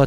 à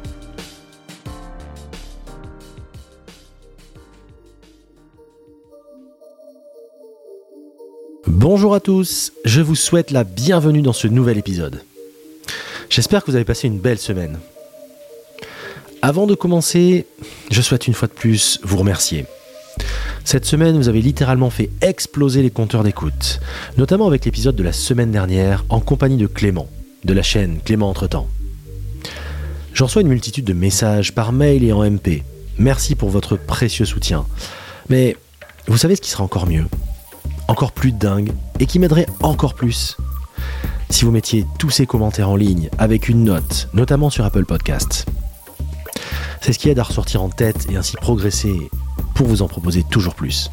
Bonjour à tous, je vous souhaite la bienvenue dans ce nouvel épisode. J'espère que vous avez passé une belle semaine. Avant de commencer, je souhaite une fois de plus vous remercier. Cette semaine, vous avez littéralement fait exploser les compteurs d'écoute, notamment avec l'épisode de la semaine dernière en compagnie de Clément, de la chaîne Clément Entretemps. J'en reçois une multitude de messages par mail et en MP. Merci pour votre précieux soutien. Mais vous savez ce qui sera encore mieux encore plus dingue et qui m'aiderait encore plus. Si vous mettiez tous ces commentaires en ligne avec une note, notamment sur Apple Podcast. C'est ce qui aide à ressortir en tête et ainsi progresser pour vous en proposer toujours plus.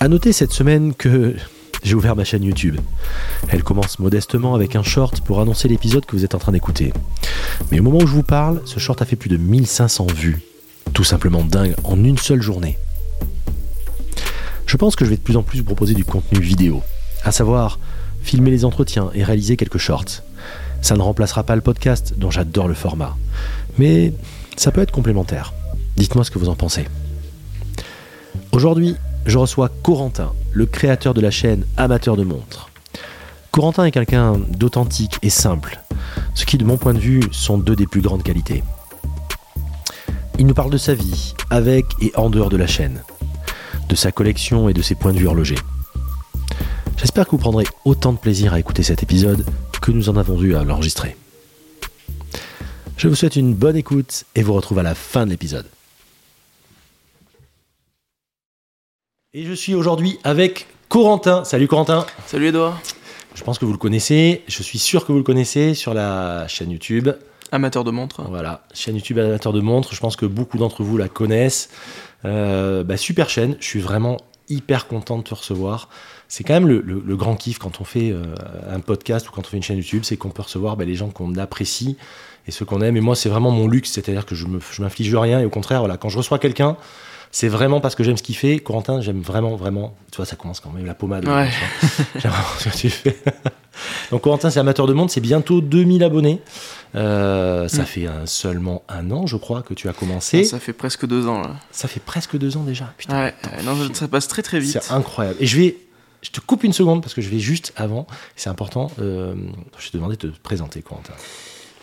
À noter cette semaine que j'ai ouvert ma chaîne YouTube. Elle commence modestement avec un short pour annoncer l'épisode que vous êtes en train d'écouter. Mais au moment où je vous parle, ce short a fait plus de 1500 vues. Tout simplement dingue en une seule journée je pense que je vais de plus en plus vous proposer du contenu vidéo, à savoir filmer les entretiens et réaliser quelques shorts. Ça ne remplacera pas le podcast dont j'adore le format, mais ça peut être complémentaire. Dites-moi ce que vous en pensez. Aujourd'hui, je reçois Corentin, le créateur de la chaîne Amateur de Montres. Corentin est quelqu'un d'authentique et simple, ce qui de mon point de vue sont deux des plus grandes qualités. Il nous parle de sa vie, avec et en dehors de la chaîne, de sa collection et de ses points de vue horlogers. J'espère que vous prendrez autant de plaisir à écouter cet épisode que nous en avons eu à l'enregistrer. Je vous souhaite une bonne écoute et vous retrouve à la fin de l'épisode. Et je suis aujourd'hui avec Corentin. Salut Corentin. Salut Edouard. Je pense que vous le connaissez, je suis sûr que vous le connaissez sur la chaîne YouTube. Amateur de montres. Voilà, chaîne YouTube Amateur de montres, je pense que beaucoup d'entre vous la connaissent. Euh, bah, super chaîne, je suis vraiment hyper content de te recevoir. C'est quand même le, le- le grand kiff quand on fait euh, un podcast ou quand on fait une chaîne YouTube, c'est qu'on peut recevoir bah, les gens qu'on apprécie et ceux qu'on aime. Et moi, c'est vraiment mon luxe, c'est-à-dire que je me- je m'inflige rien et au contraire, voilà, quand je reçois quelqu'un, c'est vraiment parce que j'aime ce qu'il fait. Corentin, j'aime vraiment, vraiment. Tu vois, ça commence quand même la pommade. Ouais. J'aime vraiment ce que tu fais. Donc Corentin, c'est amateur de monde, c'est bientôt 2000 abonnés. Euh, ça Mm. Ah, fait un- seulement un an, je crois, que tu as commencé. Ça fait presque deux ans là. Ça fait presque deux ans déjà. Putain, Ouais, euh, non, ça passe très très vite. c'est incroyable. Et je vais, je te coupe une seconde parce que je vais juste avant. C'est important. euh, je te demandais de te présenter, Corentin.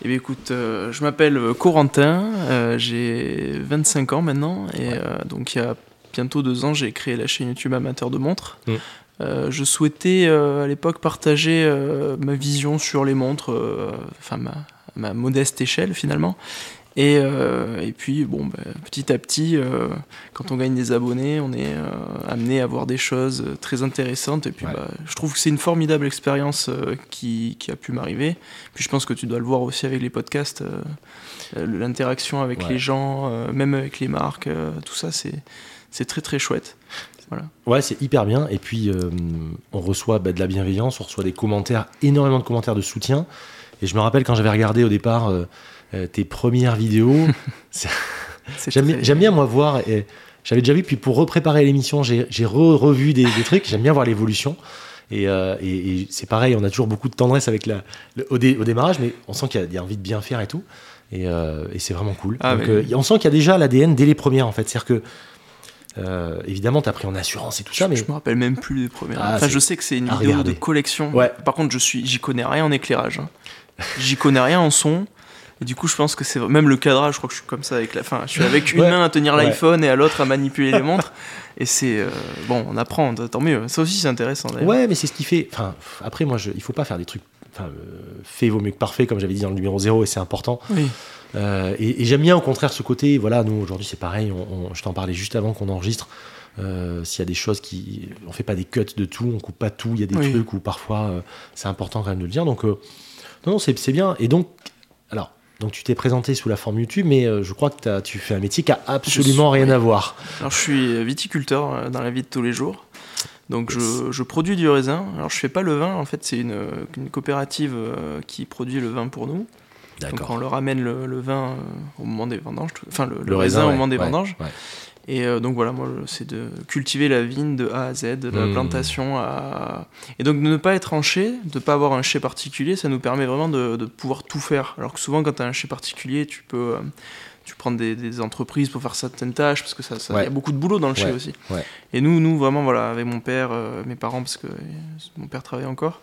Eh bien écoute, euh, je m'appelle euh, Corentin, euh, j'ai 25 ans maintenant, et euh, donc il y a bientôt deux ans, j'ai créé la chaîne YouTube Amateur de Montres. Mm. Euh, je souhaitais euh, à l'époque partager euh, ma vision sur les montres, euh, enfin ma, à ma modeste échelle finalement. Et, euh, et puis, bon, bah, petit à petit, euh, quand on gagne des abonnés, on est euh, amené à voir des choses euh, très intéressantes. Et puis, Ouais. bah, je trouve que c'est une formidable expérience euh, qui, qui a pu m'arriver. Puis je pense que tu dois le voir aussi avec les podcasts, euh, euh, l'interaction avec Ouais. les gens, euh, même avec les marques, euh, tout ça, c'est c'est très très chouette. Ouais, c'est hyper bien. Et puis, euh, on reçoit bah, de la bienveillance, on reçoit des commentaires, énormément de commentaires de soutien. Et je me rappelle quand j'avais regardé au départ euh, euh, tes premières vidéos, C'est J'aime bien- très- j'aime bien, moi, voir. Et j'avais déjà vu, puis pour repréparer l'émission, j'ai j'ai re- revu des, des trucs. J'aime bien voir l'évolution. Et, euh, et- et c'est pareil, on a toujours beaucoup de tendresse avec la, le- au, dé- au démarrage, mais on sent qu'il y, a- il y a envie de bien faire et tout. Et, euh, et c'est vraiment cool. Ah, Donc, mais- euh, y- on sent qu'il y a déjà l'ADN dès les premières, en fait. C'est-à-dire que, euh, évidemment, t'as pris en assurance et tout ça, mais. Je me rappelle même plus des premières. Ah, enfin, c'est- je sais que c'est une à vidéo regarder. de collection. Ouais. Par contre, je suis, j'y connais rien en éclairage. hein. J'y connais rien en son. Et du coup, je pense que c'est même le cadrage. Je crois que je suis comme ça avec la fin. Je suis avec une Ouais. main à tenir Ouais. l'iPhone et à l'autre à manipuler les montres. Et c'est euh, bon, on apprend. Tant mieux. Ça aussi, c'est intéressant. d'ailleurs. Ouais, mais c'est ce qui fait. Enfin, pff, après, moi, je, il faut pas faire des trucs. Enfin, euh, fait vaut mieux que parfait, comme j'avais dit dans le numéro 0, et c'est important. Oui. Euh, et et j'aime bien au contraire ce côté, voilà, nous aujourd'hui c'est pareil, on- on- je t'en parlais juste avant qu'on enregistre, euh, s'il y a des choses qui... On fait pas des cuts de tout, on coupe pas tout, il y a des Oui. trucs où parfois euh, c'est important quand même de le dire, donc euh, non, non c'est c'est bien. Et donc, alors, donc tu t'es présenté sous la forme YouTube, mais euh, je crois que t'as- tu fais un métier qui a absolument rien à voir. Alors, je suis viticulteur euh, dans la vie de tous les jours. Donc je, je produis du raisin. Alors je fais pas le vin, en fait c'est une, une coopérative euh, qui produit le vin pour nous. Donc on D'accord. leur amène le, le vin euh, au moment des vendanges, tout- enfin le, le Le raisin, au ouais, moment des ouais, vendanges. ouais. Et euh, donc voilà, moi je- c'est de cultiver la vigne de A à Z, de la Hmm. plantation à... Et donc de ne pas être en chai, de ne pas avoir un chai particulier, ça nous permet vraiment de, de pouvoir tout faire. Alors que souvent quand tu as un chai particulier, tu peux... euh, tu prends des, des entreprises pour faire certaines tâches parce que ça, ça- il y Ouais. a beaucoup de boulot dans le chai Ouais, aussi. ouais. Et nous, nous vraiment voilà, avec mon père, euh, mes parents parce que euh, mon père travaille encore,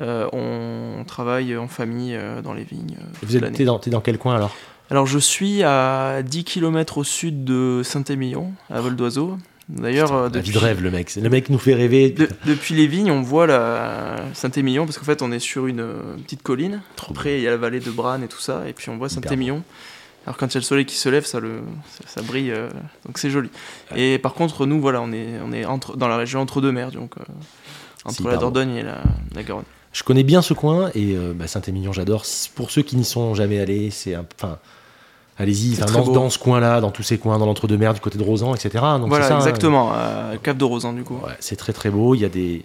euh, on, travaille en famille euh, dans les vignes. euh, toute Vous êtes l'année. t'es dans, t'es dans quel coin alors Alors je suis à 10 km au sud de Saint-Émilion, à Vol d'Oiseau. D'ailleurs, euh, La vie depuis, de rêve, le mec. C'est- Le mec nous fait rêver. de- Putain, depuis les vignes, on voit la Saint-Émilion parce qu'en fait, on est sur une euh, petite colline. trop Après, il y a la vallée de Brane et tout ça, et puis on voit Hyper Saint-Émilion. Alors quand il y a le soleil qui se lève, ça le, ça, ça brille, euh, donc c'est joli. Et par contre, nous, voilà, on est, on est entre, dans la région entre deux mers, donc euh, C'est entre hyper la beau. Dordogne et la, la Garonne. beau. Je connais bien ce coin et euh, bah, Saint-Émilion, j'adore. C'est- Pour ceux qui n'y sont jamais allés, c'est un. Enfin, allez-y. C'est enfin, très dans, beau. dans ce coin-là, dans tous ces coins, dans l'entre-deux-mers, du côté de Rosan, etc. Donc, voilà, c'est ça, hein. exactement, à Cap de Rosan du coup, Ouais, c'est très très beau. Il y a des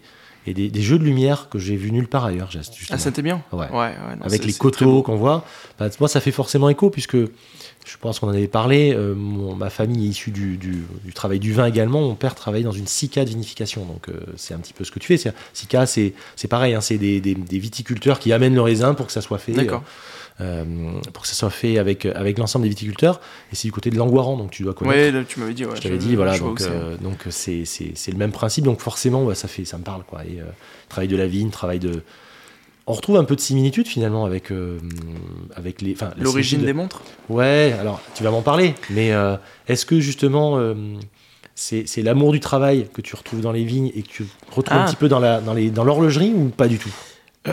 et des, des jeux de lumière que j'ai vus nulle part ailleurs. j'ai- justement. à Saint-Émilion. Ouais. non, avec Ah, c'est- les c'est très coteaux beau. qu'on voit. Bah, moi, ça fait forcément écho, puisque je pense qu'on en avait parlé. euh, mon- ma famille est issue du, du- du travail du vin également. Mon père travaillait dans une SICA de vinification. Donc, euh, c'est un petit peu ce que tu fais. C'est- SICA, c'est c'est pareil. hein, c'est des, des- des viticulteurs qui amènent le raisin pour que ça soit fait. euh, D'accord. euh, pour que ça soit fait avec, avec l'ensemble des viticulteurs. Et c'est du côté de l'Angoiran, donc tu dois connaître. Ouais, là, tu m'avais dit. Ouais, Je t'avais dit, voilà, donc hein. euh, donc c'est c'est- c'est le même principe, donc forcément, bah, ça, fait, ça me parle, quoi. Et, euh, travail de la vigne, travail de. On retrouve un peu de similitude finalement avec, euh, avec les. enfin, la L'origine similitude- des montres Ouais, alors tu vas m'en parler, mais euh, est-ce que justement euh, c'est c'est l'amour du travail que tu retrouves dans les vignes et que tu retrouves un Ah. petit peu dans l'horlogerie dans les- dans l'horlogerie ou pas du tout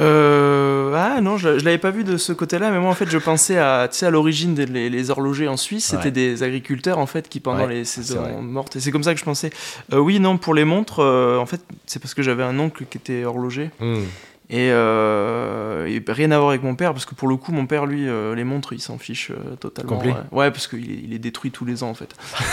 euh, Ah non, je, je l'avais pas vu de ce côté-là, mais moi en fait je pensais à, tu sais, à l'origine des les, les horlogers en Suisse, Ouais. c'était des agriculteurs en fait qui pendant Ouais, les c'est vrai. saisons mortes, et c'est comme ça que je pensais. Euh, oui, non, pour les montres, euh, en fait c'est parce que j'avais un oncle qui était horloger, Hmm. et, euh, et rien à voir avec mon père, parce que pour le coup mon père lui, euh, les montres il s'en fiche euh, totalement. Complet. Ouais. Ouais, parce qu'il est, il est détruit tous les ans en fait.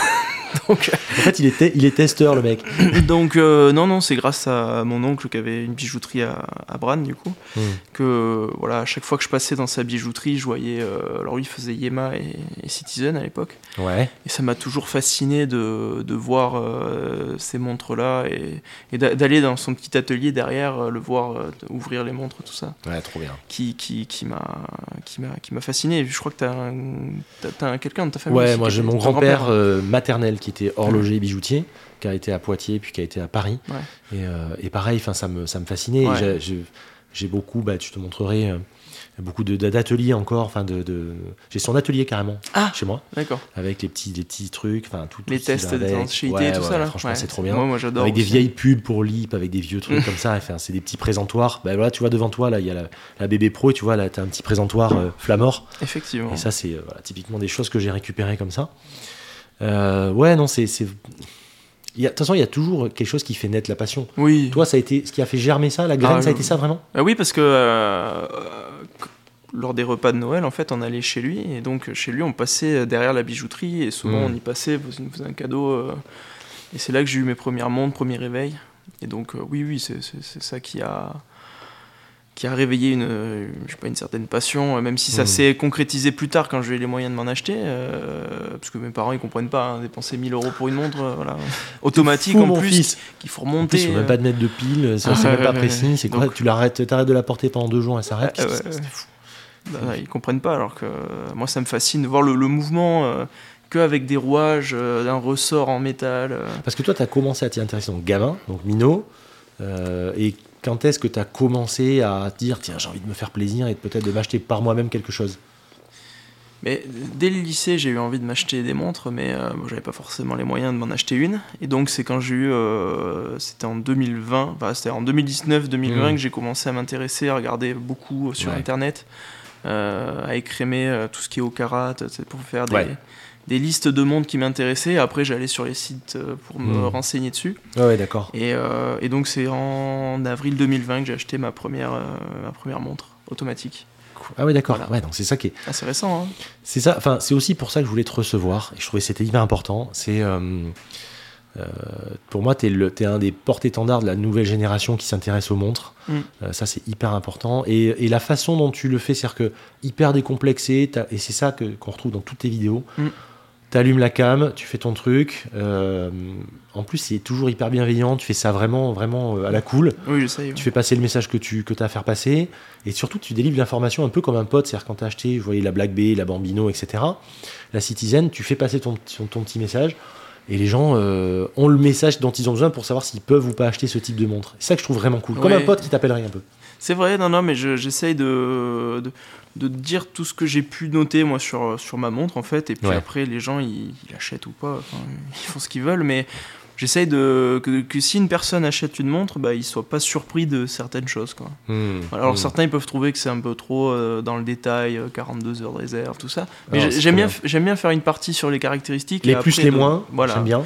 Donc, En fait, il était il est testeur, le mec. Donc euh, non, non, c'est grâce à mon oncle qui avait une bijouterie à, à Branne, du coup, Mm. que euh, voilà, à chaque fois que je passais dans sa bijouterie, je voyais... euh, alors lui, il faisait Yema et, et Citizen à l'époque. Ouais. Et ça m'a toujours fasciné de, de voir euh, ces montres-là et, et d'a- d'aller dans son petit atelier derrière, euh, le voir euh, ouvrir les montres, tout ça, Ouais, trop bien. qui, qui, qui m'a qui m'a- qui m'a fasciné. Et je crois que t'as un- t'as t'as un- quelqu'un de ta famille. Ouais, aussi moi qui j'ai était- mon ton grand-père euh, maternel qui était horloger et bijoutier, qui a été à Poitiers puis qui a été à Paris. Ouais. Et, euh, et pareil, enfin ça me ça me fascinait. Et Ouais. j'ai- j'ai- J'ai beaucoup, bah tu te montrerai euh, beaucoup de- de- d'ateliers encore. Enfin de, de- j'ai son atelier carrément Ah. chez moi D'accord. avec les petits les petits trucs, enfin tout. tout Les ce qu'il tests avait. d'ancienneté Ouais, et tout ouais, ça là. Franchement, Ouais. c'est trop bien. Moi, moi j'adore. Avec des aussi. Mm. vieilles pubs pour Lip, avec des vieux trucs comme ça, enfin, c'est des petits présentoirs. Bah, voilà, tu vois devant toi, là, il y a la, la bébé pro et tu vois, là, t'as un petit présentoir euh, Flamor. Effectivement. Et ça, c'est euh, voilà, typiquement des choses que j'ai récupérées comme ça. Euh, ouais, non, c'est. c'est- il y a- De toute façon, il y a toujours quelque chose qui fait naître la passion. Oui. Toi, ça a été ce qui a fait germer ça, la graine, Ah, ça a je- été ça vraiment Ah oui, parce que euh, euh, lors des repas de Noël, en fait, on allait chez lui. Et donc, chez lui, on passait derrière la bijouterie. Et souvent, Mm. on y passait, vous- il nous faisait un cadeau. euh, et c'est là que j'ai eu mes premières montres, premier réveil. Et donc, euh, oui, oui, c'est- c'est c'est ça qui a qui a réveillé une, euh, je sais pas, une certaine passion, euh, même si ça Mm. s'est concrétisé plus tard quand j'ai eu les moyens de m'en acheter, euh, parce que mes parents ils comprennent pas, hein, dépenser 1000 euros pour une montre, euh, voilà, automatique Fou, en mon plus, fils. qu'il faut En plus, remonter. on n'a euh, même pas de mettre de pile, ça, c'est Ah, même pas ouais, précis. C'est quoi donc- Tu l'arrêtes, t'arrêtes de la porter pendant deux jours, elle s'arrête. Ah, ouais, Qu'est-ce que c'est- ouais. Non, non, ils comprennent pas, alors que euh, moi ça me fascine de voir le, le mouvement euh, que avec des rouages, euh, d'un ressort en métal. euh. Parce que toi, tu as commencé à t'y intéresser donc gamin, donc minot. euh, et quand est-ce que tu as commencé à te dire, tiens, j'ai envie de me faire plaisir et de- peut-être de m'acheter par moi-même quelque chose Mais dès le lycée, j'ai eu envie de m'acheter des montres, mais euh, bon, j'avais pas forcément les moyens de m'en acheter une. Et donc c'est quand j'ai eu, euh, c'était en 2020, enfin c'était en 2019-2020 Mm. que j'ai commencé à m'intéresser, à regarder beaucoup sur Ouais. internet, euh, à écrémer euh, tout ce qui est au karat, tu sais, pour faire des, Ouais. des listes de montres qui m'intéressaient. Après j'allais sur les sites euh, pour me Mm. renseigner dessus. Ouais, ouais, d'accord. Et, euh, et donc c'est en avril 2020 que j'ai acheté ma première, euh, ma première montre automatique. Ah ouais, d'accord. Voilà. Ouais, donc c'est ça qui est. Ah, c'est récent, hein C'est ça, enfin, c'est aussi pour ça que je voulais te recevoir, et je trouvais que c'était hyper important. C'est euh, Euh, pour moi, tu es, es, un des porte-étendards de la nouvelle génération qui s'intéresse aux montres. Mm. Euh, ça, c'est hyper important. Et, et, la façon dont tu le fais, c'est-à-dire que hyper décomplexé, et c'est ça qu'on qu retrouve dans toutes tes vidéos. Mm. Tu allumes la cam, tu fais ton truc. euh, en plus, c'est toujours hyper bienveillant. Tu fais ça vraiment, vraiment euh, à la cool. Oui, je sais. ouais. Tu fais passer le message que tu que as à faire passer. Et surtout, tu délivres l'information un peu comme un pote. C'est-à-dire, quand tu as acheté, vous voyez, la Black Bay, la Bambino, etc., la Citizen, tu fais passer ton, ton, ton petit message. Et les gens euh, ont le message dont ils ont besoin pour savoir s'ils peuvent ou pas acheter ce type de montre. C'est ça que je trouve vraiment cool. Comme Ouais. un pote qui t'appellerait un peu. C'est vrai, non, non, mais je- j'essaye de, de, de dire tout ce que j'ai pu noter, moi, sur, sur ma montre, en fait. Et puis Ouais. après, les gens, ils, ils achètent ou pas. enfin, ils font ce qu'ils veulent, mais j'essaye de que, que si une personne achète une montre, bah, ils soient pas surpris de certaines choses, quoi. Voilà, Alors, certains, ils peuvent trouver que c'est un peu trop euh, dans le détail, euh, 42 heures de réserve, tout ça. Mais Alors, j'ai- c'est j'aime trop bien, j'aime bien faire une partie sur les caractéristiques. Les et plus, après, les de- moins, Voilà. j'aime bien.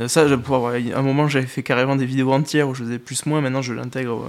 Euh, ça, je- pour avoir- à un moment, j'avais fait carrément des vidéos entières où je faisais plus moins. Maintenant, je l'intègre euh,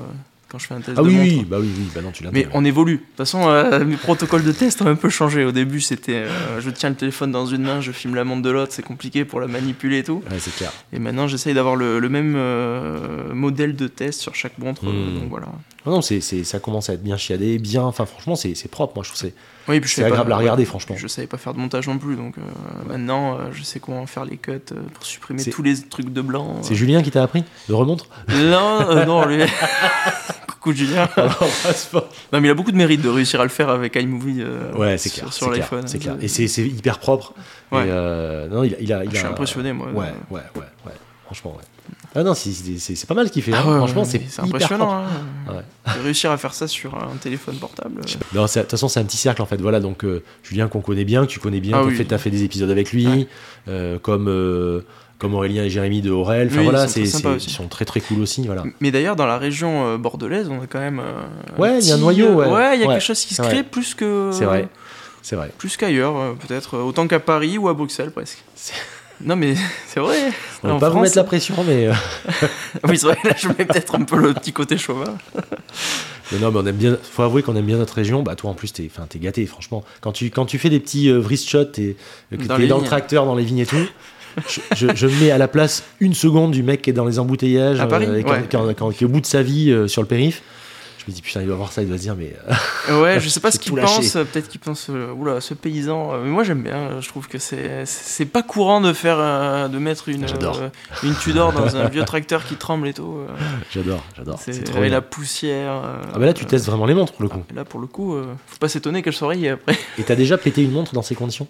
quand je fais un test Ah de oui, montre. oui, bah oui, oui, bah non, tu Mais l'intègres. on évolue. De toute façon, euh, mes protocoles de test ont un peu changé. Au début, c'était euh, je tiens le téléphone dans une main, je filme la montre de l'autre, c'est compliqué pour la manipuler et tout. Ouais, c'est clair. Et maintenant, j'essaye d'avoir le, le même euh, modèle de test sur chaque montre. euh, Hmm. Donc voilà. Non, non, c'est- c'est- ça commence à être bien chiadé, bien. Enfin, franchement, c'est c'est propre, moi, je trouve. c'est- Oui, et puis je C'est savais pas- agréable à ouais. regarder, franchement. Je savais pas faire de montage non plus, donc euh, maintenant euh, je sais comment faire les cuts euh, pour supprimer C'est- tous les trucs de blanc. C'est Julien qui t'a appris de remontre Non, euh, non, lui. Coucou Julien. Non, mais il a beaucoup de mérite de réussir à le faire avec iMovie euh, Ouais, c'est sur- clair. sur c'est clair, l'iPhone. Euh, C'est clair. Et c'est c'est hyper propre. Et, Ouais. euh, non, il, a- il a, il Je suis a- impressionné, moi. Ouais, ouais, ouais, ouais. Franchement, ouais. Ah non, c'est- c'est c'est- c'est pas mal ce qu'il fait. hein. euh. Ah ouais, Franchement, ouais, c'est mais hyper propre. impressionnant. hein. Ouais. De réussir à faire ça sur un téléphone portable. euh, Non, c'est- De toute façon, c'est un petit cercle en fait. Voilà, donc euh, Julien qu'on connaît bien, que tu connais bien, Ah t'as oui. fait, t'as fait des épisodes avec lui, Ouais. euh, comme, euh, comme Aurélien et Jérémy de Aurel. Enfin Oui, voilà, ils sont très c'est- sympas c'est- aussi. Euh, ils sont très très cool aussi. Voilà. Mais d'ailleurs, dans la région euh, bordelaise, on a quand même. euh, Ouais, il y a un noyau, ouais. il y a Ouais, quelque chose qui se c'est crée vrai. plus que. C'est vrai, c'est vrai. Plus qu'ailleurs, euh, peut-être. euh, Autant qu'à Paris ou à Bruxelles, presque. C'est- Non, mais c'est vrai. On En va pas vous France- mettre la pression, mais. euh, Oui, c'est vrai, là, je mets peut-être un peu le petit côté chauvin. Mais non, mais on aime bien. Faut avouer qu'on aime bien notre région. Bah toi, en plus, t'es, enfin, t'es gâté, franchement. Quand tu, quand tu fais des petits euh, wrist shots, t'es, euh, que Dans t'es les dans le vignes. tracteur, dans les vignes et tout. Je, je, je me mets à la place une seconde du mec qui est dans les embouteillages, euh, À Paris, et quand- ouais. quand- quand- qui est au bout de sa vie euh, sur le périph. Je me dis putain, il doit voir ça, il doit se dire mais euh, Ouais, je sais pas J'ai ce qu'il tout lâché. pense. euh, Peut-être qu'il pense, euh, oula, ce paysan. euh, Mais moi, j'aime bien. euh, Je trouve que c'est c'est pas courant de faire, euh, de mettre une J'adore. euh, une Tudor dans un vieux tracteur qui tremble et tout. euh. j'adore, j'adore. C'est, C'est trop avec bien. la poussière. euh, Ah bah là, tu euh, testes vraiment les montres pour le coup. et là, pour le coup, euh, faut pas s'étonner qu'elle s'oreille après. Et t'as déjà pété une montre dans ces conditions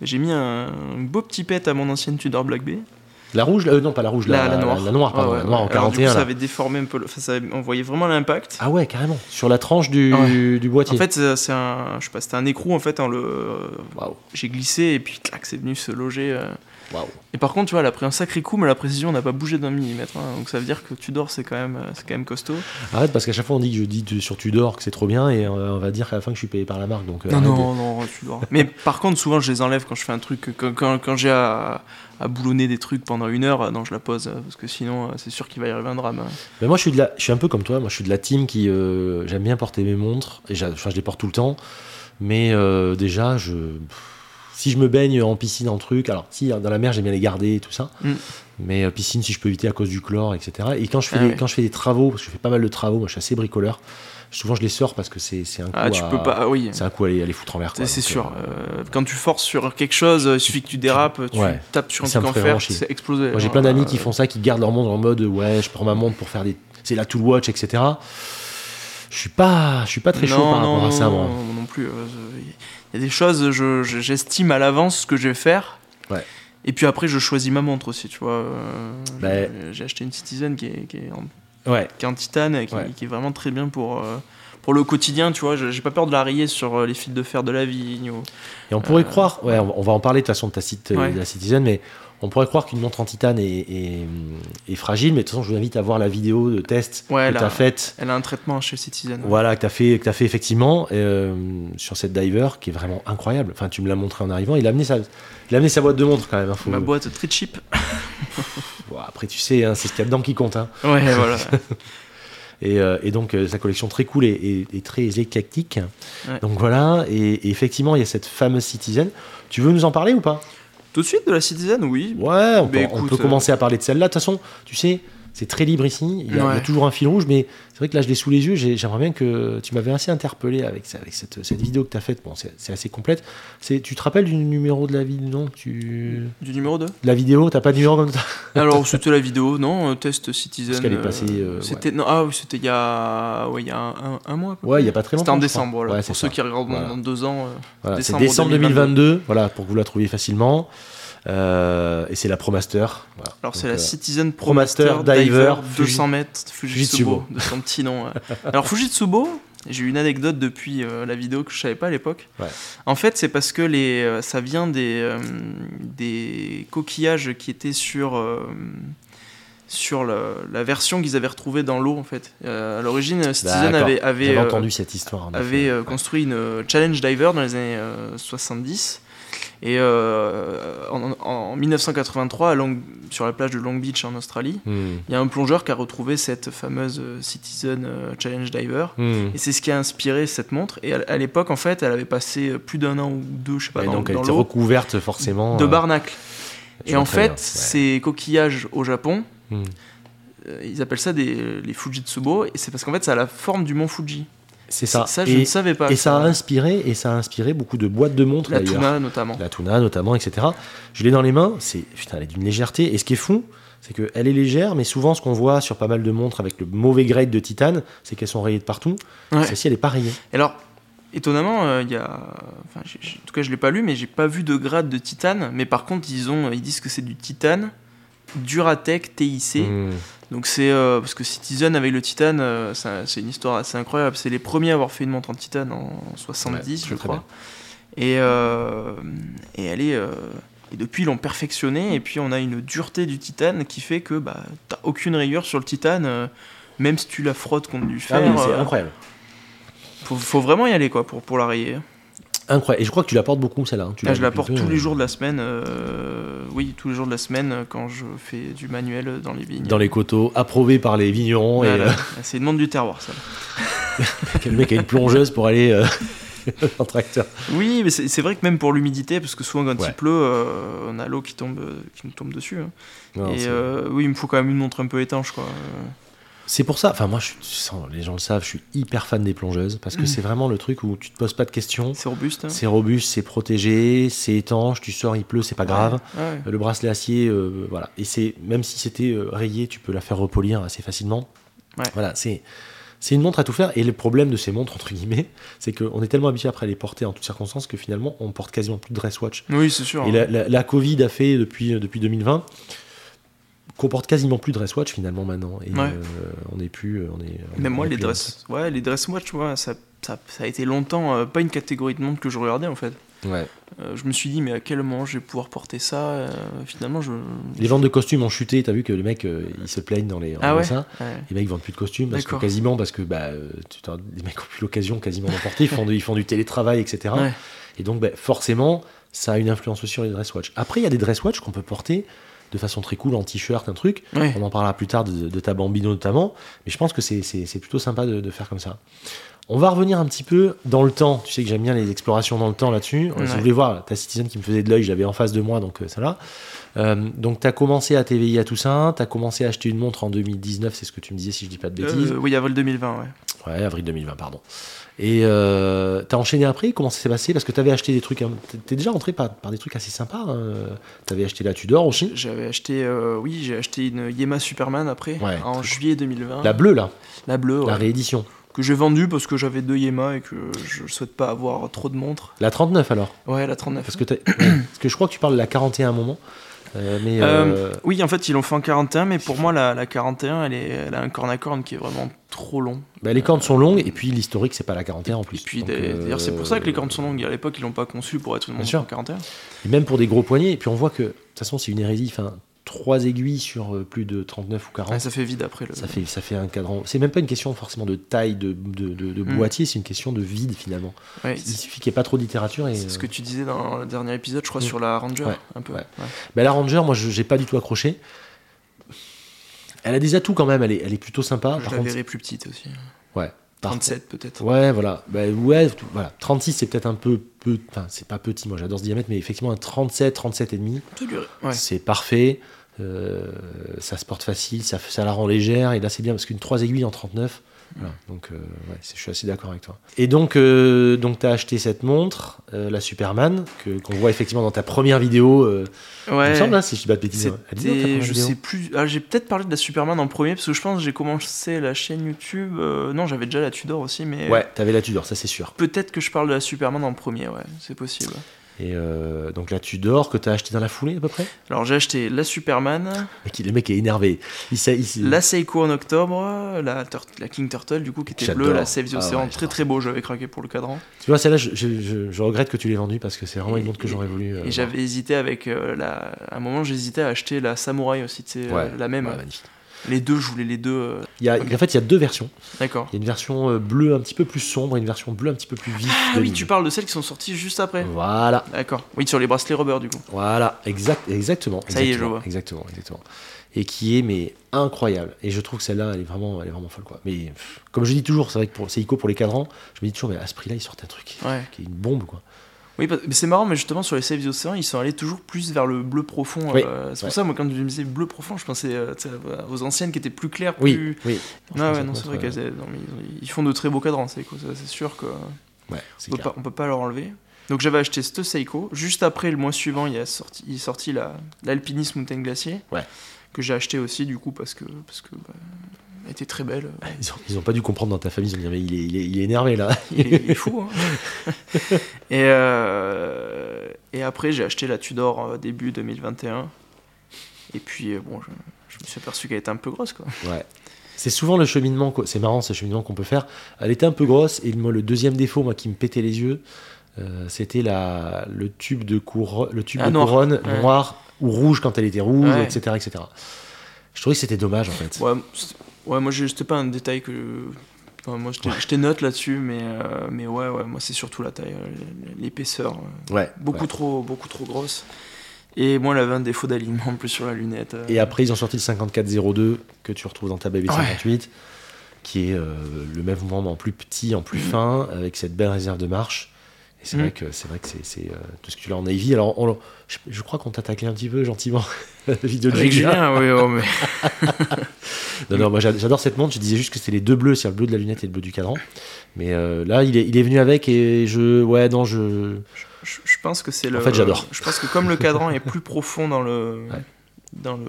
J'ai mis un, un beau petit pet à mon ancienne Tudor Black Bay. La rouge, euh, non pas la rouge, la, La, la noire. la, noire, pardon, Ouais, ouais, la noire en ouais. Alors, du coup, 41. ça là. avait déformé un peu. Le... Enfin, ça avait- on voyait vraiment l'impact. Ah ouais, carrément. Sur la tranche du, Ouais. du boîtier. En fait, c'est c'est un, je sais pas, c'était un écrou en fait. hein, le, Waouh. j'ai glissé et puis clac, c'est venu se loger. euh. Waouh. Et par contre, tu vois, elle a pris un sacré coup, mais la précision n'a pas bougé d'un millimètre. hein. donc ça veut dire que Tudor, c'est quand même, euh, c'est quand même costaud. Arrête parce qu'à chaque fois on dit que je dis tu- sur Tudor que c'est trop bien et euh, on va dire qu'à la fin que je suis payé par la marque donc euh, Non, arrête non, non, Tudor. mais par contre, souvent, je les enlève quand je fais un truc, quand, quand, quand j'ai à, à boulonner des trucs pendant une heure. euh, non, je la pose euh, parce que sinon, euh, c'est sûr qu'il va y arriver un drame. hein. de- Mais moi je suis de la, je suis un peu comme toi, moi je suis de la team qui euh, j'aime bien porter mes montres et j'a- enfin, je les porte tout le temps, mais euh, déjà je pff, si je me baigne en piscine en truc, alors si hein, dans la mer j'aime bien les garder et tout ça, Mm. mais euh, piscine si je peux éviter à cause du chlore etc. Et quand je fais Ah des, ouais. quand je fais des travaux parce que je fais pas mal de travaux, moi je suis assez bricoleur, souvent je les sors parce que c'est c'est un coup Ah, tu à- peux pas, ah oui. c'est un coup à les, à les foutre en l'air quoi. C'est c'est Donc, sûr. euh, euh, quand tu forces sur quelque chose, euh, il suffit que tu dérapes, tu Ouais. tapes sur un Ça me truc en ferait fer, vraiment chier. c'est explosé. Moi, j'ai hein, plein d'amis qui euh, font ça, qui gardent leur montre en mode ouais, je prends ma montre pour faire des. C'est la tool watch, etc. Je suis pas, je suis pas très chaud par rapport à ça, moi. non, non, non plus. euh, Il y a des choses, je- je- j'estime à l'avance ce que je vais faire. Ouais. Et puis après, je choisis ma montre aussi, tu vois. euh, Ben- j'ai- J'ai acheté une Citizen qui est, qui est en, Ouais. qui est en titane, et qui, Ouais. qui est vraiment très bien pour, euh, pour le quotidien, tu vois. je- J'ai pas peur de la rayer sur euh, les fils de fer de la vigne. ou- Et on pourrait croire, ouais, on va- on va en parler de toute façon de ta site, euh, Euh, Ouais. de la Citizen, mais on pourrait croire qu'une montre en titane est, est- est fragile, mais de toute façon, je vous invite à voir la vidéo de test Ouais, que là. t'as faite. Elle a un traitement chez Citizen. Voilà, que t'as fait, que t'as fait effectivement euh, sur cette diver qui est vraiment incroyable. Enfin, tu me l'as montré en arrivant. Il a amené sa, il a amené sa boîte de montre quand même. hein, faut- Ma boîte très cheap. Bon, après, tu sais, hein, c'est ce qu'il y a dedans qui compte. hein. Ouais, voilà. Et, euh, et donc euh, sa collection très cool et, et- et très éclectique. Ouais. Donc voilà, et, et effectivement il y a cette fameuse Citizen. Tu veux nous en parler ou pas Tout de suite de la Citizen, oui. Ouais, on, peut, Mais on écoute, peut euh, commencer à parler de celle-là. De toute façon, tu sais, c'est très libre ici. Il y, a, il y a Ouais. toujours un fil rouge, mais c'est vrai que là, je l'ai sous les yeux. J'ai- J'aimerais bien que tu m'avais assez interpellé avec, ça- avec cette, cette vidéo que tu as faite. Bon, c'est c'est assez complète. C'est- Tu te rappelles du numéro de la vidéo Non tu... Du numéro 2 De la vidéo T'as pas de numéro comme ça Alors, c'était la vidéo, non euh, Test Citizen. Parce qu'elle est euh, passée, euh, ouais. c'était, non, ah oui, c'était il y a, ouais, il y a un, un- un mois. quoi. Ouais, il y a pas très longtemps. C'était en je décembre, crois. voilà. Ouais, c'est Pour ceux ça. qui regardent Voilà. dans deux ans. euh, Voilà, c'est décembre décembre 2022. 2022, voilà, pour que vous la trouviez facilement. Euh, et c'est la ProMaster. Voilà. Alors, c'est Donc, la euh, Citizen Pro Promaster, Master Diver, Diver, 200 mètres, Fujitsubo, Fujitsubo. de son petit nom. ouais. Alors, Fujitsubo, j'ai eu une anecdote depuis euh, la vidéo que je savais pas à l'époque. Ouais. En fait, c'est parce que les, euh, ça vient des, euh, des coquillages qui étaient sur, euh, sur la, la version qu'ils avaient retrouvée dans l'eau, en fait. Euh, à l'origine, Citizen d'accord. avait, avait, J'avais euh, entendu cette histoire. en effet. avait euh, construit une euh, Challenge Diver dans les années euh, 70. Et euh, en, en- en 1983, à Long- sur la plage de Long Beach en Australie, Hmm. il y a un plongeur qui a retrouvé cette fameuse euh, Citizen euh, Challenge Diver. Hmm. Et c'est ce qui a inspiré cette montre. Et à, à l'époque, en fait, elle avait passé euh, plus d'un an ou deux, je sais pas, Et dans, donc, elle dans était euh, l'eau, recouverte forcément. de euh, barnacle. je Et vois en très bien, fait, ouais. ces coquillages au Japon, Hmm. euh, ils appellent ça des, les Fujitsubo. Et c'est parce qu'en fait, ça a la forme du mont Fuji. C'est ça. je et, ne savais pas. et ça a que- inspiré et ça a inspiré beaucoup de boîtes de montres La d'ailleurs. Tuna notamment. La Tuna notamment, etc. Je l'ai dans les mains. C'est putain, elle est d'une légèreté. Et ce qui est fou, c'est qu'elle est légère, mais souvent ce qu'on voit sur pas mal de montres avec le mauvais grade de titane, c'est qu'elles sont rayées de partout. Ouais. Celle-ci, elle est pas rayée. Et Alors, étonnamment, euh, il y a. Enfin, j'ai- j'ai- en tout cas, je l'ai pas lu, mais j'ai pas vu de grade de titane. Mais par contre, ils, ont, ils disent que c'est du titane. Duratec TIC. Hmm. Donc c'est euh, parce que Citizen avec le titane, euh, ça- c'est une histoire assez incroyable. C'est les premiers à avoir fait une montre en titane en 70, Ouais, je très crois. Et, euh, et elle est euh, et depuis ils l'ont perfectionné et puis on a une dureté du titane qui fait que bah t'as aucune rayure sur le titane, euh, même si tu la frottes contre du fer. Ah oui, c'est euh, incroyable. faut, faut vraiment y aller quoi pour, pour la rayer. Incroyable. Et je crois que tu la portes beaucoup celle-là. hein. Tu Ah, l'as je depuis l'apporte peu, tous les euh, jours de la semaine. euh, oui, tous les jours de la semaine euh, quand je fais du manuel euh, dans les vignes. Dans les coteaux, approuvés par les vignerons. Et, Voilà. C'est une montre du terroir ça. euh, le mec a une plongeuse pour aller euh, en tracteur. Oui, mais c'est c'est vrai que même pour l'humidité, parce que souvent quand Ouais. il pleut, euh, on a l'eau qui tombe, euh, qui nous tombe dessus. hein. Non, et c'est- euh, oui, il me faut quand même une montre un peu étanche, quoi. Euh, C'est pour ça, enfin moi, je suis- sans- les gens le savent, je suis hyper fan des plongeuses parce que Mm. c'est vraiment le truc où tu te poses pas de questions. C'est robuste. hein. C'est robuste, c'est protégé, c'est étanche, tu sors, il pleut, c'est pas grave. Ah Ouais, ouais. Le bracelet acier, euh, voilà. Et c'est même si c'était euh, rayé, tu peux la faire repolir assez facilement. Ouais. Voilà, c'est c'est une montre à tout faire. Et le problème de ces montres entre guillemets, c'est qu'on est tellement habitué après à les porter en toutes circonstances que finalement on porte quasiment plus de dress watch. Oui, c'est sûr. Et la, la- la Covid a fait depuis, euh, depuis 2020 qu'on porte quasiment plus de dress watch finalement maintenant. Et Ouais. euh, on n'est plus. euh, On est, on- hein. Même on moi, est les plus dans dress, ouais, les dress watch, ouais, ça, ça, ça a été longtemps euh, pas une catégorie de montre que je regardais en fait. ça. Ouais. Euh, je me suis dit, mais à quel moment je vais pouvoir porter ça euh, Finalement, je. Les ventes de costumes ont chuté. T'as vu que les mecs euh, ils se plaignent dans les. Ah en ouais ça. Ouais. Les mecs vendent plus de costumes parce que D'accord. quasiment parce que bah, euh, tu t'en- les mecs ont plus l'occasion quasiment d'en porter. Ils font, du- ils font du télétravail, etc. Ouais. Et donc bah, forcément, ça a une influence aussi sur les dress watch. Après, il y a des dress watch qu'on peut porter de façon très cool en t-shirt, un truc. Ouais. On en parlera plus tard de, de ta bambino notamment, mais je pense que c'est- c'est c'est plutôt sympa de, de faire comme ça. On va revenir un petit peu dans le temps. Tu sais que j'aime bien les explorations dans le temps là-dessus. Euh, Si Ouais. vous voulez voir ta Citizen qui me faisait de l'œil, je l'avais en face de moi, donc euh, ça là. Euh, donc tu as commencé à t'éveiller à tout ça, tu as commencé à acheter une montre en 2019, c'est ce que tu me disais si je dis pas de bêtises. Euh, oui, avril 2020, ouais. Ouais, avril 2020, pardon. Et euh, t'as enchaîné après Comment ça s'est passé Parce que t'avais acheté des trucs. hein, t'es- T'es déjà rentré par, par des trucs assez sympas. hein. T'avais acheté la Tudor aussi. J'avais acheté, euh, oui, j'ai acheté une Yema Superman après, Ouais, en très- juillet 2020. La bleue là, La bleue, la ouais. réédition. que j'ai vendue parce que j'avais deux Yema et que je souhaite pas avoir trop de montres. La 39 alors Ouais, la 39. Parce que, t'as- parce que je crois que tu parles de la 41 à un moment. euh, mais euh, Euh, oui, en fait, ils l'ont fait en 41, mais pour moi, la, la 41, elle, est, elle a un corne à corne qui est vraiment trop long. bah, les cornes sont longues et puis l'historique, c'est pas la 41 en Et plus. puis, Donc, d'ailleurs, euh, d'ailleurs, c'est pour ça que les cornes sont longues. À l'époque, ils l'ont pas conçu pour être une Bien montre sûr. en 41. Et même pour des gros poignets. Et puis on voit que, de toute façon, c'est une hérésie. Enfin, trois aiguilles sur euh, plus de 39 ou 40. Ouais, Ah, ça fait vide après. Le... Ça fait, ça fait un cadran. C'est même pas une question forcément de taille de, de, de- de Mm. boîtier, c'est une question de vide finalement. Ouais, Il c'est- suffit qu'il n'y ait pas trop de littérature. Et, euh, c'est ce que tu disais dans le dernier épisode, je crois, Mm. sur la Ranger, Ouais, un peu. ouais. Ouais. Bah, la Ranger, moi, je j'ai pas du tout accroché. Elle a des atouts quand même, elle est, elle est plutôt sympa. je Par la contre, verrais plus petite aussi. par- 37 peut-être. Ouais, voilà. Bah, ouais, tout- voilà. 36, c'est peut-être un peu. peu... Enfin, c'est pas petit, moi j'adore ce diamètre, mais effectivement, un 37, 37 et demi, Tout duré. Ouais. c'est parfait. Euh, ça se porte facile, ça, ça la rend légère, et là c'est bien parce qu'une 3 aiguilles en 39. Voilà, donc euh, ouais, c'est- je suis assez d'accord avec toi. Et donc, euh, donc tu as acheté cette montre, euh, la Superman, que- qu'on voit effectivement dans ta première vidéo, euh, il me Ouais. semble, hein, si je dis pas de bêtises. hein. Elle dit dans ta C'était, première je vidéo. sais plus. Ah, j'ai peut-être parlé de la Superman en premier parce que je pense que j'ai commencé la chaîne YouTube. euh, non, j'avais déjà la Tudor aussi, mais Ouais, t'avais la Tudor, ça c'est sûr. peut-être que je parle de la Superman en premier. Ouais, c'est possible. Et euh, donc la Tudor que t'as acheté dans la foulée à peu près Alors j'ai acheté la Superman, Le mec, il- le mec est énervé. Il sait, il sait- la Seiko en octobre, la, Tur- la King Turtle du coup qui était J'adore. bleue, la Save the Ah Ocean, ouais, très très beau. J'avais craqué pour le cadran. Tu vois, celle-là, je, je- je- je regrette que tu l'aies vendue parce que c'est vraiment Et- une montre que j'aurais voulu. euh, Et j'avais hésité avec euh, la. À un moment, j'hésitais à acheter la Samurai aussi, tu sais, euh, Ouais, la même. ouais, magnifique. Les deux, je voulais les deux. euh, Il y a- en fait, il y a deux versions. D'accord. Il y a une version euh, bleue un petit peu plus sombre et une version bleue un petit peu plus vive. Ah de oui, l'île. tu parles de celles qui sont sorties juste après. Voilà, D'accord. Oui, sur les bracelets rubber du coup. voilà, exact, exactement. Ça y est, je exactement, vois. Exactement, exactement. Et qui est mais incroyable. Et je trouve que celle-là, elle est vraiment, elle est vraiment folle quoi. Mais pff, comme je dis toujours, c'est vrai que pour Seiko pour les cadrans, je me dis toujours, mais à ce prix-là, ils sortent un truc Ouais. qui est une bombe quoi. Oui, parce- mais c'est marrant, mais justement sur les Save the Ocean, ils sont allés toujours plus vers le bleu profond. Oui, euh, c'est pour ouais. ça, moi, quand je me disais bleu profond, je pensais euh, tu sais, aux anciennes qui étaient plus claires, Oui, plus. oui. Ah ouais, non, c'est vrai qu'elles étaient- non, mais ils, ils font de très beaux cadrans, Seiko, ça, c'est sûr que Ouais, c'est on peut, clair. pas, on peut pas leur enlever. Donc j'avais acheté cette Seiko. Juste après, le mois suivant, il, y a sorti, il est sorti la- l'Alpinist Mountain Glacier. Ouais. Que j'ai acheté aussi, du coup, parce que. Parce que bah, elle était très belle. Ils ont, ils ont pas dû comprendre dans ta famille, ils ont dit, mais il est, il est, il est énervé là. Il est, il est fou. hein. et, euh, et après, j'ai acheté la Tudor euh, début 2021. Et puis, euh, bon, je, je me suis aperçu qu'elle était un peu grosse, quoi. Ouais. C'est souvent le cheminement, qu'on- c'est marrant ce cheminement qu'on peut faire. Elle était un peu grosse et moi, le deuxième défaut, moi qui me pétait les yeux, euh, c'était la le tube de couronne, le tube Ah, de noir. couronne Ouais. noir ou rouge quand elle était rouge, Ouais. etc., etc. Je trouvais que c'était dommage en fait. Ouais, c'est- ouais moi, je- c'était pas un détail que. enfin, moi, je t'ai- je t'ai note là-dessus, mais, euh, mais ouais, ouais, moi, c'est surtout la taille, euh, l'épaisseur. euh, Ouais. Beaucoup, ouais. trop, beaucoup trop grosse. Et moi, elle avait un défaut d'alignement en plus sur la lunette. euh. Et après ils ont sorti le 5402 que tu retrouves dans ta BB 58, qui est euh, le même mouvement mais en plus petit, en plus Mm. fin, avec cette belle réserve de marche. Et c'est Mhm. vrai que c'est vrai que c'est- c'est euh, tout ce que tu l'as en Navy. Alors on, je, je crois qu'on t'a taclé un petit peu gentiment la vidéo de Avec Julien. Julien, oui, oh, mais- Non, non, moi j'a- j'adore cette montre. Je disais juste que c'était les deux bleus, c'est le bleu de la lunette et le bleu du cadran. Mais euh, là, il est, il est venu avec et je. Ouais, non, je. Je, je pense que c'est le. En fait, j'adore. Je pense que comme le cadran est plus profond dans le. Ouais. Dans le.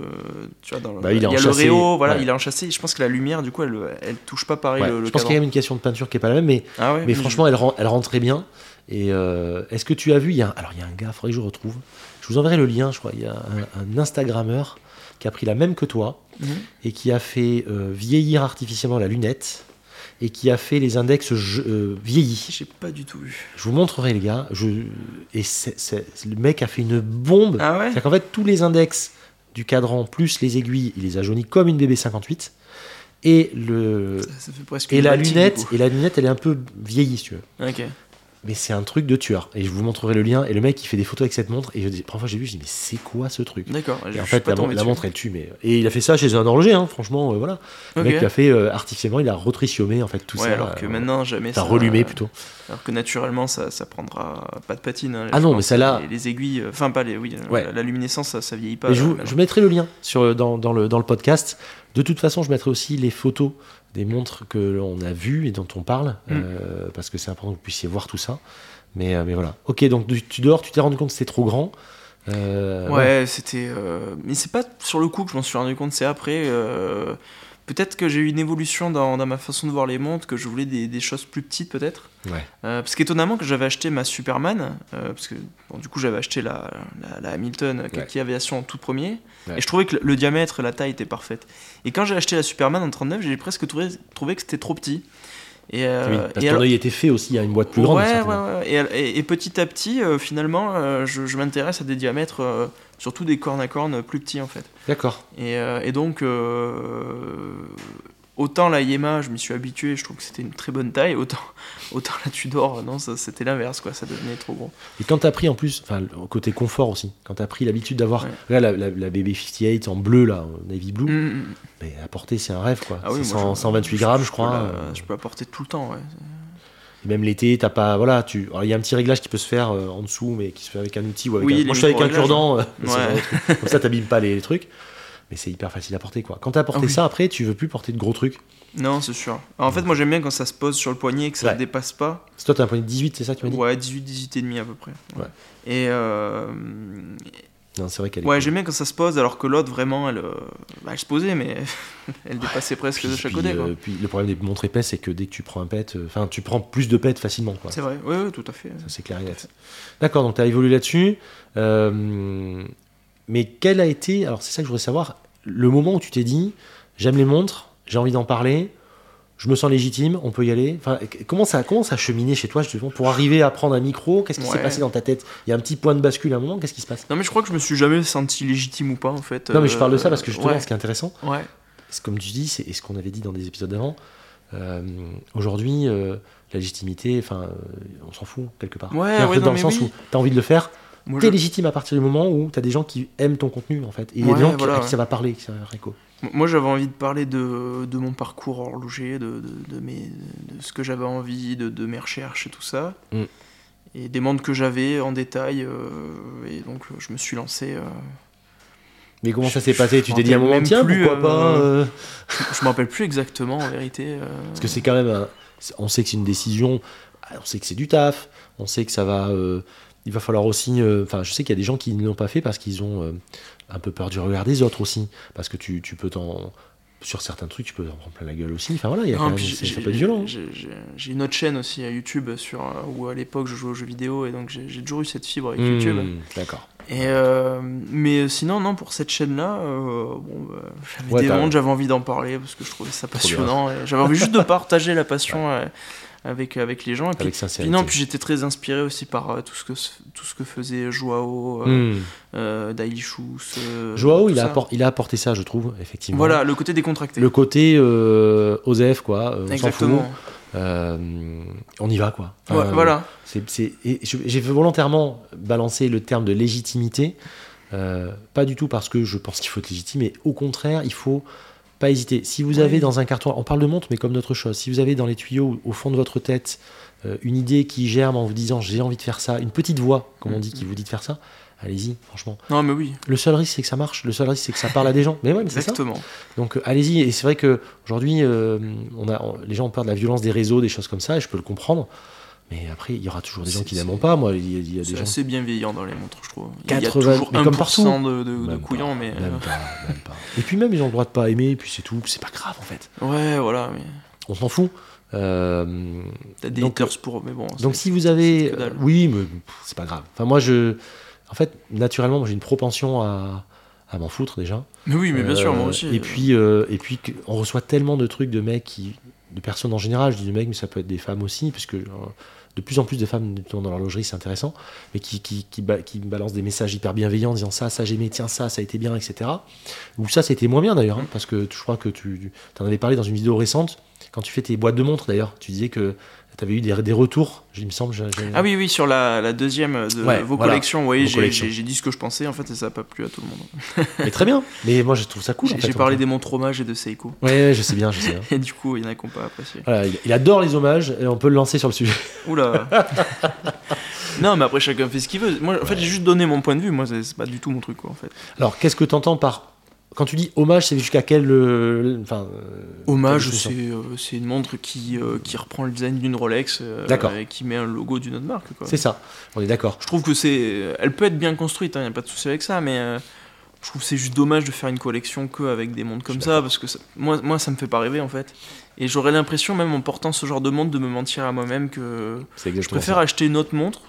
Tu vois, dans le. Bah, il est y a le enchâssé. réo, voilà, Ouais. il est enchâssé. Je pense que la lumière, du coup, elle, elle touche pas pareil ouais. le, le je pense qu'il y a cadran. même une question de peinture qui est pas la même, mais, Ah ouais, mais je- franchement, elle rend, elle rend très bien. Et euh, est-ce que tu as vu il y a un- Alors, il y a un gars, il faudrait que je retrouve. Je vous enverrai le lien, je crois. Il y a un, un Instagrammeur qui a pris la même que toi Mhm. et qui a fait euh, vieillir artificiellement la lunette et qui a fait les index je- euh, vieillis. J'ai pas du tout vu. Je vous montrerai les gars. Je... Et c'est- c'est- le mec a fait une bombe. Ah ouais C'est-à-dire qu'en fait, tous les index du cadran plus les aiguilles, il les a jaunis comme une BB58. Et, le... ça, ça fait presque. et, une la baltique, lunette, du coup. et la lunette, elle est un peu vieillie, si tu veux. Ok. Mais c'est un truc de tueur. Et je vous montrerai le lien. Et le mec, il fait des photos avec cette montre. Et je dis, parfois, j'ai vu, je dis, mais c'est quoi ce truc D'accord. et je en suis fait, pas la, mon- tombé la dessus. montre, elle tue. Mais... Et il a fait ça chez un horloger, hein, franchement, euh, voilà. Le Ok. mec, il a fait euh, artificiellement, il a retritiumé, en fait, tout ouais, ça. alors que euh, maintenant, jamais. T'as ça- relumé plutôt. Alors que naturellement, ça, ça prendra pas de patine. hein, Ah je non, pense. mais celle-là- Les, les aiguilles. euh, Enfin, pas les. Oui, euh, Ouais. la, la luminescence, ça, ça vieillit pas. Mais je, euh, vous, maintenant. je mettrai le lien sur, euh, dans, dans le, dans le podcast. De toute façon, je mettrai aussi les photos des montres que l'on a vues et dont on parle, Mm. euh, parce que c'est important que vous puissiez voir tout ça. Mais, euh, mais voilà. Ok, donc tu, tu dors, tu t'es rendu compte que c'était trop grand. Euh, Ouais, c'était. euh, Mais c'est pas sur le coup que je m'en suis rendu compte, c'est après. euh, Peut-être que j'ai eu une évolution dans, dans ma façon de voir les montres, que je voulais des, des choses plus petites, peut-être. Ouais. Euh, parce qu'étonnamment que j'avais acheté ma Superman, euh, parce que bon, du coup j'avais acheté la, la, la Hamilton qui Ouais. Aviation en tout premier, Ouais. et je trouvais que le, le diamètre et la taille étaient parfaite. Et quand j'ai acheté la Superman en 39, j'ai presque trouvé, trouvé que c'était trop petit. Et, euh, Oui, parce et que ton alors- œil était fait aussi à une boîte plus grande. Ouais, ouais, certainement. ouais. Et, et- et petit à petit, euh, finalement, euh, je, je m'intéresse à des diamètres, euh, surtout des cornes à cornes plus petits en fait. D'accord. Et, euh, et donc, euh, autant la Yema, je m'y suis habitué, je trouve que c'était une très bonne taille, autant, Autant la Tudor, euh, non, ça- c'était l'inverse, quoi. Ça devenait trop gros. Et quand t'as pris en plus, enfin, le- au côté confort aussi, quand t'as pris l'habitude d'avoir, Ouais. regarde la, la, la BB58 en bleu là, en navy blue, Mm, mm. mais à porter c'est un rêve quoi. Ah oui, c'est moi, 100 je- 128 grammes, je peux crois. la- euh, je peux apporter tout le temps, ouais. et Même l'été, t'as pas, voilà, tu, alors, il y a un petit réglage qui peut se faire euh, en dessous, mais qui se fait avec un outil ou avec. Oui, un... les Moi, je fais avec un micro-réglages, hein. cure-dent. euh, c'est un Ouais. autre truc. Comme ça, t'abîmes pas les, les trucs. Mais c'est hyper facile à porter quoi. Quand t'as porté Ah oui. ça, après, tu veux plus porter de gros trucs. Non, c'est sûr. En fait, moi j'aime bien quand ça se pose sur le poignet et que Mm. ça Ouais. ne dépasse pas. Parce que toi, t'as un poignet de 18, c'est ça que tu m'as dit. Ouais, 18, 18 et demi à peu près. Ouais. Et euh, Non, c'est vrai qu'elle. est ouais, cool. j'aime bien quand ça se pose, alors que l'autre vraiment, elle, euh, bah, elle se posait, mais elle dépassait presque Ah, Puis- de chaque puis, côté. quoi. euh, puis le problème des montres épaisses, c'est que dès que tu prends un pet, euh, enfin, tu prends plus de pets facilement quoi. C'est vrai. Oui, ouais, tout à fait. Ça, c'est clair et net. D'accord, donc tu as évolué là-dessus. Euh, mais quel a été, alors c'est ça que je voudrais savoir, le moment où tu t'es dit, j'aime les montres, j'ai envie d'en parler, je me sens légitime, on peut y aller. Enfin, qu- comment ça, comment ça a cheminé chez toi justement pour arriver à prendre un micro Qu'est-ce qui s'est Ouais. passé dans ta tête Il y a un petit point de bascule à un moment, qu'est-ce qui se passe Non, mais je crois que je me suis jamais senti légitime ou pas en fait. Non, mais je parle de ça Euh, parce que justement, ouais, ce qui est intéressant, ouais. c'est comme tu dis, c'est et ce qu'on avait dit dans des épisodes avant. euh, Aujourd'hui, euh, la légitimité, enfin, euh, on s'en fout quelque part. Ouais, C'est-à-dire ouais, que non, dans le mais sens oui. où tu as envie de le faire, Moi, T'es je- légitime à partir du moment où t'as des gens qui aiment ton contenu en fait. Et il y a Ouais, des gens qui- voilà, à qui ouais. ça va parler, qui ça va faire écho. Moi, j'avais envie de parler de, de mon parcours horloger, de, de, de mes, de ce que j'avais envie, de, de mes recherches et tout ça. Mm. Et des mondes que j'avais en détail. euh, et donc, euh, je me suis lancé. euh, Mais comment Je- ça s'est je passé Tu t'es dit à un m'en moment, rappelle tiens, même pourquoi plus, pas euh, je me rappelle plus exactement, en vérité. euh, Parce que c'est quand même. un- c'est- On sait que c'est une décision, ah, on sait que c'est du taf, on sait que ça va. euh, Il va falloir aussi. euh, Enfin, je sais qu'il y a des gens qui ne l'ont pas fait parce qu'ils ont euh, un peu peur du regard des autres aussi. Parce que tu, tu peux t'en. Sur certains trucs, tu peux t'en prendre plein la gueule aussi. Enfin voilà, il y a non, quand même, puis c'est- j'ai- ça peut être violent. hein. j'ai- j'ai- J'ai une autre chaîne aussi à YouTube sur, euh, où à l'époque je jouais aux jeux vidéo et donc j'ai j'ai toujours eu cette fibre avec YouTube. Hmm, D'accord. Et euh, mais sinon, non, pour cette chaîne-là, euh, bon, bah, j'avais Ouais, des t'as- mondes, j'avais envie d'en parler parce que je trouvais ça bien. passionnant. et J'avais envie juste de partager la passion euh, avec, avec les gens. Et puis, Avec puis sincérité. non, puis j'étais très inspiré aussi par euh, tout, ce que, se- tout ce que faisait Joao, euh, Hmm. euh, Daily Shoes. euh, Joao, tout il a, ça. appor- il a apporté ça, je trouve, effectivement. Voilà, le côté décontracté. le côté euh, OZEF, quoi. euh, on s'en fout. Exactement. Euh, on y va, quoi. Enfin, Ouais, euh, voilà. c'est- c'est- et je- J'ai volontairement balancé le terme de légitimité, euh, pas du tout parce que je pense qu'il faut être légitime, mais au contraire, il faut pas hésiter. Si vous Oui. avez dans un carton, on parle de montre, mais comme d'autres choses, si vous avez dans les tuyaux, au fond de votre tête, euh, une idée qui germe en vous disant j'ai envie de faire ça, une petite voix, comme on dit, qui vous dit de faire ça, allez-y, franchement. Non, mais oui, Le seul risque, c'est que ça marche, le seul risque, c'est que ça parle à des gens. Mais ouais, mais c'est ça. exactement. Donc euh, allez-y. Et c'est vrai que aujourd'hui, euh, on a on- les gens ont peur de la violence des réseaux, des choses comme ça. Et je peux le comprendre. Mais après, il y aura toujours des gens C'est- qui c'est- n'aimeront pas. Moi, il y a, il y a des C'est gens. assez bienveillant dans les montres, je trouve. Il y a 80, toujours mais comme partout. 1% de, de, de Même pas, couillants, mais. Même pas, même pas. Et puis même, ils ont le droit de pas aimer. Et puis c'est tout. C'est pas grave en fait. euh, ouais, voilà. Mais... On s'en fout. Euh, T'as des Donc, haters pour. Mais bon. donc c'est- si vous avez, que dalle. euh, oui, mais pff, c'est pas grave. Enfin moi, je, en fait, naturellement, moi, j'ai une propension à, à m'en foutre déjà. Mais oui, mais bien sûr, Euh, moi aussi. Et puis, euh, et puis que- on reçoit tellement de trucs de mecs, qui, de personnes en général, je dis de mecs, mais ça peut être des femmes aussi, puisque euh, de plus en plus de femmes notamment dans l'horlogerie, c'est intéressant, mais qui, qui, qui, ba- qui me balancent des messages hyper bienveillants en disant ça, ça j'aimais, tiens, ça, ça a été bien, etc. Ou ça, c'était moins bien d'ailleurs, hein, parce que tu- je crois que tu en avais parlé dans une vidéo récente, quand tu fais tes boîtes de montres d'ailleurs, tu disais que tu avais eu des, des retours, il me semble. j'ai- j'ai- Ah oui, oui, sur la, la deuxième euh, de euh, Ouais, vos voilà, collections, oui, vos j'ai- collections. j'ai j'ai dit ce que je pensais, en fait, et ça n'a pas plu à tout le monde. Mais très bien, mais moi je trouve ça cool. en J'ai- fait, j'ai en parlé fait. des montres hommages et de Seiko. Ouais, ouais, je sais bien, je sais bien. Et du coup, il y en a qui n'ont pas apprécié. Voilà, il- il adore les hommages, et on peut le lancer sur le sujet. Oula Non, mais après, chacun fait ce qu'il veut. Moi, en fait, Ouais. j'ai juste donné mon point de vue. Moi, c'est c'est pas du tout mon truc, quoi, en fait. Alors, qu'est-ce que tu entends par. Quand tu dis hommage, c'est jusqu'à quel. euh, enfin, euh, Hommage, quelle définition c'est euh, c'est une montre qui, euh, qui reprend le design d'une Rolex euh, D'accord. et qui met un logo d'une autre marque. Quoi. C'est ça, on est d'accord. Je trouve que c'est. Elle peut être bien construite, il n'y a pas de souci avec ça, mais euh, je trouve que c'est juste dommage de faire une collection que avec des montres comme suis ça, parce que ça- moi, moi, ça me fait pas rêver en fait. Et j'aurais l'impression, même en portant ce genre de montre, de me mentir à moi-même que C'est je préfère acheter une autre montre,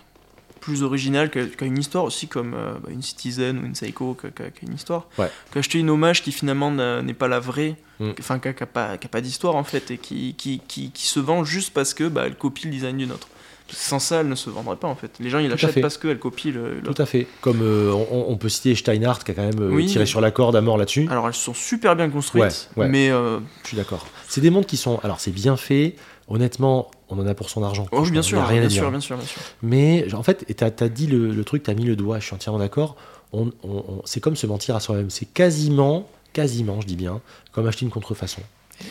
plus originale, qui a, qui a une histoire aussi, comme euh, bah, une Citizen ou une Seiko, qui a, qui a- qui a une histoire, Ouais. qu'acheter une hommage qui finalement n'a- n'est pas la vraie, Mm. enfin, qui n'a pas, qui a pas d'histoire en fait, et qui, qui, qui, qui se vend juste parce que bah, elle copie le design d'une autre. Sans ça, elle ne se vendrait pas en fait. Les gens, ils à l'achètent fait. parce qu'elle copie le. l'autre. Tout à fait. Comme euh, on, on peut citer Steinhardt qui a quand même euh, Oui. tiré sur la corde à mort là-dessus. Alors, elles sont super bien construites, Ouais, ouais. mais euh, Je suis d'accord. C'est des montres qui sont. Alors, c'est bien fait. Honnêtement, on en a pour son argent. Oh, Franchement, bien il y sûr, a rien à bien dire. sûr, bien sûr, bien sûr. Mais en fait, et t'as as dit le, le truc, t'as mis le doigt, je suis entièrement d'accord. On, on- on- c'est comme se mentir à soi-même. C'est quasiment, quasiment, je dis bien, comme acheter une contrefaçon.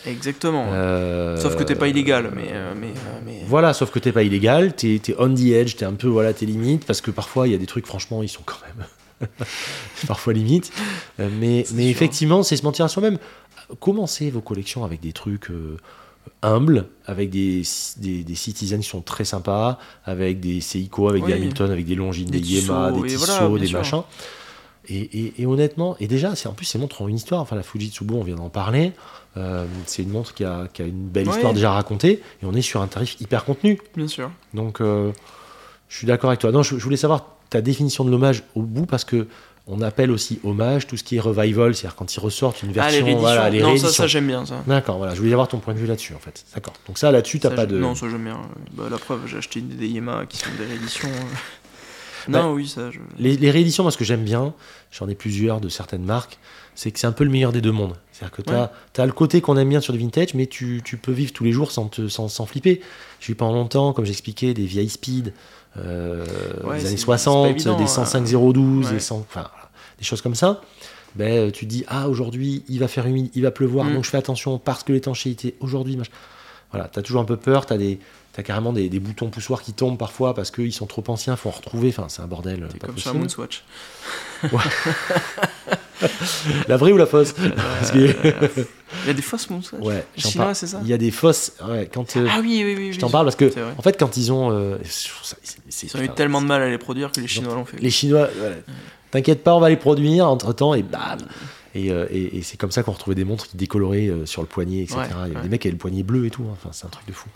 Exactement. Euh, Sauf que t'es pas illégal, mais, euh, mais, euh, mais- Voilà, sauf que t'es pas illégal, t'es es on the edge, t'es un peu voilà tes limites, parce que parfois il y a des trucs, franchement, ils sont quand même parfois limites. Euh, Mais, C'est mais sûr. effectivement, c'est se mentir à soi-même. Commencez vos collections avec des trucs euh, humbles, avec des, des, des citizens qui sont très sympas, avec des Seiko, avec des Oui. Hamilton, avec des Longines, Des des, Yema, Tissot, des et Tissot, voilà, bien des sûr. machins. Et, et- et honnêtement, et déjà, c'est en plus ces montres ont une histoire. Enfin, la Fujitsubo, on vient d'en parler. Euh, c'est une montre qui a, qui a une belle Ouais. histoire déjà racontée, et on est sur un tarif hyper contenu. bien sûr. Donc, euh, je suis d'accord avec toi. Non, je, je voulais savoir ta définition de l'hommage au bout parce que on appelle aussi hommage tout ce qui est revival, c'est-à-dire quand ils ressortent une Ah, les version, rééditions. voilà, les non, rééditions. ça, ça j'aime bien ça. D'accord, voilà, je voulais avoir ton point de vue là-dessus en fait. D'accord. Donc ça, là-dessus, t'as Ça, pas j'aime- de. Non, ça j'aime bien. Bah, la preuve, j'ai acheté des Yema qui sont des rééditions. euh. non, oui, ça. Je... Bah, Les, les rééditions, moi, ce que j'aime bien, j'en ai plusieurs de certaines marques, c'est que c'est un peu le meilleur des deux mondes. C'est-à-dire que tu as, le côté qu'on aime bien sur du vintage, mais tu, tu peux vivre tous les jours sans, te, sans, sans flipper. J'ai eu pendant longtemps, comme j'expliquais, des vieilles speed, euh, Ouais, des c'est- années c'est 60, pas évident, des hein. 105-012, Ouais. des, 100 enfin, voilà, des choses comme ça. Ben, euh, tu te dis, ah, aujourd'hui, il va faire humide, il va pleuvoir, Mm. donc je fais attention parce que l'étanchéité, aujourd'hui, machin. Voilà, t'as toujours un peu peur, t'as des. T'as carrément des, des boutons poussoirs qui tombent parfois parce qu'ils sont trop anciens, faut en retrouver. Enfin, c'est un bordel. C'est pas comme sur possible. Moonswatch. La vraie ou la fausse Parce que- Euh, Il y a des fausses Moonswatch. Ouais, j'en Chinois, parle. c'est ça Il y a des fausses. ouais, quand euh, Ah oui, oui, oui. oui, je t'en oui. parle parce que C'est vrai. en fait, quand ils ont, euh, je trouve ça- c'est- c'est- Ils ont eu putain, tellement de mal à les produire que les Chinois l'ont fait. Les Chinois, voilà. t'inquiète pas, on va les produire entre temps et bam. Et, euh, et- et c'est comme ça qu'on retrouvait des montres qui décoloraient euh, sur le poignet, etc. Ouais, Il y avait ouais. des mecs qui avaient le poignet bleu et tout. hein. Enfin, c'est un truc de fou.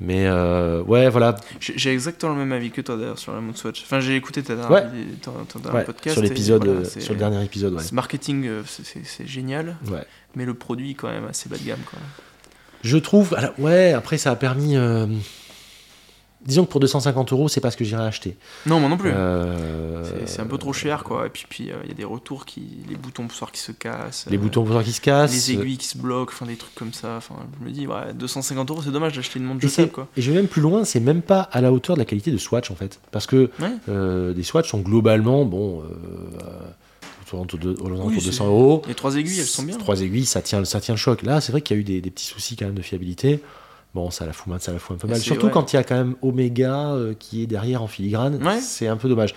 Mais euh, ouais, voilà. J'ai j'ai exactement le même avis que toi d'ailleurs sur la Moonswatch. Enfin, j'ai écouté ta dernière- ton- ton dernier Ouais, podcast. sur et l'épisode, voilà, euh, c'est- sur le dernier épisode, ouais. ce marketing, euh, c'est- c'est c'est génial, ouais. mais le produit est quand même assez bas de gamme. Quoi. Je trouve. alors, ouais, après, ça a permis. euh, disons que pour 250 euros, c'est pas ce que j'irais acheter. Non, moi non plus. Euh, C'est- c'est un peu trop cher, quoi. Et puis, puis, euh, il y a des retours qui, les boutons poussoirs qui se cassent, Les euh, boutons pour qui se cassent. les aiguilles qui se bloquent, enfin des trucs comme ça. Enfin, je me dis, ouais, 250 euros, c'est dommage d'acheter une montre Et, c'est- jetable, quoi. et je vais même plus loin, c'est même pas à la hauteur de la qualité de Swatch en fait. Parce que Ouais. euh, des Swatch sont globalement, bon, euh, autour, autour de, aux alentours de c'est- 200 euros. Les trois aiguilles, elles sont bien. Trois aiguilles, ça tient, ça tient le choc. Là, c'est vrai qu'il y a eu des, des petits soucis quand même de fiabilité. Bon, ça la fout, mal- ça la fout un peu Et mal. c'est- Surtout ouais. quand il y a quand même Omega euh, qui est derrière en filigrane, Ouais. c'est un peu dommage.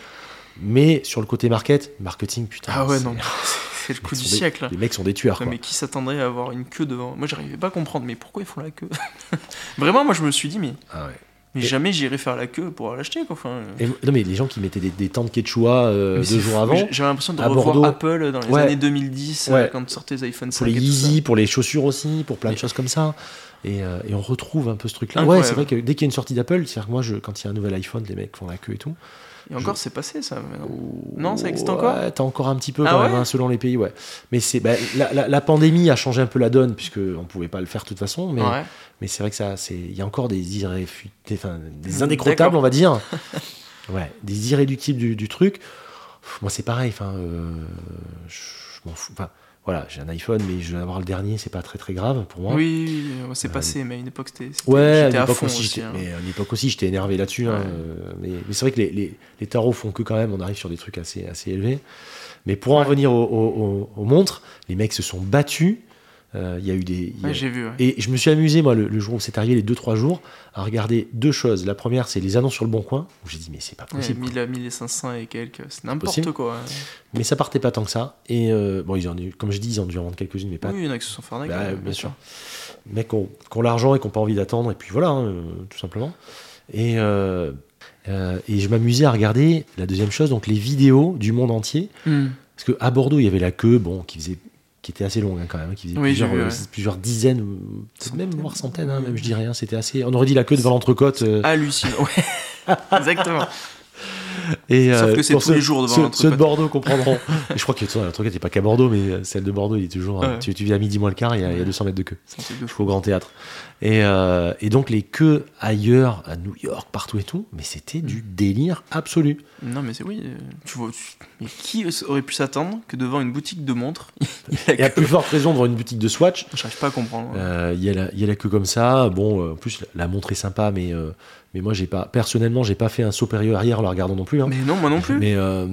Mais sur le côté market, marketing, putain. Ah ouais, c'est- non, c'est le coup ils du sont des- siècle. là. Les mecs sont des tueurs. quoi. Non, mais qui s'attendrait à avoir une queue devant Moi, j'arrivais pas à comprendre, mais pourquoi ils font la queue Vraiment, moi, je me suis dit, mais, Ah ouais. mais Et- jamais j'irai faire la queue pour l'acheter, quoi. Enfin, euh, Et vous- non mais les gens qui mettaient des, des tentes quechua euh, mais c'est deux jours fou, avant, j'ai- J'ai l'impression de à revoir Bordeaux. Apple dans les Ouais. années 2010, euh, Ouais. quand sortaient les iPhone pour 5. les et tout ça. Yeezy, pour les chaussures aussi, pour plein de Mais- choses comme ça. Et, euh, et on retrouve un peu ce truc-là. Ouais, Incroyable. c'est vrai que dès qu'il y a une sortie d'Apple, c'est-à-dire que moi, je, quand il y a un nouvel iPhone, les mecs font la queue et tout. Et encore, c'est passé, ça. maintenant. Non, ça existe encore T'as encore un petit peu Ah quand ouais même, hein, selon les pays, ouais. Mais c'est bah, la, la- la pandémie a changé un peu la donne, puisque on pouvait pas le faire de toute façon. Mais, Ouais. mais c'est vrai que ça, c'est il y a encore des irréfutés, enfin des D'accord. indécrottables, on va dire. ouais, des irréductibles du, du truc. Pff, Moi, c'est pareil. Enfin, euh, je je m'en fous. Enfin, voilà, j'ai un iPhone, mais je vais avoir le dernier, c'est pas très très grave pour moi. Oui, oui, oui, euh, c'est passé, mais à une époque, c'était. c'était- Ouais, à j'étais à l'époque fond aussi, aussi. j'étais- hein. mais euh, à l'époque aussi, j'étais énervé là-dessus. hein, Ouais. euh, mais mais c'est vrai que les, les, les tarots font que quand même, on arrive sur des trucs assez, assez élevés. Mais pour en revenir au- au- au- aux montres, les mecs se sont battus. Euh, Il y a eu des. il y a- Ouais, j'ai vu. ouais. et je me suis amusé, moi, le, le jour où c'est arrivé, les 2-3 jours, à regarder deux choses. La première, c'est les annonces sur le bon coin, où j'ai dit, mais c'est pas Ouais, possible. 1000 à 1500 et quelques, c'est n'importe possible. quoi. hein. Mais ça partait pas tant que ça. Et euh, bon, ils en, ont- comme je dis, ils en ont dû en vendre quelques-unes, mais pas Oui, il y en a qui se sont fait arnaquer, Bah, ouais, bien sûr. mais qui ont, qui ont l'argent et qui n'ont pas envie d'attendre, et puis voilà, hein, euh, tout simplement. Et, euh, euh, et je m'amusais à regarder la deuxième chose, donc les vidéos du monde entier. Hmm. Parce qu'à Bordeaux, il y avait la queue, bon, qui faisait qui était assez longue hein, quand même, hein, qui faisait Oui, j'ai plusieurs, vu, euh, ouais. plusieurs dizaines, ou peut-être même Centaines. voire centaines, hein, même je dirais. hein, Ah, c'était assez. On aurait dit la queue devant l'entrecôte. euh, Hallucinant, ouais. Exactement. Et, Sauf euh, que c'est pour tous ceux- les jours devant ceux- un truc Ceux de pas- Bordeaux comprendront. Et je crois que ton truc n'était pas qu'à Bordeaux, mais euh, celle de Bordeaux, il est toujours. euh, Ouais. Tu, tu viens à midi moins le quart, il y a, il y a Ouais. 200 mètres de queue. C'est un truc de fou. Jusqu'au Grand Théâtre. Et, euh, et donc, les queues ailleurs, à New York, partout et tout, mais c'était du Mm. délire absolu. Non, mais c'est oui. euh, Tu vois, tu- mais qui aurait pu s'attendre que devant une boutique de montres, il y a Et à que- plus forte raison, devant une boutique de Swatch, J'arrive pas à comprendre. hein. Euh, Il y, a la- il y a la queue comme ça. Bon, euh, en plus, la, la montre est sympa, mais, euh, mais moi, j'ai pas, personnellement, j'ai pas fait un saut périlleux arrière en la regardant non plus. hein. Mais non, moi non plus. Mais euh,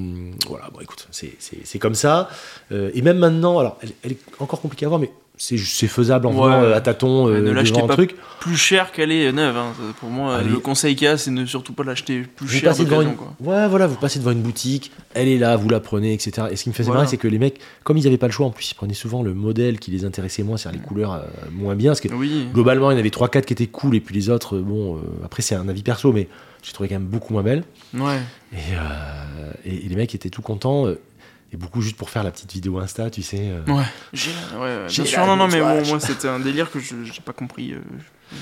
voilà, bon, écoute, c'est- c'est c'est comme ça. Euh, et même maintenant, alors, elle, elle est encore compliquée à voir, mais c'est ju- c'est faisable en Ouais. venant euh, à tâtons, Ouais, ne euh, l'achetez devant un pas. truc. Plus cher qu'elle est neuve. hein. Pour moi, Allez. le conseil qu'il y a, c'est ne surtout pas l'acheter plus Ah, Vous cher passez, devant une... d'occasion. quoi. ouais, voilà, vous passez devant une boutique, elle est là, vous la prenez, etc. Et ce qui me faisait Voilà. marrer, c'est que les mecs, comme ils n'avaient pas le choix, en plus, ils prenaient souvent le modèle qui les intéressait moins, c'est-à-dire les couleurs euh, moins bien, ce qui est Oui. Globalement, il y en avait 3-4 qui étaient cool, et puis les autres, euh, bon, euh, après c'est un avis perso, mais j'ai trouvé quand même beaucoup moins belle. Ouais. Et, euh, et- et les mecs étaient tout contents, euh, et beaucoup juste pour faire la petite vidéo Insta, tu sais. euh. Ouais. J'ai la- ouais, ouais, J'ai la bien sûr, non, non, mais Swatch. bon, moi, c'était un délire que je j'ai pas compris. euh, je-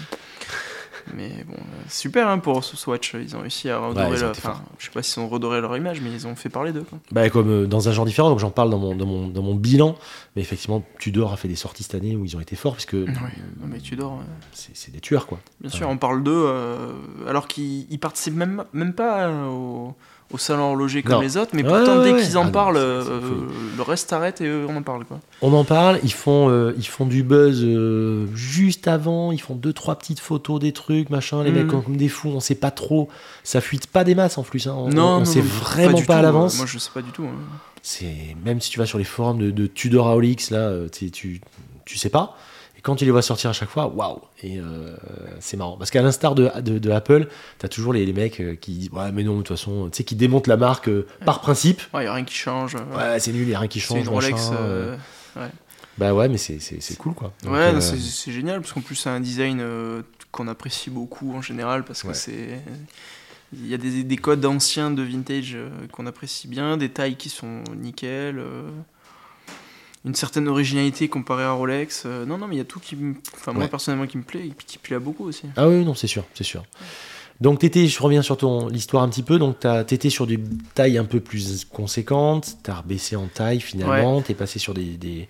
Mais bon, euh, super hein, pour ce Swatch, ils ont réussi à redorer Ouais, ils ont leur... été forts. Enfin, je sais pas s'ils ont redoré leur image, mais ils ont fait parler d'eux. quoi. Bah, comme euh, dans un genre différent, donc j'en parle dans mon, dans, mon, dans mon bilan, mais effectivement, Tudor a fait des sorties cette année où ils ont été forts, puisque Ouais, non, mais tu dors. c'est c'est des tueurs, quoi. Bien sûr, on parle d'eux, euh, alors qu'ils ils participent même, même pas euh, au, au salon horloger comme Non. les autres, mais Ouais, pourtant, ouais, dès ouais. qu'ils en Ah non, parlent, c'est- c'est une euh, folie. le reste arrête et eux, on en parle. quoi. On en parle, ils font, euh, ils font du buzz euh, juste avant, ils font deux trois petites photos des trucs, machin, les Mhm. mecs comme, comme des fous, on sait pas trop, ça fuite pas des masses en plus, hein. on, on sait non, vraiment du pas à tout, euh, l'avance. Moi, je sais pas du tout. hein. c'est même si tu vas sur les forums de, de Tudor Aolix là euh, tu, tu tu sais pas et quand tu les vois sortir à chaque fois waouh et euh, c'est marrant parce qu'à l'instar de, de, de Apple t'as toujours les, les mecs euh, qui disent ouais mais non de toute façon tu sais qui démontent la marque euh, par principe Ouais, y a rien qui change. euh, ouais c'est nul il y a rien qui c'est change une Rolex. machin, euh. euh, bah ouais mais c'est c'est- c'est cool quoi Donc, ouais, euh, non, c'est c'est génial, parce qu'en plus, c'est un design euh, qu'on apprécie beaucoup en général, parce que Ouais. c'est. Il y a des, des codes anciens de vintage euh, qu'on apprécie bien, des tailles qui sont nickel, euh, une certaine originalité comparée à Rolex. euh, non, non, mais il y a tout qui. me- Enfin, moi Ouais. personnellement qui me plaît et puis qui plaît à beaucoup aussi. ah oui non c'est sûr c'est sûr donc t'étais je reviens sur ton l'histoire un petit peu donc t'as- t'étais sur des tailles un peu plus conséquentes t'as rebaissé en taille finalement t'es passé sur des des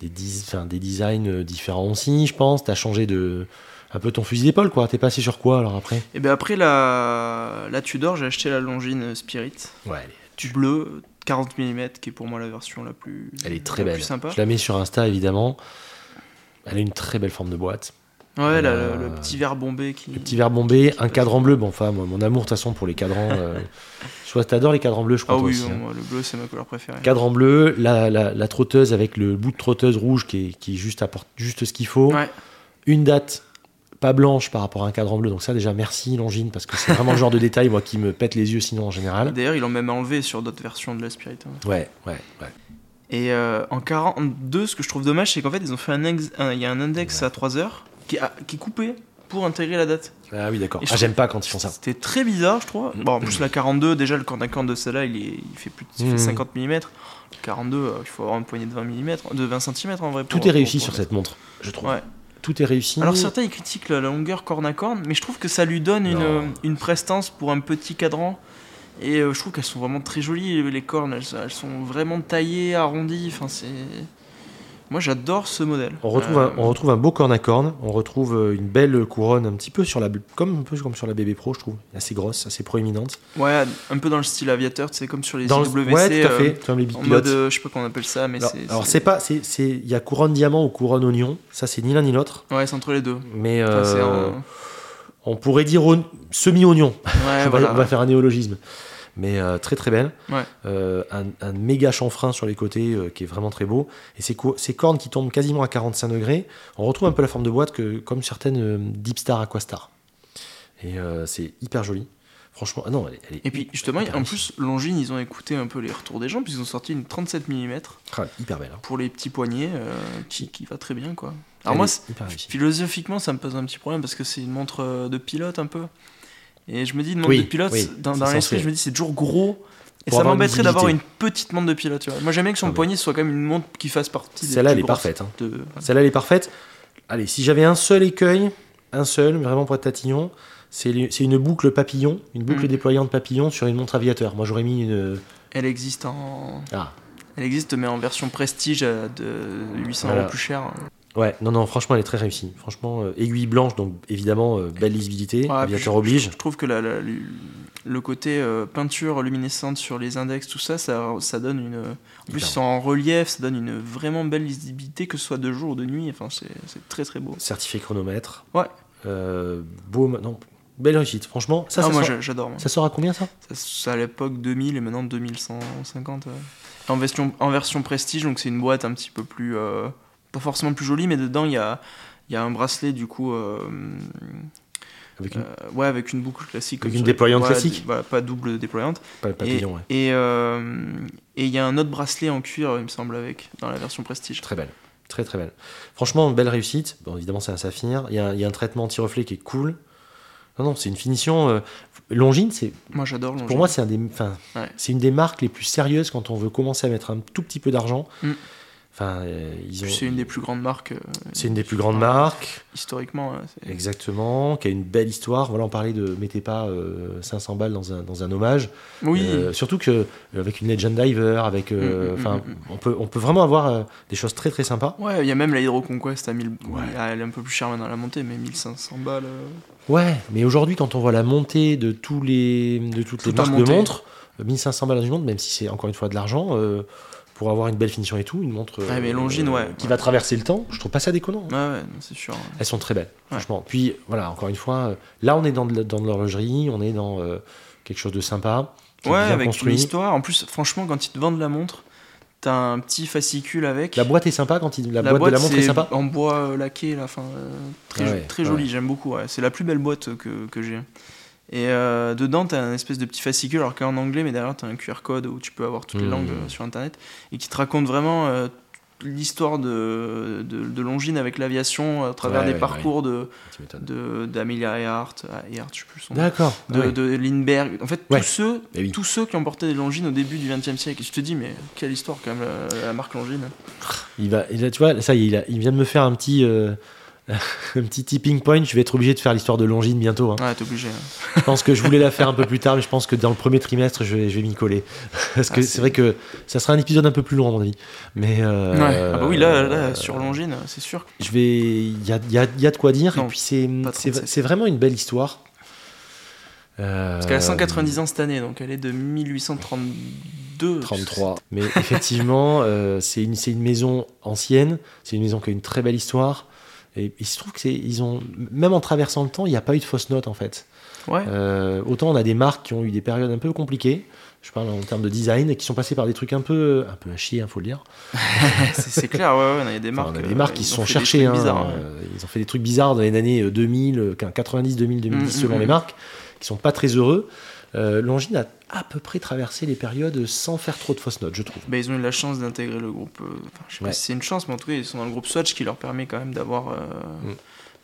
des, dis- enfin, des designs euh, différents aussi je pense t'as changé de un peu ton fusil d'épaule quoi t'es passé sur quoi alors après Et bien après la, la Tudor, j'ai acheté la Longines Spirit ouais bleue, 40 mm, qui est pour moi la version la plus. elle est très la belle Plus sympa. je la mets sur Insta évidemment elle a une très belle forme de boîte Ouais, la- Euh, le, le petit verre bombé qui. le petit verre bombé un cadran bleu bon enfin moi, mon amour de toute façon pour les cadrans euh, soit t'adores les cadrans bleus je crois Ah toi oui, aussi, non, hein. moi, le bleu c'est ma couleur préférée. Cadre en bleu, la, la- la trotteuse avec le bout de trotteuse rouge qui, est, qui juste apporte juste ce qu'il faut. Ouais. Une date pas blanche par rapport à un cadre en bleu. Donc ça déjà merci Longines parce que c'est vraiment le genre de détail moi qui me pète les yeux sinon en général. D'ailleurs, ils l'ont même enlevé sur d'autres versions de la Spirit. hein. Ouais, ouais, ouais. Et euh, en 42, ce que je trouve dommage, c'est qu'en fait, ils ont fait un, ex- un- il y a un index à 3 heures qui, est à- qui est coupé pour intégrer la date. Ah oui d'accord. Et je Ah, j'aime pas quand ils font ça. C'était très bizarre, je trouve. Bon, en plus, la 42, déjà, le corps d'un corps de celle-là, il, est- il fait plus de il fait Mhm. 50 mm. Le 42, euh, il faut avoir une poignée de 20 mm, de 20 cm en vrai. pour- Tout est réussi pour- sur pour- cette montre, je trouve. Ouais. Tout est réussi. Alors certains ils critiquent la la longueur corne à corne, mais je trouve que ça lui donne Non. une, euh, une prestance pour un petit cadran. Et euh, je trouve qu'elles sont vraiment très jolies, les cornes, elles, elles sont vraiment taillées, arrondies. Enfin, c'est. Moi j'adore ce modèle. On retrouve, Euh, un, on retrouve un beau corne à corne, on retrouve euh, une belle couronne un petit peu sur la comme un peu comme sur la BB Pro je trouve, assez grosse, assez proéminente. Ouais, un peu dans le style aviateur, tu sais, comme sur les Dans le- IWC. ouais, tout à euh, fait, comme les big en pilotes. mode, euh, je sais pas comment on appelle ça, mais Alors- c'est. Alors c'est pas, c'est, c'est- il y a couronne diamant ou couronne oignon, ça c'est ni l'un ni l'autre, Ouais, c'est entre les deux. mais Enfin, c'est euh, un- on pourrait dire oign- semi-oignon. On Ouais, va- voilà. On va faire un néologisme, mais euh, très très belle. Ouais. Euh, un, un méga chanfrein sur les côtés euh, qui est vraiment très beau, et ces, cou- ces cornes qui tombent quasiment à 45 degrés, on retrouve un peu la forme de boîte que comme certaines euh, Deep Star Aquastar, et euh, c'est hyper joli. Franchement, ah non, elle, est- elle est Et puis justement, hyper en réussie. plus, Longines, ils ont écouté un peu les retours des gens, puisqu'ils ont sorti une 37 mm. Ah, hyper belle. hein. pour les petits poignets euh, qui, qui va très bien quoi. Elle Alors moi est c'est- hyper réussie. philosophiquement ça me pose un petit problème parce que c'est une montre euh, de pilote un peu. Et je me dis une montre Oui, de pilote oui, dans, c'est dans l'esprit censé. je me dis c'est toujours gros et Pour ça avoir une m'embêterait d'avoir une visibilité. petite montre de pilote tu vois. Moi j'aime bien que son Ah oui. poignet soit quand même une montre qui fasse partie des Celle-là, plus elle est grosses parfaite, hein. de- Celle-là, elle est parfaite. Allez, si j'avais un seul écueil, un seul, vraiment pour être tatillon, C'est les- c'est une boucle papillon, une boucle Mm. déployante papillon sur une montre aviateur. Moi, j'aurais mis une. euh, Elle existe en. Ah. Elle existe, mais en version prestige euh, de 800 Voilà. euros plus cher. hein. Ouais, non, non, franchement, elle est très réussie. Franchement, euh, aiguille blanche, donc évidemment, euh, belle lisibilité, Ouais, puis aviateur oblige. Je trouve que la- la- le- le côté euh, peinture luminescente sur les index, tout ça, ça, ça donne une. En plus, Clairement. ils sont en relief, ça donne une vraiment belle lisibilité, que ce soit de jour ou de nuit. Enfin, c'est c'est très très beau. Certifié chronomètre. Ouais. Euh, beau, ma- non, belle réussite. Franchement, ça, ah, ça, moi sort, j'a- j'adore. moi. ça sort à combien ça Ça, ça, à l'époque 2000 et maintenant 2150. ouais. En, version, en version prestige, donc c'est une boîte un petit peu plus. euh, pas forcément plus jolie, mais dedans il y a, il y a un bracelet du coup. euh, Avec une euh, ouais, avec une boucle classique. Avec comme une sur les- déployante voilà, classique. d- Voilà, pas double déployante. pa- papillon, ouais. Et euh, et il y a un autre bracelet en cuir, il me semble, avec, dans la version prestige. Très belle. Très très belle. Franchement, belle réussite. Bon, évidemment, c'est un saphir. Il y, a un- il y a un traitement anti-reflet qui est cool. Non, non, c'est une finition. euh, Longines, c'est Moi j'adore Pour moi, c'est un des, enfin, Ouais. c'est une des marques les plus sérieuses quand on veut commencer à mettre un tout petit peu d'argent. Mm. Enfin, euh, ils ont- c'est une des plus grandes marques euh, c'est une des plus grandes marques, historiquement. hein, c'est- exactement, qui a une belle histoire. Voilà, on parlait de mettez pas euh, 500 balles dans un, dans un hommage. Oui, Euh, surtout que euh, avec une Legend Diver, avec, euh, Mm, mm, enfin, mm, mm. on peut on peut vraiment avoir euh, des choses très très sympas. Ouais, il y a même la Hydro Conquest à 1000. Ouais. Elle est un peu plus chère maintenant à la montée, mais 1500 balles. euh, Ouais, mais aujourd'hui, quand on voit la montée de tous les de toutes Tout les en marques de montée. montres, euh, 1500 balles dans une montre, même si c'est encore une fois de l'argent. euh, pour avoir une belle finition et tout, une montre euh, Ouais, mais Longines, ouais, qui ouais. va traverser le temps, je trouve pas ça déconnant. hein. Ouais, ouais, non, c'est sûr. hein. Elles sont très belles, franchement. Puis voilà, encore une fois, euh, là on est dans de, la- dans de l'horlogerie, on est dans euh, quelque chose de sympa, qui est Ouais, bien avec construit. une histoire. En plus, franchement, quand ils te vendent la montre, t'as un petit fascicule avec. La boîte est sympa quand il, la, boîte, de la montre est, c'est sympa. En bois euh, laqué, là, enfin, euh, très, Ah jo- ouais, très ouais. jolie, j'aime beaucoup. ouais. C'est la plus belle boîte que, que j'ai. Et euh, dedans, t'as un espèce de petit fascicule, alors qu'en en anglais, mais derrière, t'as un QR code où tu peux avoir toutes les Mhm. langues euh, sur Internet, et qui te raconte vraiment euh, l'histoire de, de, de Longines avec l'aviation à travers Ouais, des ouais, parcours de de d'Amelia Earhart, ah, Earhart, je sais plus son nom, D'accord. de, Ah ouais. de Lindbergh. En fait, Ouais. tous, ceux, Eh oui. tous ceux qui ont porté des Longines au début du XXe siècle. Et je te dis, mais quelle histoire quand même, la, la marque Longines. Il va, et là, tu vois, ça y est, il, a- il vient de me faire un petit, euh, un petit tipping point. Je vais être obligé de faire l'histoire de Longines bientôt. hein. Ouais, t'es obligé. hein. Je pense que je voulais la faire un peu plus tard, mais je pense que dans le premier trimestre, je vais, je vais m'y coller. Parce que Ah, c'est vrai que ça sera un épisode un peu plus long, à mon avis. Mais euh, Ouais. Ah bah oui, là, là euh, sur Longines, c'est sûr. je vais, il y a, il y a- il y a de quoi dire. Non, et puis c'est, pas c'est, 37. c'est vraiment une belle histoire. Euh, Parce qu'elle a 190 ans cette année, donc elle est de 1832. 33. Mais effectivement, euh, c'est une, c'est une maison ancienne, c'est une maison qui a une très belle histoire. Et il se trouve que c'est, ils ont, même en traversant le temps, il n'y a pas eu de fausse note en fait. Ouais. Euh, autant on a des marques qui ont eu des périodes un peu compliquées, je parle en termes de design, et qui sont passées par des trucs un peu, un peu à chier, il faut le dire. c'est c'est clair, ouais, ouais, non, il y a des Enfin, marques. on a euh, des marques qui ils se sont ont fait des cherchées. trucs hein. bizarres, ouais. Euh, Ils ont fait des trucs bizarres dans les années euh, 2000, euh, 90, 2000, 2010, Mm, selon mm, les mm. marques, qui sont pas très heureux. Euh, Longines a à peu près traversé les périodes sans faire trop de fausses notes, je trouve. Bah, ils ont eu la chance d'intégrer le groupe. euh, enfin, je sais Ouais. pas si c'est une chance, mais en tout cas, ils sont dans le groupe Swatch qui leur permet quand même d'avoir euh, Mm.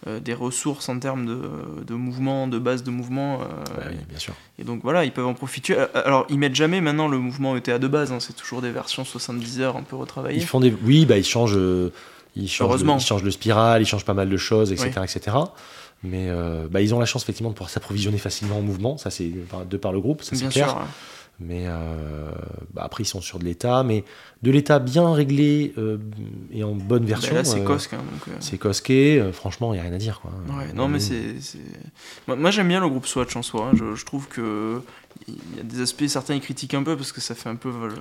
euh, des ressources en termes de, de mouvement, de base de mouvement. euh, Ouais, Bah oui, bien sûr. Et donc voilà, ils peuvent en profiter. Euh, Alors, ils mettent jamais maintenant le mouvement ETA de base, hein, c'est toujours des versions 70 heures un peu Ils retravaillées. font des... Oui, bah, ils changent, euh, ils changent, Heureusement. Le, ils changent le spiral, ils changent pas mal de choses, etc. etc. Mais euh, bah, ils ont la chance effectivement de pouvoir s'approvisionner facilement en mouvement, ça c'est par- de par le groupe, ça c'est Bien clair. sûr. hein. Mais euh, bah, après ils sont sur de l'état, mais de l'état bien réglé euh, et en bonne Bah, version. là, c'est euh, Cosque. hein, donc, euh, C'est Cosquet, euh, franchement il n'y a rien à dire. Quoi. Ouais, Euh, non, mais c'est. c'est- Moi, moi, j'aime bien le groupe Swatch en soi. hein. Je, je trouve que. Il y a des aspects, certains ils critiquent un peu parce que ça fait un peu Vol-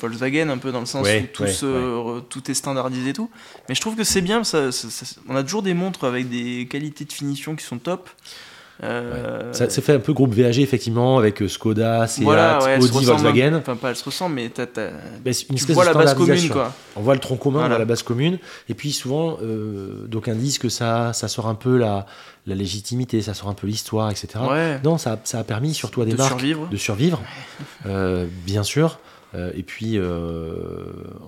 Volkswagen, un peu dans le sens Ouais, où tout, ouais, se- re- tout est standardisé et tout. Mais je trouve que c'est bien. Ça, ça- ça- on a toujours des montres avec des qualités de finition qui sont top. Euh, Ça, ça fait un peu groupe VAG effectivement avec euh, Skoda, Seat, voilà, ouais, elles se Audi, ressemblent un- Volkswagen. Enfin, pas elles se ressemblent, mais t'as- t'as- Bah, c'est une tu espèce vois de la base commune standardisation. quoi. On voit le tronc commun, on Voilà. voit la base commune. Et puis souvent, euh, d'aucuns disent que ça, ça sort un peu la, la légitimité, ça sort un peu l'histoire, etc. Ouais, Non, ça, ça a permis surtout à des de marques survivre. de survivre, euh, bien sûr. Euh, et puis, euh,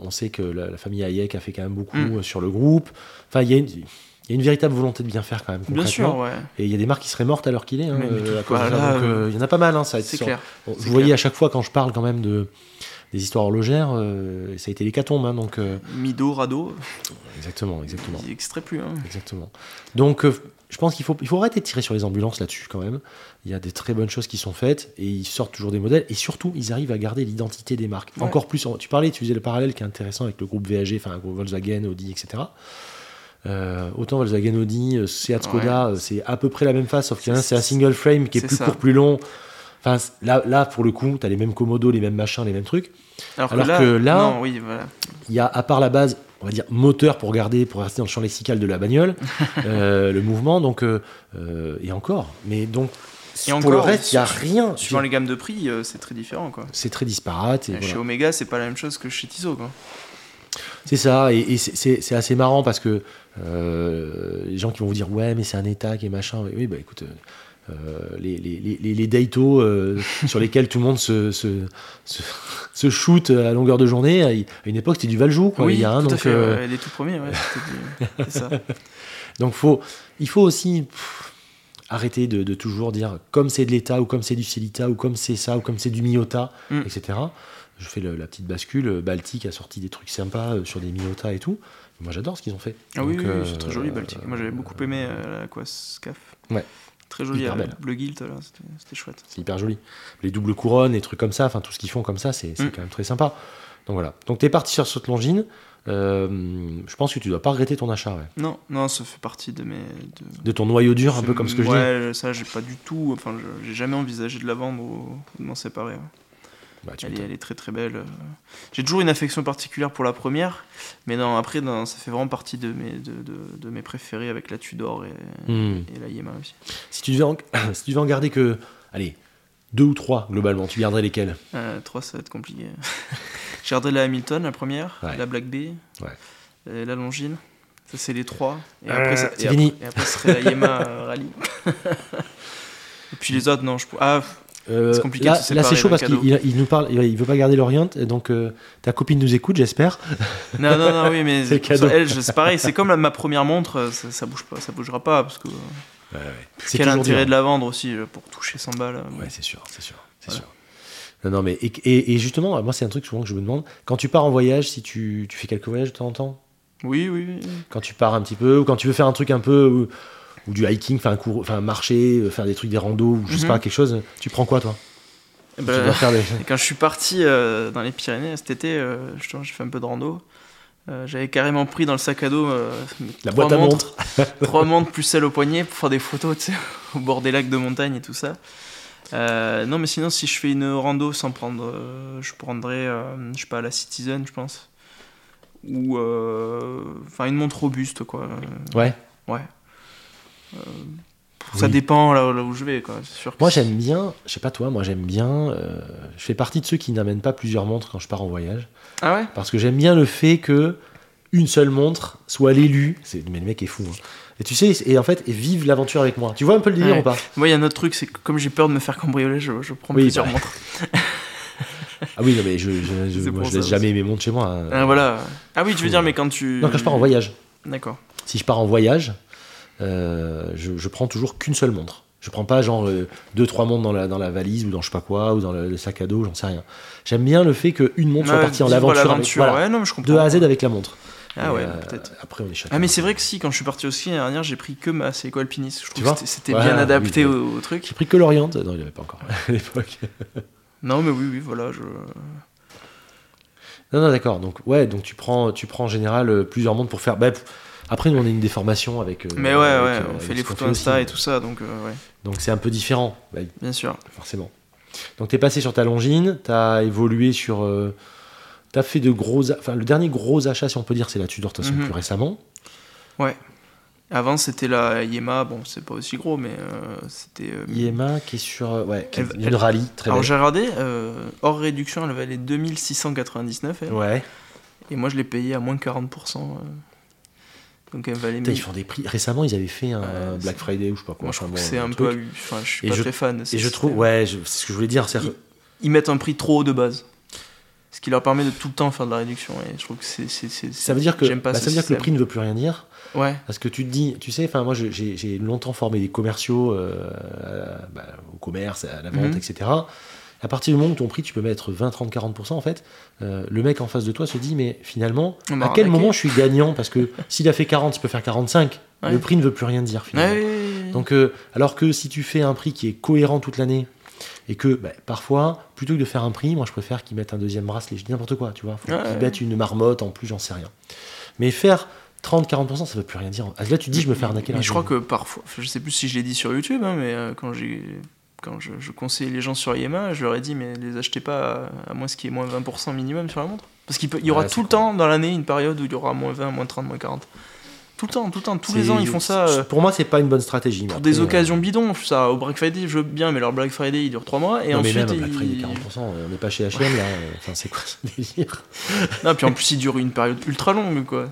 on sait que la, la famille Hayek a fait quand même beaucoup Mm. euh, sur le groupe. Enfin, il y, a une- il y a une véritable volonté de bien faire quand même. Bien sûr, concrètement. ouais, Et il y a des marques qui seraient mortes à l'heure qu'il est. hein, Mais- mais euh, à tout- cause de ça. voilà, Donc, euh, il y en a pas mal. Hein, ça, c'est sur- clair. Bon, C'est Vous voyez clair. à chaque fois quand je parle quand même de des histoires horlogères, euh, ça a été l'hécatombe, hein, donc euh, Mido, Rado, exactement, exactement, ils extraient plus. Hein. exactement. Donc euh, je pense qu'il faut, il faut arrêter de tirer sur les ambulances là-dessus quand même. Il y a des très bonnes choses qui sont faites et ils sortent toujours des modèles et surtout ils arrivent à garder l'identité des marques. Ouais. Encore plus, en- tu parlais, tu faisais le parallèle qui est intéressant avec le groupe VAG, enfin le groupe Volkswagen, Audi, etc. Euh, autant Volkswagen, Audi, euh, Seat, Skoda, euh, c'est à peu près la même face, sauf qu'il y en a un, c'est un single frame qui est, C'est plus ça. court, plus long. Enfin, c- là, là, pour le coup, tu as les mêmes commodos, les mêmes machins, les mêmes trucs. Alors, Alors que, là, que là- non, oui, voilà. Il y a, à part la base, on va dire moteur pour garder, pour rester dans le champ lexical de la bagnole, euh, le mouvement, donc, euh, euh, et encore. Mais donc, Et pour encore, le reste, il n'y a su- rien. Suivant les gammes de prix, euh, c'est très différent, quoi. C'est très disparate. et Chez voilà. Omega, c'est pas la même chose que chez Tissot, quoi. C'est ça, et, et c'est- c'est c'est assez marrant parce que euh, les gens qui vont vous dire ouais, mais c'est un état qui est machin. Oui, bah écoute. euh, euh, les, les, les- les, les Daito euh, sur lesquels tout le monde se, se, se, se shoot à longueur de journée, à une époque c'était du Valjou, quoi, il y a un, tout donc, à fait. euh, ouais, les tout premiers, ouais. c'était du- c'est ça. Donc faut, il faut aussi pff, arrêter de, de toujours dire comme c'est de l'État ou comme c'est du Célita ou comme c'est ça ou comme c'est du Miota, Mm. etc. Je fais le- la petite bascule. euh, Baltic a sorti des trucs sympas euh, sur des Miota et tout. Moi j'adore ce qu'ils ont fait. Ah oui, Donc, oui, oui, euh, c'est très joli, Baltic. Moi, j'avais beaucoup aimé euh, la Quascaf. Ouais. Très joli, Hyper euh, belle. le Guilt, là, c'était- c'était chouette. C'est hyper joli. Les doubles couronnes, les trucs comme ça, enfin tout ce qu'ils font comme ça, c'est c'est Mm. quand même très sympa. Donc voilà. Donc t'es parti sur cette longine. Euh, je pense que tu dois pas regretter ton achat, ouais. Non, non, ça fait partie de mes. de- de ton noyau dur, un peu comme ce que je dis. Ouais, ça, j'ai pas du tout. Enfin, je- j'ai jamais envisagé de la vendre ou de m'en séparer. ouais. Bah, tu Elle, est- m'étonnes. elle est très très belle. euh. J'ai toujours une affection particulière pour la première, mais non, après, non, ça fait vraiment partie de mes, de, de- de mes préférés avec la Tudor et, Mm. et la Yema aussi. Si tu devais en, si tu devais en garder que, allez, deux ou trois globalement, tu garderais lesquels Euh, trois, ça va être compliqué. J'ai gardé la Hamilton, la première, Ouais. la Black Bay, Ouais. et la Longines. Ça, c'est les trois. Et Euh, après, ça- c'est et fini. après- et après, ce serait la Yema euh, Rally. et puis les autres, non, je. pour- Ah, Euh, C'est compliqué de Là, se séparer là, c'est chaud d'un parce cadeau. qu'il il- il nous parle, il, il veut pas garder l'Orient, et donc euh, ta copine nous écoute, j'espère. Non, non, non, oui, mais C'est c'est cadeau. elle, je- c'est pareil, c'est comme la- ma première montre, euh, ça, ça bouge pas, ça bougera pas, parce que euh, C'est quel toujours intérêt dur. de la vendre aussi euh, pour toucher 100 balles. euh, Ouais, c'est sûr, c'est sûr, c'est Voilà. sûr. Non, non, mais et, et- et justement, moi, c'est un truc souvent que je me demande. Quand tu pars en voyage, si tu, tu fais quelques voyages de temps en temps, Oui, oui, oui. quand tu pars un petit peu, ou quand tu veux faire un truc un peu ou, ou du hiking, enfin un cours, enfin marcher, euh, faire des trucs des randos, ou je sais Mhm. pas quelque chose, tu prends quoi toi Eh Tu ben, dois faire des- et quand je suis parti euh, dans les Pyrénées cet été, euh, justement, j'ai fait un peu de rando. euh, J'avais carrément pris dans le sac à dos euh, mes La trois boîte à montres, montres. trois montres plus celle au poignet pour faire des photos tu sais, au bord des lacs de montagne et tout ça. Euh, non, mais sinon, si je fais une rando sans prendre, euh, je prendrais, euh, je sais pas, la Citizen, je pense. Ou. euh, Enfin, une montre robuste, quoi. Ouais. Ouais. Euh, Ça Oui. dépend là, là où je vais, quoi. C'est sûr que Moi j'aime bien, je sais pas toi, moi j'aime bien, euh, je fais partie de ceux qui n'amènent pas plusieurs montres quand je pars en voyage, Ah ouais parce que j'aime bien le fait que une seule montre soit l'élu, C'est- mais le mec est fou, hein. et tu sais, et en fait, et vive l'aventure avec moi, tu vois un peu le délire Ouais. ou pas Moi, il y a un autre truc, c'est que comme j'ai peur de me faire cambrioler, je, je prends Oui, plusieurs bah, montres. Ah oui, non mais je, je, je- C'est moi, pour je laisse ça jamais mes montres chez moi, hein. Ah, voilà. Ah oui, tu veux Fou, dire, ouais. mais quand tu. non quand je pars en voyage, D'accord. si je pars en voyage, euh, je, je prends toujours qu'une seule montre, je prends pas genre euh, deux trois montres dans la, dans la valise ou dans je sais pas quoi, ou dans le, le sac à dos, j'en sais rien, j'aime bien le fait qu'une montre soit Ouais, partie en Bah, vivre aventure, avec- l'aventure, voilà, ouais, non, mais je comprends. de A à Z avec la montre. Ah ouais, Euh, peut-être. Après, on est chacun. Ah mais c'est vrai que si, quand je suis parti au ski l'année dernière, j'ai pris que ma Seiko Alpiniste. Je trouve vois que c'était- c'était Voilà, bien oui, adapté oui. au, au truc. J'ai pris que l'Orient. Non, il n'y avait pas encore à l'époque. Non mais oui, oui, voilà. Je... Non, non, d'accord. Donc, ouais, donc tu prends, tu prends en général euh, plusieurs mondes pour faire. bah, pff, après, nous, on a une déformation avec. euh, Mais ouais, ouais, avec, euh, on avec fait ce les qu'on photos Insta aussi. et tout ça, donc euh, ouais, Donc, c'est un peu différent, bah, bien sûr. forcément. Donc, t'es passé sur ta longine, t'as évolué sur. euh, t'as fait de gros. a- Enfin, le dernier gros achat, si on peut dire, c'est la Tudor, de toute façon, Mhm. plus récemment. Avant c'était la Yema, bon c'est pas aussi gros, mais euh, c'était... euh, Yema, qui est sur. euh, ouais, qui est Elle- une elle- rallye, très Alors belle. j'ai regardé, euh, hors réduction, elle valait 2699, elle, Ouais. et moi je l'ai payée à moins de 40%. euh, donc elle valait... Putain, ils 1000. font des prix. Récemment, ils avaient fait un Ouais, Black c'est- Friday ou je sais pas quoi. Moi je enfin, trouve que bon, c'est un truc. peu... abus- Enfin je suis Et pas je- très fan. de ce Et je trouve, système. ouais, je- c'est ce que je voulais dire. c'est- Ils- ils mettent un prix trop haut de base. Ce qui leur permet de tout le temps faire de la réduction. Et je trouve que c'est. c'est- c'est- Ça veut dire que, J'aime pas bah, ce ça veut dire que le prix système. ne veut plus rien dire. Ouais. Parce que tu te dis, tu sais, enfin, moi, je- j'ai j'ai longtemps formé des commerciaux euh, à- bah, au commerce, à la vente, Mhm. etc. À partir du moment où ton prix, tu peux mettre 20, 30, 40%, en fait, euh, le mec en face de toi se dit, mais finalement, On m'a à quel arnaqué. moment je suis gagnant Parce que s'il a fait 40, je peux faire 45. Ouais. Le prix ne veut plus rien dire, Ouais, finalement. ouais, ouais, Donc, euh, alors que si tu fais un prix qui est cohérent toute l'année, et que bah, parfois, plutôt que de faire un prix, moi je préfère qu'ils mettent un deuxième bracelet. Je dis n'importe quoi, tu vois. Faut Ouais, qu'ils ouais. mettent une marmotte en plus, j'en sais rien. Mais faire 30-40%, ça veut plus rien dire. Ah, Là, tu dis, je me fais arnaquer. Mais là, je crois que parfois, je sais plus si je l'ai dit sur YouTube, hein, mais euh, quand j'ai quand je, je conseille les gens sur Yema, je leur ai dit mais les achetez pas à, à moins ce qui est moins 20% minimum sur la montre. Parce qu'il peut- il y aura Ouais, c'est tout le cool. temps dans l'année une période où il y aura moins 20, moins 30, moins 40. Tout le temps, tout le temps, tous les C'est- ans ils font ça. euh, Pour moi, c'est pas une bonne stratégie. pour mais des après, euh, occasions bidons, ça au Black Friday je veux bien, mais leur Black Friday il dure 3 mois et non, ensuite mais même un Black Friday ils- 40%, on n'est pas chez H&M là. euh, Enfin, c'est quoi ce délire Non, puis en plus, il dure une période ultra longue, quoi.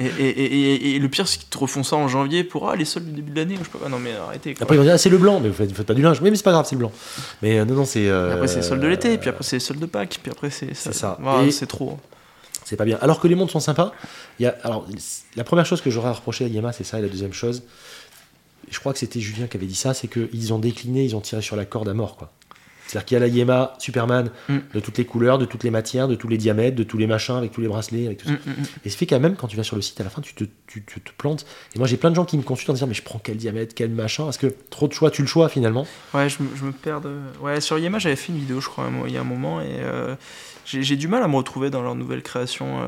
Et, et- et- et- et le pire, c'est qu'ils te refont ça en janvier pour ah, les soldes du début de l'année. Je peux pas, non, mais arrêtez. Quoi. Après, ils vont dire, ah, c'est le blanc, mais vous faites, vous faites pas du linge. Oui, mais c'est pas grave, c'est le blanc. Mais euh, non, non, c'est. euh, Et après, c'est les soldes de l'été, puis après, c'est les soldes de Pâques, puis après, c'est C'est ça. Voilà, Et- c'est trop. hein. C'est pas bien. Alors que les montres sont sympas. Il y a, alors, la première chose que j'aurais à reprocher à Yamaha, c'est ça. Et la deuxième chose, je crois que c'était Julien qui avait dit ça, c'est qu'ils ont décliné, ils ont tiré sur la corde à mort, quoi. C'est-à-dire qu'il y a la Yamaha Superman Mm. de toutes les couleurs, de toutes les matières, de tous les diamètres, de tous les machins, avec tous les bracelets, avec tout ça. Mm, mm, mm. Et ce fait quand même, quand tu vas sur le site, à la fin, tu te, tu, tu te plantes. Et moi, j'ai plein de gens qui me consultent en disant, mais je prends quel diamètre, quel machin, parce que trop de choix, tu le choix finalement. Ouais, je, me- je me perds de. Ouais, sur Yema, j'avais fait une vidéo, je crois, un mo- il y a un moment, et euh, j'ai j'ai du mal à me retrouver dans leur nouvelle création. euh,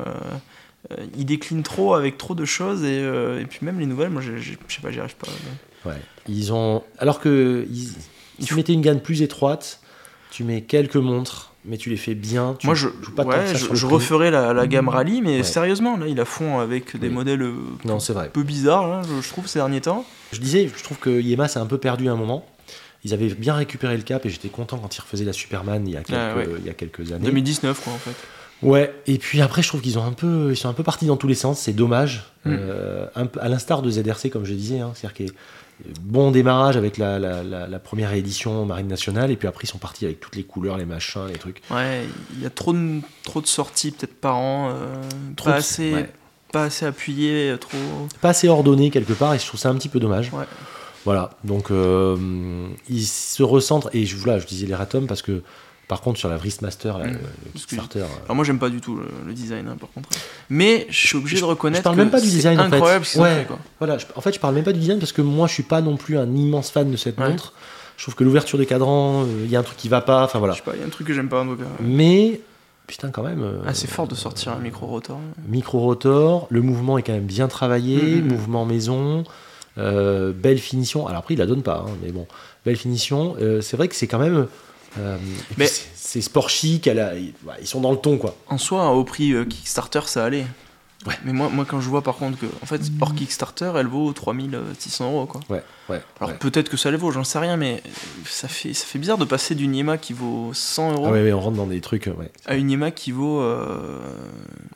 euh, ils déclinent trop avec trop de choses, et, euh, et puis même les nouvelles, moi, j'ai- j'ai- je sais pas, j'y arrive pas. donc. Ouais. Ils ont. Alors que ils... si tu mettais une gamme plus étroite, tu mets quelques montres, mais tu les fais bien. Tu Moi, je, joues pas tant ouais, que ça je, sur le je prix. referais la, la gamme rallye, mais Ouais. sérieusement, là, ils la font avec des Oui. modèles euh, Non, c'est vrai. peu bizarres, là, je, je trouve, ces derniers temps. Je disais, je trouve que Yema s'est un peu perdu à un moment. Ils avaient bien récupéré le cap et j'étais content quand ils refaisaient la Superman il y a quelques, Ah, ouais. il y a quelques années. 2019, quoi, en fait. Ouais, et puis après, je trouve qu'ils ont un peu, ils sont un peu partis dans tous les sens, c'est dommage. Mm. Euh, un peu- à l'instar de ZRC, comme je disais, hein, c'est-à-dire que euh, bon démarrage avec la, la- la- la première édition Marine Nationale, et puis après, ils sont partis avec toutes les couleurs, les machins, les trucs. Ouais, il y a trop de, trop de sorties, peut-être par an, euh, Trop pas, de- assez, ouais. pas assez appuyé, euh, trop. Pas assez ordonné quelque part, et je trouve ça un petit peu dommage. Ouais. Voilà, donc euh, ils se recentrent, et je, voilà, je disais les Ratom parce que. Par contre, sur la Wristmaster, la, euh, Mm. le Parce que- Kickstarter, euh, Alors, moi, j'aime pas du tout le, le design, hein, par contre. Mais je suis obligé de reconnaître je parle que même pas du c'est design, en fait. incroyable ce qu'ils ont Ouais. fait, quoi. Voilà, je- en fait, je parle même pas du design parce que moi, je suis pas non plus un immense fan de cette Ouais. montre. Je trouve que l'ouverture des cadrans, il y a un truc qui va pas, enfin voilà. Je sais pas, il y a un truc que j'aime pas, en tout cas. Mais putain, quand même. euh, Ah, c'est fort de sortir un micro rotor. Micro rotor, le mouvement est quand même bien travaillé, Mhm. mouvement maison, euh, belle finition. Alors après, il la donne pas, hein, mais bon, belle finition. Euh, c'est vrai que c'est quand même. euh, et puis Mais- c'est- c'est sport chic, elle a- ils ouais, bah, ils sont dans le ton quoi. En soi, au prix euh, Kickstarter, ça allait. Ouais. Mais moi, moi, quand je vois par contre que, en fait, hors Kickstarter, elle vaut 3600 euros, quoi. Ouais, ouais. Alors ouais. peut-être que ça les vaut, j'en sais rien, mais euh, ça fait, ça fait bizarre de passer d'une Yema qui vaut 100 euros Ah ouais, ouais, on rentre dans des trucs. euh, ouais. à une Yema qui vaut. euh,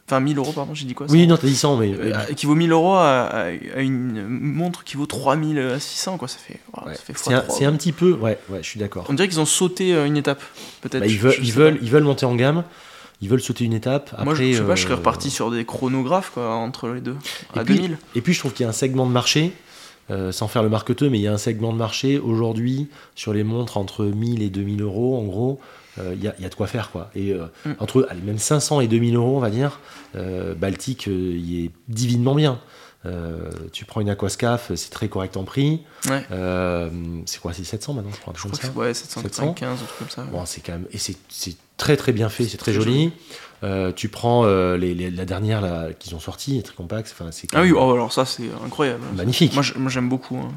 Enfin, 1000 euros, pardon, j'ai dit quoi 100 Oui, non, t'as dit 100, mais. Euh, à- qui vaut 1000 euros à, à- à une montre qui vaut 3600, quoi. Ça fait. voilà, Ouais. ah, ça fait C'est un, x3. c'est un petit peu, ouais, ouais, je suis d'accord. On dirait qu'ils ont sauté euh, une étape, peut-être. Bah, ils je- veulent, je ils sais veulent, pas. ils veulent monter en gamme. Ils veulent sauter une étape. Après, Moi, je, je sais pas, je serais euh, reparti sur des chronographes, quoi, entre les deux. Et à puis, 2000. Et puis, je trouve qu'il y a un segment de marché, euh, sans faire le marketeux, mais il y a un segment de marché aujourd'hui sur les montres entre 1000 et 2000 euros, en gros. euh, Il y, a- il y a de quoi faire, quoi. Et euh, Mm. entre allez, même 500 et 2000 euros, on va dire, euh, Baltique, euh, il est divinement bien. Euh, tu prends une Aquascaf, euh, c'est très correct en prix. Ouais. Euh, c'est quoi, c'est 700 maintenant, je crois. un Je truc crois que comme c'est ça. ouais, 795, un truc comme ça. ouais. Bon, c'est quand même et c'est c'est très très bien fait, c'est C'est très très joli. Euh, tu prends euh, les, les- la dernière là, qu'ils ont sortie, très compacte. Enfin, c'est quand Ah oui, même oh, alors ça c'est incroyable. magnifique, Moi je- moi, j'aime beaucoup. hein.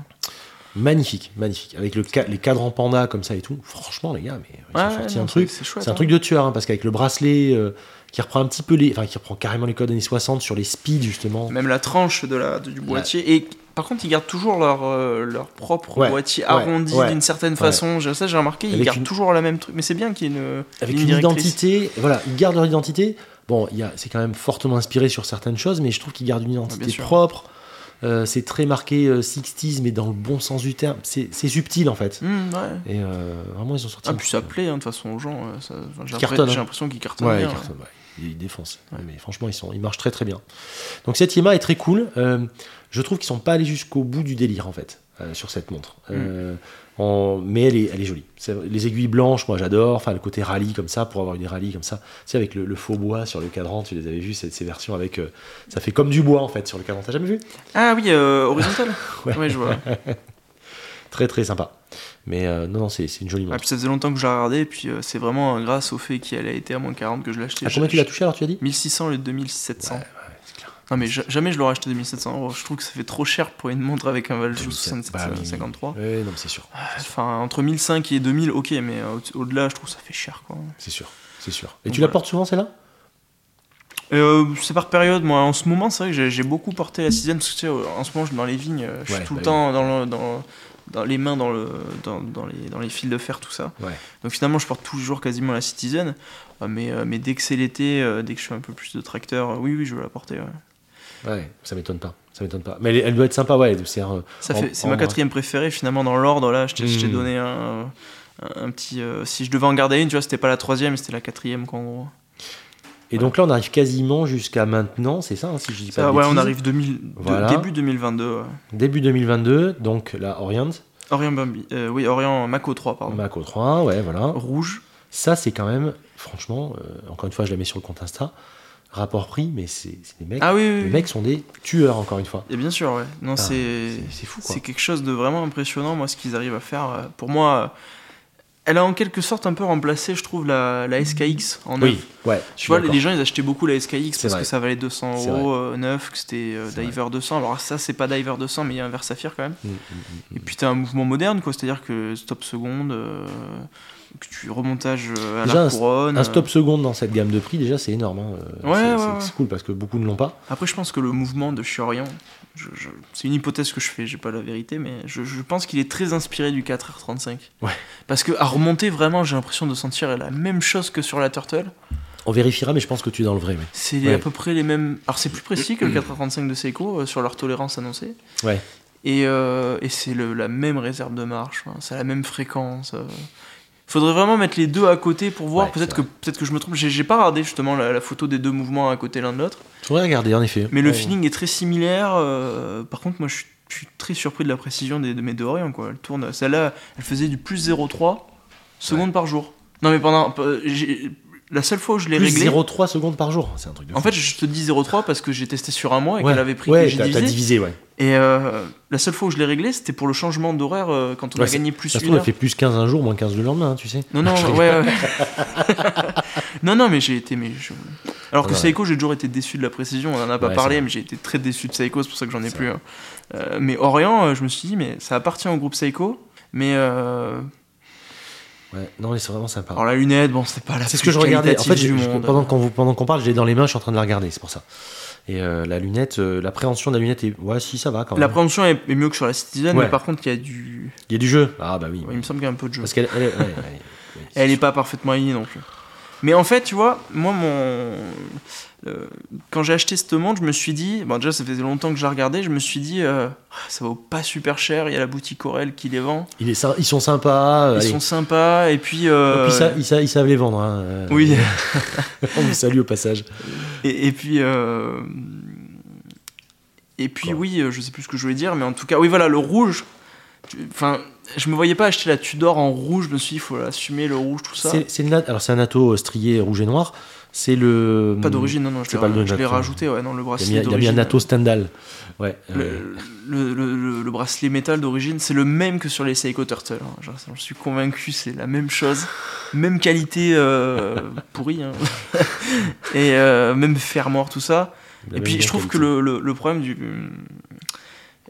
magnifique, magnifique. Avec le ca- les cadres en panda comme ça et tout. Franchement, les gars, mais ils ont Ouais, sorti non, un truc. c'est chouette. C'est un truc de tueur hein, parce qu'avec le bracelet euh, qui reprend un petit peu les, enfin qui reprend carrément les codes années 60 sur les speeds justement. hein. Même la tranche de la, de- du boîtier. Et par contre, ils gardent toujours leur, euh, leur propre Ouais, boîtier ouais, arrondi ouais, d'une certaine ouais. façon. J'ai- Ça j'ai remarqué, ils Avec gardent une- toujours la même truc. Mais c'est bien qu'il y ait une. avec ligne une directrice. identité. Voilà, ils gardent leur identité. Bon, il y a- c'est quand même fortement inspiré sur certaines choses, mais je trouve qu'ils gardent une Ouais, identité bien sûr. propre. Euh, c'est très marqué euh, 60s, mais dans le bon sens du terme. C'est c'est subtil en fait. Hmm, ouais. Et euh, vraiment, ils ont sorti. Ah, un puis truc, ça euh, plaît hein, de toute façon aux gens. euh, ça- enfin, J'ai cartonnent, l'impression- j'ai hein. l'impression qu'ils cartonnent. Ouais, bien, ils ouais. cartonnent, ouais. Ils défoncent. Ouais. Mais franchement, ils, sont, ils marchent très très bien. Donc cette Yema est très cool. Euh, je trouve qu'ils sont pas allés jusqu'au bout du délire en fait euh, sur cette montre. Euh, en- mais elle est, elle est jolie. C'est- Les aiguilles blanches, moi j'adore. Enfin le côté rallye comme ça pour avoir une rallye comme ça. C'est avec le, le faux bois sur le cadran. Tu les avais vus ces, ces versions avec. euh, ça fait comme du bois en fait sur le cadran. T'as jamais vu Ah oui, euh, horizontal Ouais. ouais. je vois. Très très sympa. Mais euh, non, non, c'est c'est une jolie Ah, montre. puis ça faisait longtemps que je la regardais, et puis euh, c'est vraiment euh, grâce au fait qu'elle a été à moins 40 que je l'ai acheté. À Je- Ah, combien tu l'as je- touché alors tu as dit 1600 et 2700. Ouais, ouais, c'est clair. Non, mais ja- jamais je l'aurais acheté 2700 euros. Je trouve que ça fait trop cher pour une montre avec un Valjoux euh, 2700, 57, bah oui. 53. Ouais, non, mais c'est sûr. Ah. Enfin, entre 1500 et 2000, ok, mais euh, au- au-delà, je trouve que ça fait cher quoi. C'est sûr. C'est sûr. Et Donc tu la voilà. portes souvent celle-là Euh, c'est par période, moi en ce moment c'est vrai que j'ai- j'ai beaucoup porté la sixième parce que tu sais, euh, en ce moment je suis dans les vignes, euh, je suis Ouais, tout le bah temps dans, le- dans, dans les mains, dans, le, dans, dans les, dans les fils de fer, tout ça. Ouais. Donc finalement je porte toujours quasiment la citizen, euh, mais, euh, mais dès que c'est l'été, euh, dès que je fais un peu plus de tracteur, euh, oui oui je vais la porter. ouais. Ouais, ça m'étonne pas. Ça m'étonne pas. Mais elle, elle doit être sympa, ouais. C'est un- Ça En- fait, c'est en ma vrai. quatrième préférée finalement dans l'ordre, là je t'ai je t'ai Mm. donné un, un- un petit... euh, si je devais en garder une, tu vois, c'était pas la troisième, c'était la quatrième quoi, en gros. Et donc là, on arrive quasiment jusqu'à maintenant, c'est ça, hein, si je dis pas Ça, de Euh, ouais on bêtises. arrive 2000, de- Voilà. début 2022. ouais. Début 2022, donc la Orient, Orient Bambi, euh, oui Orient Mako 3 pardon. Mac 3, ouais, voilà. Rouge, Ça, c'est quand même, franchement, euh, encore une fois, je la mets sur le compte Insta, rapport prix, mais c'est c'est des mecs. Ah oui, oui, Les oui. mecs sont des tueurs, encore une fois. Et bien sûr, ouais. Non, Ah, c'est C'est c'est fou, quoi. c'est quelque chose de vraiment impressionnant, moi, ce qu'ils arrivent à faire. Euh, Pour moi, euh, elle a en quelque sorte un peu remplacé, je trouve, la, la SKX en neuf. Oui, ouais. je suis Tu vois, les d'accord. gens, ils achetaient beaucoup la SKX C'est parce vrai. que ça valait 200 C'est euros euh, neuf, que c'était euh, C'est Diver 200. Alors ça, c'est pas Diver 200, mais il y a un vert saphir quand même. Mm, mm, Et puis t'as un mouvement moderne, quoi. C'est-à-dire que stop seconde, euh, que tu remontages euh, à Déjà, un la s- couronne. Un stop seconde dans cette gamme de prix, déjà, c'est énorme. hein. Euh, c'est- Ouais, ouais, c'est- ouais. C'est cool parce que beaucoup ne l'ont pas. Après, je pense que le mouvement de Chiorian, je- je- c'est une hypothèse que je fais, j'ai pas la vérité, mais je, je pense qu'il est très inspiré du 4R35. Ouais. Parce que à remonter, vraiment, j'ai l'impression de sentir la même chose que sur la Turtle. On vérifiera, mais je pense que tu es dans le vrai. oui. C'est Ouais. à peu près les mêmes. Alors, c'est plus précis que le 4R35 de Seiko euh, sur leur tolérance annoncée. Ouais. Et, euh, et c'est le- la même réserve de marche, hein, c'est la même fréquence. euh. Faudrait vraiment mettre les deux à côté pour voir. Ouais, peut-être c'est que peut-être que je me trompe. J'ai j'ai pas regardé justement la- la photo des deux mouvements à côté l'un de l'autre. Faudrait regarder, en effet. Mais le Ouais. feeling est très similaire. euh, par contre, moi, je suis, je suis très surpris de la précision des, de mes deux Orion. Quoi. Elle tourne, celle-là, elle faisait du plus 0,3 secondes par jour. Non, mais pendant. euh, j'ai- La seule fois où je l'ai Plus réglé. 0,3 secondes par jour. C'est un truc de fou. En fait, je te dis 0,3 parce que j'ai testé sur un mois et Ouais, qu'elle avait pris ouais, que j'ai t'as- divisé. T'as divisé, ouais. Et euh, la seule fois où je l'ai réglé, c'était pour le changement d'horaire euh, quand on Ouais, a gagné plus Ça se une trouve, elle heure. fait plus 15 un jour, moins 15 le lendemain, hein, tu sais. Non, non, Je rigole. ouais, ouais. non, non, mais j'ai été. Mais je- Alors que Ouais. Seiko, j'ai toujours été déçu de la précision, on en a pas Ouais, c'est parlé, mais j'ai été très déçu de Seiko, c'est pour ça que j'en ai C'est plus. hein. Euh, mais Orient, euh, je me suis dit, mais ça appartient au groupe Seiko, mais. euh, Ouais, non, mais c'est vraiment sympa. Alors la lunette, bon, Oh c'est pas la C'est ce plus que je regardais. En qualitative fait, je- du je- monde. pendant qu'on vous- pendant qu'on parle, j'ai dans les mains, je suis en train de la regarder, c'est pour ça. Et euh, la lunette, euh, l'appréhension de la lunette est. Ouais, si, ça va quand même. L'appréhension est est mieux que sur la Citizen, Ouais. mais par contre, il y a du. Il y a du jeu. Ah bah oui. ouais, il me semble qu'il y a un peu de jeu. Parce qu'elle. elle est- ouais, ouais, ouais. Elle n'est pas parfaitement alignée non plus. Mais en fait, tu vois, moi, mon... euh, quand j'ai acheté cette montre, je me suis dit, bon, déjà, ça faisait longtemps que je la regardais, je me suis dit, euh, ça vaut pas super cher, il y a la boutique Aurel qui les vend, Il est sy- Ils sont sympas. ils allez. sont sympas, et puis... euh, Et puis ça, ils, sa- ils savent les vendre. hein, euh, Oui, On vous salue au passage. et, et puis... euh, Et puis Quoi oui, euh, je sais plus ce que je voulais dire, mais en tout cas, oui, voilà, le rouge. tu- Enfin, je me voyais pas acheter la Tudor en rouge, je me suis dit, il faut l'assumer, le rouge, tout ça. C'est c'est le nat- alors c'est un ato strié rouge et noir. C'est le. Pas d'origine, non, non, je C'est l'ai- pas le je l'ai Nathan. rajouté, ouais, non, Il le a mis, bracelet il a mis un d'origine. ato Stendhal. Ouais. euh, Le, le- le- le- le bracelet métal d'origine, c'est le même que sur les Seiko Turtle. hein. J'en j'en suis convaincu, c'est la même chose. Même qualité euh, pourrie. hein. Et euh, même fermoir, tout ça. la Et même puis je trouve qualité. que le, le- le problème du,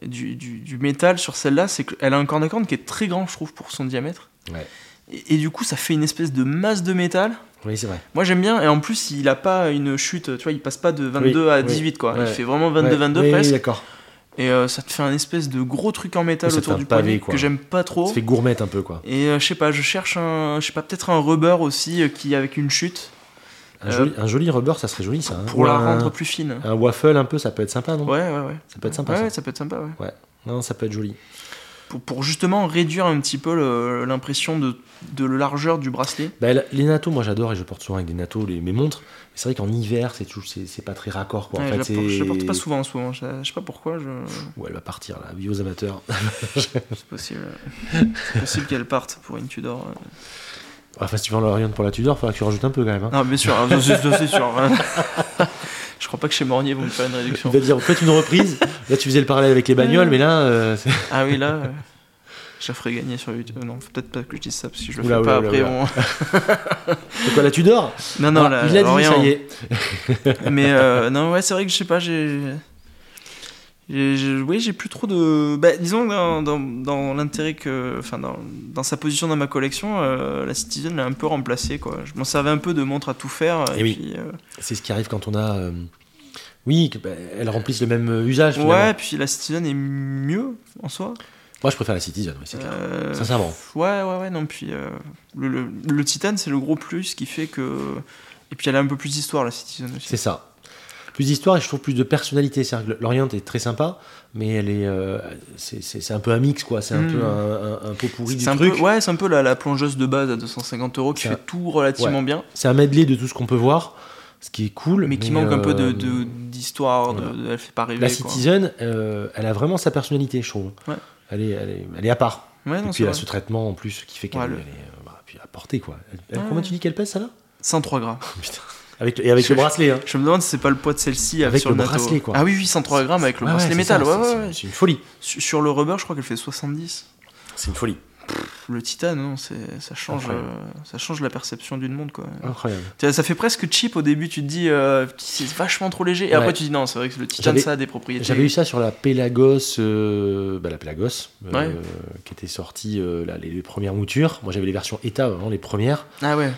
du, du- du métal sur celle-là, c'est qu'elle a un corps de corne qui est très grand, je trouve, pour son diamètre. Ouais. Et, et du coup, ça fait une espèce de masse de métal. Oui, c'est vrai. Moi j'aime bien, et en plus, il a pas une chute, tu vois, il passe pas de 22 à oui, 18, quoi. ouais. Il fait vraiment Ouais, 22-22 oui, oui, presque. d'accord. Et euh, ça te fait un espèce de gros truc en métal Ça te fait autour un du pavé, poignet quoi. que j'aime pas trop. Ça fait gourmette un peu, quoi. Et euh, je sais pas, je cherche un, je sais pas, peut-être un rubber aussi euh, qui avec une chute Un, Euh, joli, un joli rubber, ça serait joli, ça. hein. pour la Ou un- rendre plus fine. Un waffle un peu, ça peut être sympa, non Ouais, ouais, ouais. Ça peut être sympa, Ouais, ouais, ça. ça peut être sympa, ouais. Non, ça peut être joli. Pour, pour justement réduire un petit peu le- l'impression de, de largeur du bracelet. Bah, la- les natos, moi j'adore et je porte souvent avec des natos les, mes montres. Mais c'est vrai qu'en hiver, c'est toujours c'est c'est pas très raccord, quoi. En Ouais, fait, je, la porte, c'est- je la porte pas souvent en ce moment, je, je sais pas pourquoi, je... Ouh, elle va partir, là, vieux aux amateurs. c'est possible. c'est possible qu'elle parte pour une Tudor. euh. enfin, si tu vends l'Orient pour la Tudor, faudra que tu rajoutes un peu quand même. hein. Non, bien sûr, hein, c'est c'est sûr. hein. je crois pas que chez Mornier vont me faire une Tu réduction. vas dire, faites une reprise. là, tu faisais le parallèle avec les bagnoles, mais là, euh, c'est- Ah oui, là. euh, Je la ferai gagner sur YouTube. Euh, Non, faut peut-être pas que je dise ça parce que je le Oula, fais oula, pas oula, après. oula. C'est quoi là, tu dors on- Non, non, Ah, là, Il a dit, rien. ça y est. Mais euh, non, ouais, c'est vrai que je sais pas, j'ai. j'ai- j'ai- Oui, j'ai plus trop de. Bah, disons que dans, dans, dans l'intérêt que. Enfin, dans, dans sa position dans ma collection, euh, la Citizen l'a un peu remplacée, quoi. Je m'en servais un peu de montre à tout faire. Et, Eh oui. puis, euh, C'est ce qui arrive quand on a. euh, Oui, que, bah, elles remplissent le même euh, usage. finalement. Ouais, puis la Citizen est mieux en soi. Moi, je préfère la Citizen, oui, c'est clair. Euh, Sincèrement. Ouais, ouais, ouais, non, puis euh, le, le, le Titan, c'est le gros plus qui fait que. Et puis elle a un peu plus d'histoire, la Citizen aussi. C'est ça. Plus d'histoire et je trouve plus de personnalité. C'est-à-dire que l'Orient est très sympa, mais elle est, euh, c'est, c'est- c'est un peu un mix, quoi. C'est un Mm. peu un, un, un pot pourri du C'est un truc. peu, ouais, c'est un peu la, la plongeuse de base à 250 euros qui C'est fait un- tout relativement bien, C'est un medley de tout ce qu'on peut voir, ce qui est cool. mais qui manque un peu de- euh, de- d'histoire, de, voilà. de- elle fait pas rêver. La quoi. Citizen, euh, elle a vraiment sa personnalité, je trouve. Ouais. Elle, est, elle, est, elle est à part. Ouais, et non, puis c'est elle a vrai. ce traitement en plus qui fait qu'elle Ouais, le- elle est euh, bah, puis à portée, quoi. Elle, elle- Ouais. Combien tu dis qu'elle pèse, ça là 103 grammes. avec, Et avec Je- le bracelet, hein. Je me demande si c'est pas le poids de celle-ci Avec sur le, le NATO. bracelet, quoi. Ah oui, oui, 103 grammes avec le Ah Ouais, ouais, bracelet c'est métal. ça, ouais, c'est- ouais, ouais. c'est- c'est une folie. Sur sur le rubber, je crois qu'elle fait 70. C'est une folie. Pff, Le titane, non, c'est- ça change, Incroyable. euh, ça change la perception d'une montre, quoi. Incroyable. Tu vois, Ça fait presque cheap au début, tu te dis euh, c'est vachement trop léger, et Ouais. après tu dis non, c'est vrai que le titane J'avais- ça a des propriétés. J'avais eu ça sur la Pélagos, euh, bah, la Pélagos, euh, Ouais. qui était sortie euh, là, les, les premières moutures. Moi j'avais les versions ETA, vraiment les premières. Ah ouais,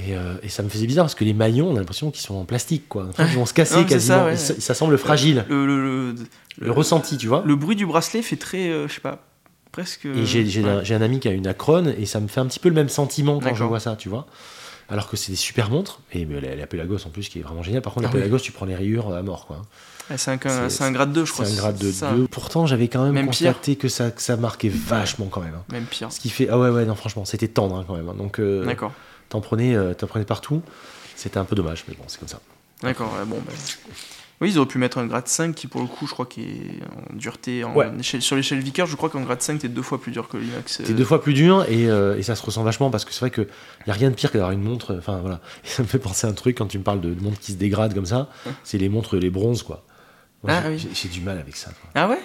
Et, euh, et ça me faisait bizarre parce que les maillons, on a l'impression qu'ils sont en plastique, quoi. Enfin, Ouais. Ils vont se casser Non, mais c'est quasiment. ça, ouais. Et ça, ça semble fragile. le, le, le, Le, ressenti, tu vois. le bruit du bracelet fait très, euh, je sais pas, presque. Et j'ai j'ai ouais. un, j'ai un ami qui a une Acron et ça me fait un petit peu le même sentiment quand je D'accord. vois ça, tu vois. Alors que c'est des super montres. Et mais la, la Pelagos en plus qui est vraiment géniale. Par contre, la Ah oui. Pelagos, tu prends les rayures euh, à mort, quoi. Ouais, Ah, C'est un, c'est- c'est un grade 2, je C'est crois. un grade de ça. 2. Pourtant, j'avais quand même, Même pire. constaté que ça, que ça marquait vachement quand même. hein. Même pire. Ce qui fait. Ah ouais, ouais, non, franchement, c'était tendre hein, quand même. hein. Donc, euh, D'accord, t'en prenais, euh, t'en prenais partout. C'était un peu dommage, mais bon, c'est comme ça. Euh. d'accord, ouais, bon. bah. Oui, ils auraient pu mettre un grade 5 qui, pour le coup, je crois, qui est en dureté. En Ouais. échelle- sur l'échelle Vickers, je crois qu'en grade 5, t'es deux fois plus dur que l'Inox. euh, T'es deux fois plus dur et, euh, et ça se ressent vachement parce que c'est vrai que y a rien de pire que d'avoir une montre. euh, Enfin voilà, Et ça me fait penser à un truc quand tu me parles de, de montres qui se dégradent comme ça. C'est les montres, les bronzes quoi. Moi, Ah, j'ai- oui. j'ai- J'ai du mal avec ça. quoi. Ah ouais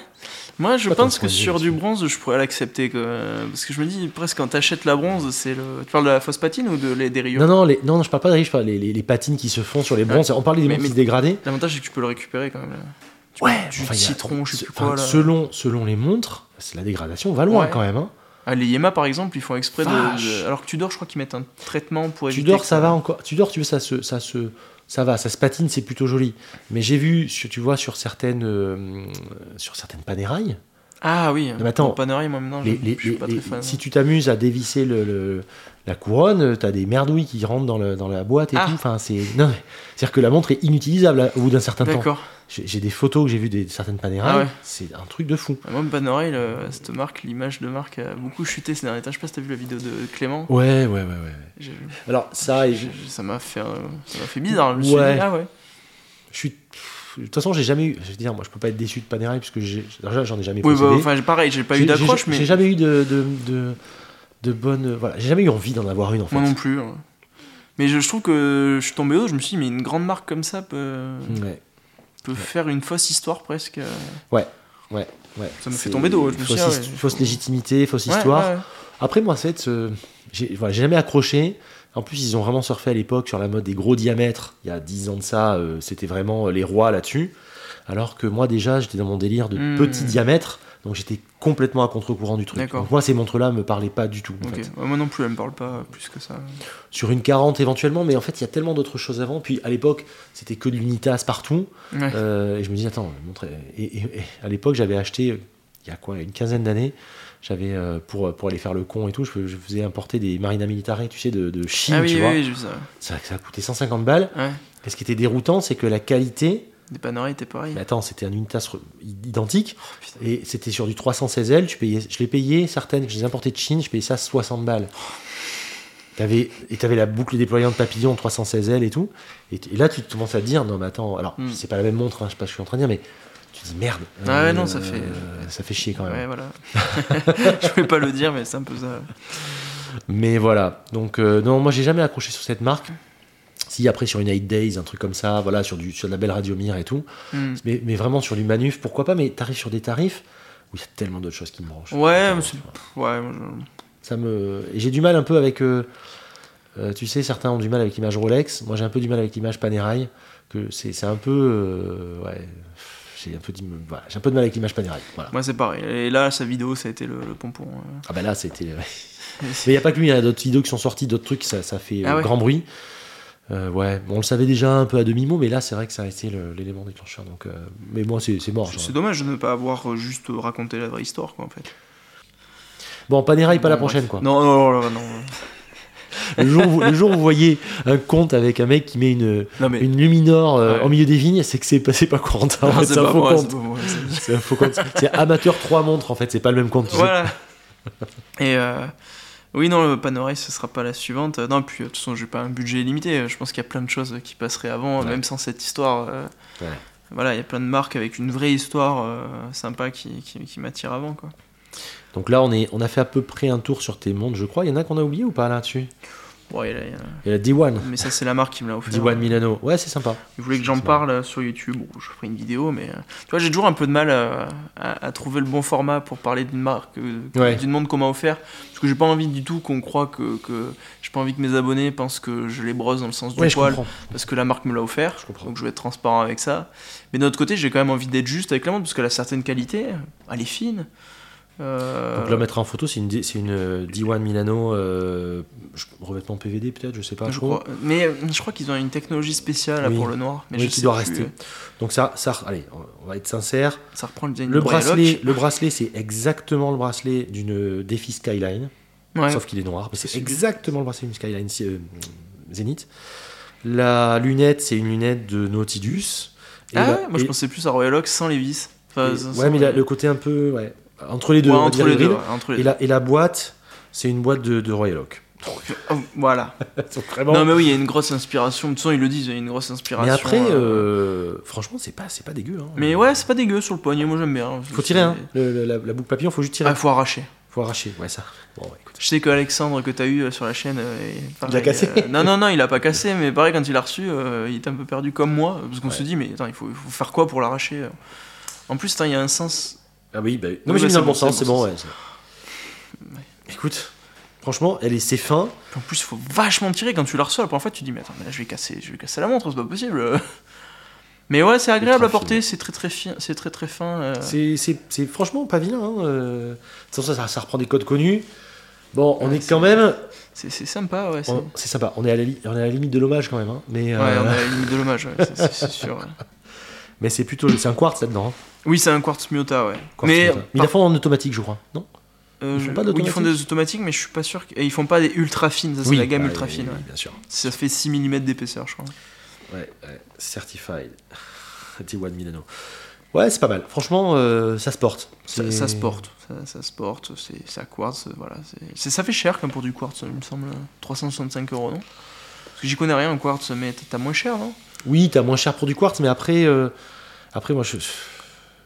Moi, je Pas tant pense qu'on que dit, sur parce du que- bronze, je pourrais l'accepter. quoi. Parce que je me dis, presque, quand t'achètes la bronze, c'est le. Tu parles de la fausse patine ou de, les, des rayures Non non, les, non non, je parle pas de riches, je parle des- les, les patines qui se font sur les bronzes. On parlait des Mais- montres mais- qui se dégradaient. L'avantage, c'est que tu peux le récupérer quand même. là. Tu Ouais, mets Du enfin, il y a- citron, je sais plus enfin, quoi. Là. selon selon les montres, c'est la dégradation va loin Ouais. quand même. hein. Ah, les Yema, par exemple, ils font exprès de- de, Vache. Alors que tu dors, je crois qu'ils mettent un traitement pour éviter. Tu dors, que ça va encore. Tu dors, tu veux ça se ça se ça va, ça se patine, c'est plutôt joli. Mais j'ai vu, sur- tu vois, sur certaines euh, sur certaines Panerai, Ah oui. mais attends, Mon Panerai, moi maintenant, je- Les- les- je suis pas les- très fan. si tu t'amuses à dévisser le, le- la couronne, euh, t'as des merdouilles qui rentrent dans, le- dans la boîte et Ah. tout. Enfin, c'est non, mais- c'est-à-dire que la montre est inutilisable à- au bout d'un certain temps. D'accord. J'ai j'ai des photos que j'ai vues des certaines Panerai, Ah ouais. c'est un truc de fou. Moi, mon Panerai, le- cette marque, l'image de marque a beaucoup chuté ces derniers temps. Je sais pas si t'as vu la vidéo de Clément. Ouais, ouais, ouais, ouais. Je- Alors ça, et je, je- je- ça m'a fait, euh, ça m'a fait bizarre. Je me suis Ouais. dit, ah ouais. je suis pff, de toute façon, j'ai jamais eu. Je veux dire, moi, je peux pas être déçu de Panerai puisque j'ai- déjà, j'en ai jamais. Oui, bah, possédé. enfin, j'ai- pareil, j'ai pas eu J'ai- j'ai- d'accroche, mais j'ai jamais eu de de, de, de bonne. euh, Voilà, j'ai jamais eu envie d'en avoir une en fait. moi non plus. hein. Mais je, je trouve que je suis tombé haut, je me suis dit, mais une grande marque comme ça peut, Hmm. Ouais, peut faire une fausse histoire presque. euh, ouais, ouais. Ça me fait C'est tomber de haut, je me suis Fausse, dit, ah his- ouais. fausse légitimité, fausse Ouais, histoire. ouais, ouais. Après, moi, cette, euh, j'ai voilà, j'ai jamais accroché. En plus, ils ont vraiment surfé à l'époque sur la mode des gros diamètres. Il y a 10 ans de ça, euh, c'était vraiment euh, les rois là-dessus. Alors que moi, déjà, j'étais dans mon délire de Hmm. petits diamètres. Donc, j'étais complètement à contre-courant du truc. D'accord. Donc, moi, ces montres-là me parlaient pas du tout. en Ok. fait. Ouais, moi non plus, elle me parle pas plus que ça. Sur une 40 éventuellement, mais en fait, il y a tellement d'autres choses avant. Puis, à l'époque, c'était que de l'unitas partout. Ouais. Euh, et je me dis, attends, montre. Et, et- et à l'époque, j'avais acheté, euh, il y a quoi, une quinzaine d'années, j'avais, euh, pour, pour aller faire le con et tout, je, je faisais importer des Marina Militare, tu sais, de, de Chine, ah oui, tu oui, vois. oui, j'ai vu ça. Ça, ça a coûté 150 balles. Ouais. Et ce qui était déroutant, c'est que la qualité. Des Panerai étaient pareil. Mais attends, c'était un Unitas re- identique. Oh, putain. Et c'était sur du 316L. Tu payais, je l'ai payé, certaines que je les importais de Chine, je payais ça 60 balles. T'avais, et t'avais la boucle déployante papillon 316L et tout. Et, t- et là, tu te commences à te dire, non, mais attends, alors, Hmm. c'est pas la même montre, hein, je sais pas ce que je suis en train de dire, mais tu te dis merde. Euh, Ah ouais, non, ça fait- Ça fait chier quand même. Ouais, voilà. je voulais pas le dire, mais c'est un peu ça. Mais voilà. Donc, euh, non, moi, j'ai jamais accroché sur cette marque. Si après, sur une 8 Days, un truc comme ça, voilà, sur, du, sur de la belle Radiomir et tout. Hmm. Mais, mais vraiment sur du manuf, pourquoi pas Mais t'arrives sur des tarifs où il y a tellement d'autres choses qui me branchent. Ouais, Enfin, mais c'est- tu vois. ouais, moi, je- Ça me. et J'ai du mal un peu avec. euh, euh, tu sais, certains ont du mal avec l'image Rolex. Moi, j'ai un peu du mal avec l'image Panerai. Que c'est c'est un peu. euh, ouais. J'ai un peu, du- voilà, j'ai un peu de mal avec l'image Panerai. Voilà. moi c'est pareil. Et là, sa vidéo, ça a été le, le pompon. euh. Ah bah là, c'était. ouais. Mais il n'y a pas que lui, hein, il y a d'autres vidéos qui sont sorties, d'autres trucs, ça, ça fait euh, Ah ouais. grand bruit. Euh, ouais, on le savait déjà un peu à demi-mot, mais là, c'est vrai que ça a été le- l'élément déclencheur. Donc, euh, mais moi, c'est c'est mort. C'est- genre. C'est dommage de ne pas avoir euh, juste euh, raconté la vraie histoire, quoi, en fait. Bon, Panerai, pas la Bon, prochaine, bref. quoi. Non, non, non, non. Le jour, où, le jour où vous voyez un compte avec un mec qui met une, Non, mais. une luminor euh, Ouais. au milieu des vignes, c'est que c'est pas, c'est pas courant. hein, en Non, fait, c'est c'est un pas faux moi, compte. c'est pas moi, c'est- C'est un faux compte. C'est amateur 3 montres en fait, c'est pas le même compte. tu sais. Voilà. Et euh, oui, non, le Panerai, ce sera pas la suivante. Euh, Non, puis euh, de toute façon, j'ai pas un budget illimité. Euh, Je pense qu'il y a plein de choses euh, qui passeraient avant, euh, Ouais. même sans cette histoire. euh, Ouais. Voilà, il y a plein de marques avec une vraie histoire euh, sympa qui, qui, qui m'attire avant, quoi. Donc là, on, est, on a fait à peu près un tour sur tes montres, je crois. Il y en a qu'on a oublié ou pas là-dessus Bon, et là, il y en a- Il y a la D1, Mais ça, c'est la marque qui me l'a offert. D1 Milano. Ouais, c'est sympa. Ils voulaient que j'en parle euh, sur YouTube. Bon, je ferai une vidéo, mais euh, tu vois, j'ai toujours un peu de mal euh, à, à trouver le bon format pour parler d'une marque, euh, Ouais. d'une montre qu'on m'a offert. Parce que j'ai pas envie du tout qu'on croit que. que j'ai pas envie que mes abonnés pensent que je les brosse dans le sens du Ouais, je poil. comprends. parce que la marque me l'a offert. Je comprends. Donc je vais être transparent avec ça. Mais d'un autre côté, j'ai quand même envie d'être juste avec la montre parce qu'elle a certaines qualités. Elle est fine. Euh, Donc la mettre en photo, c'est une, D- c'est une euh, D1 Milano euh, je- revêtement PVD peut-être, je sais pas. je trop. crois. Mais euh, je crois qu'ils ont une technologie spéciale là, Oui. pour le noir. Mais Oui, je qui sais doit plus. euh. rester. Donc ça, ça, allez, on- on va être sincère. Ça reprend le design Le de Braylock. bracelet, le bracelet, c'est exactement le bracelet d'une défi Skyline, Ouais. sauf qu'il est noir. mais C'est Possible. exactement le bracelet d'une Skyline euh, Zenith. La lunette, c'est une lunette de Nautilus. Et ah la- ouais, moi je et- pensais plus à Royal Oak sans les vis. Enfin, et- sans- ouais, mais sans- la- le côté un peu ouais, entre les deux. Ouais, on va entre dire les deux. hybride. ouais, entre les Et la, et la boîte, c'est une boîte de, de Royal Oak. deux. Oh, voilà. Elles sont vraiment- Non mais oui, il y a une grosse inspiration. De toute façon, ils le disent, il y a une grosse inspiration. Mais après, euh, euh, franchement, c'est pas, c'est pas dégueu. hein. Mais ouais, c'est pas dégueu sur le poignet, moi j'aime bien. hein. Faut tirer, hein. Le- le- la, la boucle papillon, faut juste tirer. Ah, faut arracher. Faut arracher, ouais, ça. Bon, ouais, écoute. Je sais que Alexandre que t'as eu euh, sur la chaîne, euh, est pareil, l'a cassé. euh, non non non, il a pas cassé, mais pareil quand il l'a reçu, euh, il était un peu perdu comme moi, parce qu'on Ouais. se dit mais attends, il faut, il faut faire quoi pour l'arracher euh En plus, attends, il y a un sens. Ah oui, bah, non, Oui, mais j'ai bah, mis c'est dans le bon, bon sens, c'est c'est bon bon, ouais. c'est- Écoute, franchement, elle est, c'est fin. En plus, il faut vachement tirer quand tu la reçois. La première fois, tu te dis, mais attends, mais là, je vais casser, je vais casser la montre, c'est pas possible. Mais ouais, c'est agréable Ultra à porter, c'est très très fin. C'est très très fin. euh. C'est, c'est, c'est franchement pas vilain. Hein. euh. De toute façon, ça, ça reprend des codes connus. Bon, on Ouais, est c'est- quand même. C'est c'est sympa, ouais. c'est- on- ouais, c'est sympa, on est, à la li- on est à la limite de l'hommage quand même. hein, Mais, on euh, a la limite de l'hommage, ouais, c'est- c'est c'est sûr. ouais. mais c'est plutôt. C'est un quartz là-dedans. hein, Oui, c'est un quartz Miota, ouais. quartz mais comme ça. Mais ils la font en automatique, je crois. Non par- euh, ils je- font pas oui, ils font d'automatique des automatiques, mais je suis pas sûr. que- Et ils font pas des ultra fines, ça c'est la gamme bah, ultra oui, fine. oui, ouais. Bien sûr. Ça fait 6 mm d'épaisseur, je crois. Ouais, ouais, certified. T1 Milano. Ouais, c'est pas mal. Franchement, euh, ça se porte. Ça, C'est- ça se porte, ça, ça se porte, c'est c'est à quartz, euh, voilà. c'est- c'est- Ça fait cher comme pour du quartz, il me semble. 365 euros, non Parce que j'y connais rien en quartz, mais t'as- t'as moins cher, hein non Oui, t'as moins cher pour du quartz, mais après, euh, après moi, je,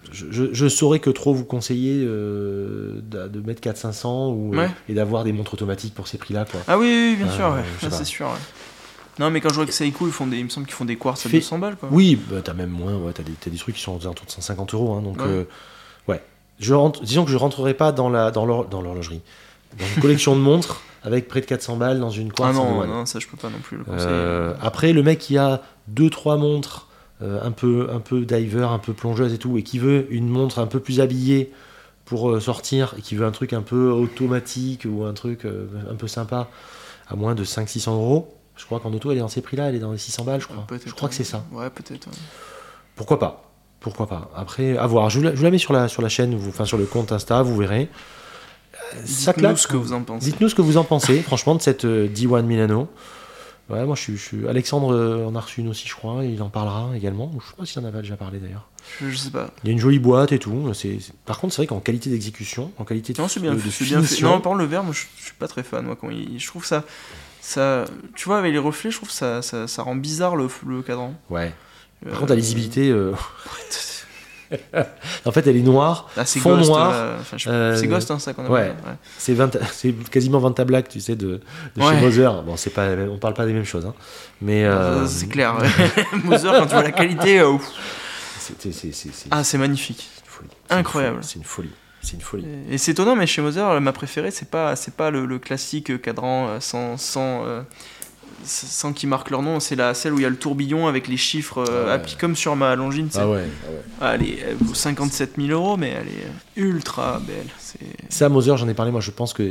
je, je- je saurais que trop vous conseiller euh, d'a- de mettre 400-500 ou, euh, Ouais. et d'avoir des montres automatiques pour ces prix-là. quoi. Ah oui, oui, oui, bien Euh, sûr, ouais. je sais Là, pas. c'est sûr. ouais. Non, mais quand je vois que Seiko, ils font des, il me semble qu'ils font des quartz à Fais- 200 balles, quoi. Oui, bah, t'as même moins, ouais, t'as des, t'as des trucs qui sont autour de 150 euros. hein, donc, Ouais. euh, ouais. Je rentre, disons que je rentrerai pas dans la dans l'hor- dans l'horlogerie. Dans, une collection de montres avec près de 400 balles dans une ah quartz. non, One. non, ça, je peux pas non plus le conseiller. Euh, après, le mec qui a deux trois montres euh, un peu un peu diver, un peu plongeuse et tout, et qui veut une montre un peu plus habillée pour euh, sortir, et qui veut un truc un peu automatique ou un truc euh, un peu sympa, à moins de 500-600 euros. Je crois qu'en auto, elle est dans ces prix-là, elle est dans les 600 balles, je Euh, crois. peut-être, je crois que c'est ouais. ça. Ouais, peut-être. ouais. Pourquoi pas Pourquoi pas Après, à voir. Je vous la, je vous la mets sur la, sur la chaîne, vous- enfin sur le compte Insta, vous verrez. Euh, ça Dites-nous claque. ce que vous en pensez. Dites-nous ce que vous en pensez, franchement, de cette euh, D1 Milano. Ouais, moi, je suis, je suis- Alexandre euh, en a reçu une aussi, je crois, et il en parlera également. Je sais pas s'il en avait déjà parlé d'ailleurs. Je, je sais pas. Il y a une jolie boîte et tout. C'est- c'est- Par contre, c'est vrai qu'en qualité d'exécution, en qualité de, Non, c'est bien, de- de fait, c'est bien fait. finition, Non, par le verre, moi, je, je suis pas très fan, moi, quand il- je trouve ça. Ça, tu vois, avec les reflets, je trouve ça, ça, ça rend bizarre le, le cadran. ouais. Par Euh, contre, la lisibilité, euh, en fait, elle est noire. Ah, c'est Fond Ghost, noir, euh, enfin, je- euh, c'est Ghost, hein, ça qu'on a ouais. ouais. C'est 20 c'est quasiment 20 black, tu sais, de, de Ouais. chez Mother. Bon, c'est pas, la même- on parle pas des mêmes choses, hein. Mais euh, Ça, C'est clair. Mother, quand tu vois la qualité, euh, ouf. c'est- c'est- c'est- c'est- c'est- ah, c'est magnifique. c'est une folie. Incroyable. C'est une folie. C'est C'est une folie. Et, et c'est étonnant, mais chez Mozart, ma préférée, c'est pas, c'est pas le, le classique cadran euh, sans, sans, euh, sans qui marque leur nom, c'est la celle où il y a le tourbillon avec les chiffres Ah euh, ouais. appli- comme sur ma longine. c'est- Ah ouais, ah ouais. Ah, elle, est, elle vaut 57 000 euros, mais elle est euh, ultra belle. C'est Ça, Moser, j'en ai parlé, moi je pense que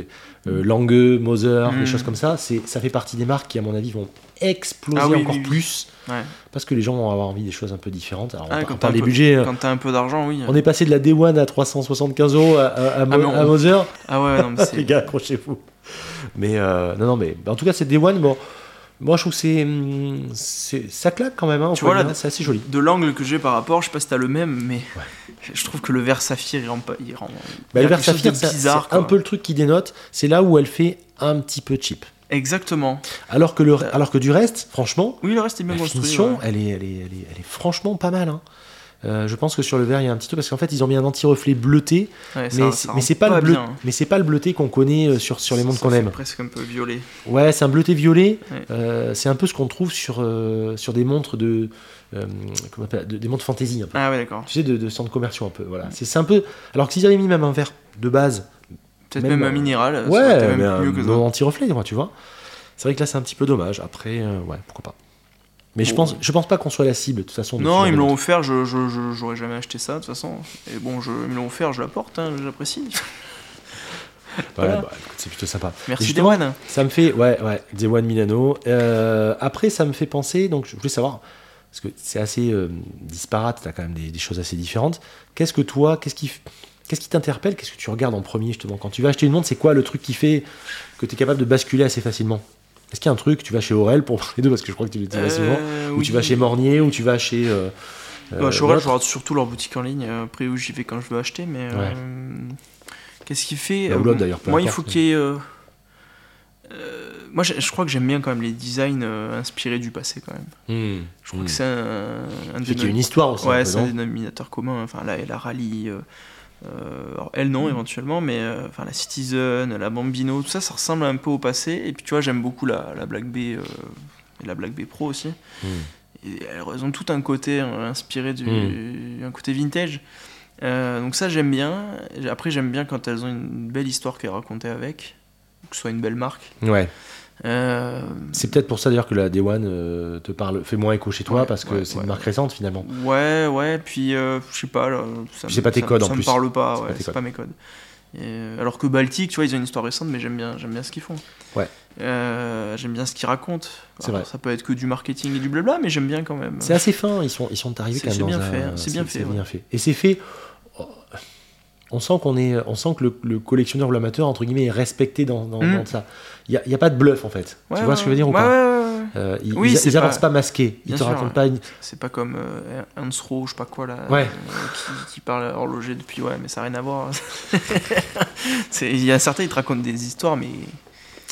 euh, Lange, Moser, Mm. les choses comme ça, c'est, ça fait partie des marques qui, à mon avis, vont exploser Ah oui, encore oui, oui. plus Ouais. parce que les gens vont avoir envie des choses un peu différentes. Alors, on Ah, par- quand on parle t'as des un peu- budgets, euh, quand t'as un peu d'argent, oui. on est passé de la Day One à 375 euros à, à, à Mo- mais on- à Moser. Ah ouais, non, mais c'est. Les gars, accrochez-vous. Mais euh, non, non, mais bah, en tout cas, c'est Day One. Bon, moi je trouve que c'est, hum, c'est- ça claque quand même, hein, on Tu voit vois, là, bien, c'est assez joli. De l'angle que j'ai par rapport, je sais pas si t'as le même, mais je trouve que le vert saphir, il rend pas. Il rend... Bah, il y le a vert quelque chose saphir, de ça- c'est bizarre, un quoi. peu le truc qui dénote, c'est là où elle fait un petit peu cheap. Exactement. Alors que, le, alors que du reste, franchement, Oui, le reste est bien La construit. finition, ouais. elle, est, elle, est, elle, est, elle est franchement pas mal. hein. Euh, je pense que sur le verre, il y a un petit truc parce qu'en fait, ils ont mis un anti-reflet bleuté, Ouais, ça- mais, ça c'est- rend mais c'est pas, le bleu, bien. mais c'est pas le bleuté qu'on connaît euh, sur, sur les montres Ça qu'on fait aime. presque un peu violet. Ouais, c'est un bleuté violet. Ouais. euh, c'est un peu ce qu'on trouve sur, euh, sur des montres de, euh, comment on appelle- de- des montres fantasy un peu. Ah ouais, d'accord. Tu sais, de, de centres commerciaux un peu. Voilà. C'est c'est un peu. Alors que s'ils avaient mis même un verre de base, Peut-être Même, même, euh, un minéral. ça aurait été ouais, même mais euh, mieux un que ça. bon anti-reflet, moi, tu vois. C'est vrai que là, c'est un petit peu dommage. Après, euh, ouais, pourquoi pas. Mais je Bon. pense, je pense pas qu'on soit la cible de toute façon. de ce Non, genre ils de me l'ont montre. offert, je, je- je- j'aurais jamais acheté ça de toute façon. Et bon, je, ils me l'ont offert, je la porte, hein, j'apprécie. Ouais, Voilà. bah, écoute, c'est plutôt sympa. Et Merci justement, Dewan. Ça me fait, ouais, ouais, Day One Milano. Euh, après, ça me fait penser, donc je voulais savoir, parce que c'est assez euh, disparate, t'as quand même des, des choses assez différentes. Qu'est-ce que toi, qu'est-ce qui, qu'est-ce qui t'interpelle, qu'est-ce que tu regardes en premier justement quand tu vas acheter une montre C'est quoi le truc qui fait que t'es capable de basculer assez facilement Est-ce qu'il y a un truc Tu vas chez Aurel pour parler d'eux parce que je crois que tu les dis assez souvent. Ou tu vas chez Mornier, ou tu vas chez. euh, euh, Euh, Bah, chez Aurel, l'autre. je regarde surtout leur boutique en ligne, euh, après où j'y vais quand je veux acheter, mais. euh, Ouais. Qu'est-ce qu'il fait Bah, ou Euh, l'autre, d'ailleurs, peu Moi, il importe, faut mais- qu'il y ait. euh, euh, moi, je, je crois que j'aime bien quand même les designs euh, inspirés du passé quand même. Hmm. Je crois Hmm. que c'est un, un Fait qu'il y a nos- une histoire aussi. un Ouais, peu, c'est un non dénominateur commun. hein. Enfin, la, la rallye, euh, euh, alors, elle Mm. non éventuellement, mais euh, enfin la Citizen, la Bambino, tout ça, ça ressemble un peu au passé. Et puis tu vois, j'aime beaucoup la, la Black Bay euh, et la Black Bay Pro aussi. Hmm. Et elles ont tout un côté euh, inspiré du Mm. un côté vintage. Euh, donc ça j'aime bien. Après j'aime bien quand elles ont une belle histoire qui est racontée avec, que ce soit une belle marque. Ouais. Euh, C'est peut-être pour ça d'ailleurs que la Day One euh, te parle, fait moins écho chez toi Ouais, parce que ouais, c'est ouais. une marque récente finalement. Ouais, ouais, puis euh, je sais pas. là, Puis ça me- c'est pas tes ça- codes, en ça plus. me parle pas, C'est pas ouais, tes c'est codes. pas, mes codes. Et, euh, alors que Baltic, tu vois, ils ont une histoire récente, mais j'aime bien, j'aime bien ce qu'ils font. Ouais. Euh, j'aime bien ce qu'ils racontent. C'est Alors, vrai. Ça peut être que du marketing et du blabla, mais j'aime bien quand même. C'est assez fin, ils sont, ils sont arrivés C'est- quand même c'est dans bien un- fait, hein, c'est bien fait, ouais. bien fait. Et c'est fait. oh, On sent qu'on est, on sent que le, le collectionneur ou l'amateur entre guillemets est respecté dans, dans, Mm. dans ça. Il y a, il y a pas de bluff en fait. Ouais, tu vois ouais, ce que je veux dire ou ouais, pas ouais, ouais, ouais. Euh, Ils, Oui, ils- c'est ils avancent pas- pas masqués. Ils Bien te sûr, racontent ouais. pas une. C'est pas comme euh, Hansro, je sais pas quoi, là, Ouais. euh, qui, qui parle à horloger depuis, ouais, mais ça n'a rien à voir. hein. C'est- Il y a certains, ils te racontent des histoires, mais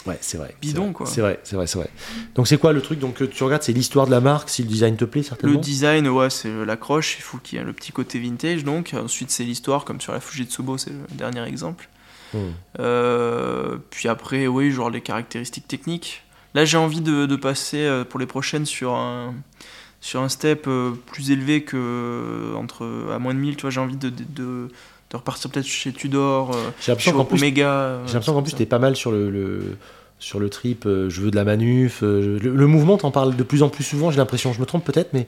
Ouais, c'est vrai. Bidon, c'est vrai, quoi. C'est vrai, c'est vrai, c'est vrai. Donc c'est quoi le truc donc que tu regardes, c'est l'histoire de la marque, si le design te plaît certainement. Le design, ouais, c'est euh, l'accroche, il faut qu'il y ait le petit côté vintage, donc ensuite c'est l'histoire, comme sur la Fujitsubo, c'est le dernier exemple. Hmm. Euh, puis après, oui, genre les caractéristiques techniques. Là, j'ai envie de, de passer euh, pour les prochaines sur un, sur un step euh, plus élevé que euh, entre à moins de 1000, tu vois, j'ai envie de, de, de- de repartir peut-être chez Tudor, euh, J'ai chez l'impression qu'en plus Omega. euh, J'ai l'impression qu'en plus, ça. t'es pas mal sur le, le- sur le trip euh, je veux de la manuf. euh, le, le mouvement, t'en parles de plus en plus souvent, j'ai l'impression. Je me trompe peut-être, mais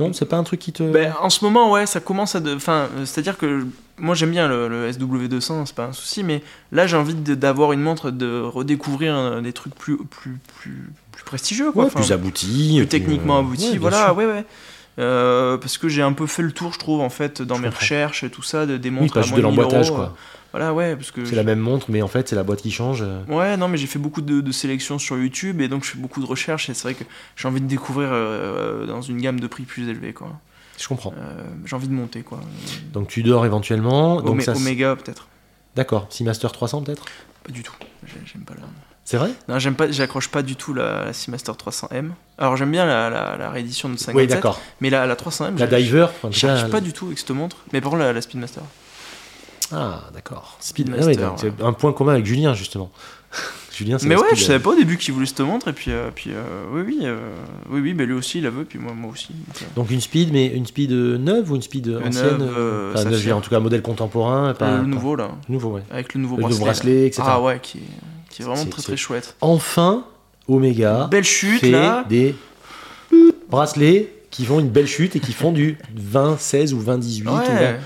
non, c'est pas un truc qui te. Ben, en ce moment, ouais, ça commence à. de- Enfin, euh, c'est-à-dire que moi j'aime bien le, le SW200, c'est pas un souci, mais là j'ai envie de- d'avoir une montre, de redécouvrir euh, des trucs plus, plus, plus, plus prestigieux, quoi. ouais, Enfin, plus abouti. plus puis, techniquement euh, abouti, ouais, bien voilà, sûr. ouais, ouais. Euh, parce que j'ai un peu fait le tour, je trouve, en fait, dans Je mes comprends. recherches et tout ça, de, des Oui, montres pas à juste moins de de 1000 l'emboîtage, euros, quoi. euh, Voilà, ouais, parce que. C'est la même montre, mais en fait, c'est la boîte qui change. euh. Ouais, non, mais j'ai fait beaucoup de, de sélections sur YouTube et donc je fais beaucoup de recherches et c'est vrai que j'ai envie de découvrir euh, dans une gamme de prix plus élevée, quoi. Je comprends. Euh, j'ai envie de monter, quoi. Donc, tu dors éventuellement. donc Omé- ça, c'est- Oméga peut-être. D'accord, Seamaster 300 peut-être Pas du tout. J'ai- J'aime pas la. C'est vrai Non, j'aime pas. J'accroche pas du tout la, la Seamaster 300M. Alors j'aime bien la, la, la réédition de 57. Oui, d'accord. Mais la, la 300M. La je- Diver, enfin, en tout Je cas, cherche pas du tout avec cette montre. Mais par contre la, la Speedmaster. Ah, d'accord. Speedmaster, Ah oui, donc, ouais. c'est euh, un point commun avec Julien, justement. Julien, ça Mais ouais, l'inspire. je savais pas au début qu'il voulait cette montre, et puis, euh, puis euh, oui, oui, euh, oui, oui, mais lui aussi il la veut, puis moi, moi aussi. donc, euh, Donc une speed, mais une speed euh, neuve ou une speed euh, Une ancienne neuve, euh, Enfin, ça neuve, je veux dire, fait- en tout cas, modèle contemporain. Pas, le pas- nouveau là, Nouveau, ouais. avec le nouveau Le nouveau bracelet. bracelet, etc. Ah ouais, qui est, qui est vraiment C'est- très c'est- très chouette. Enfin, Omega Belle chute fait là. des bracelets qui font une belle chute et qui font du 20, 16 ou 20, 18. ou 20. Ouais,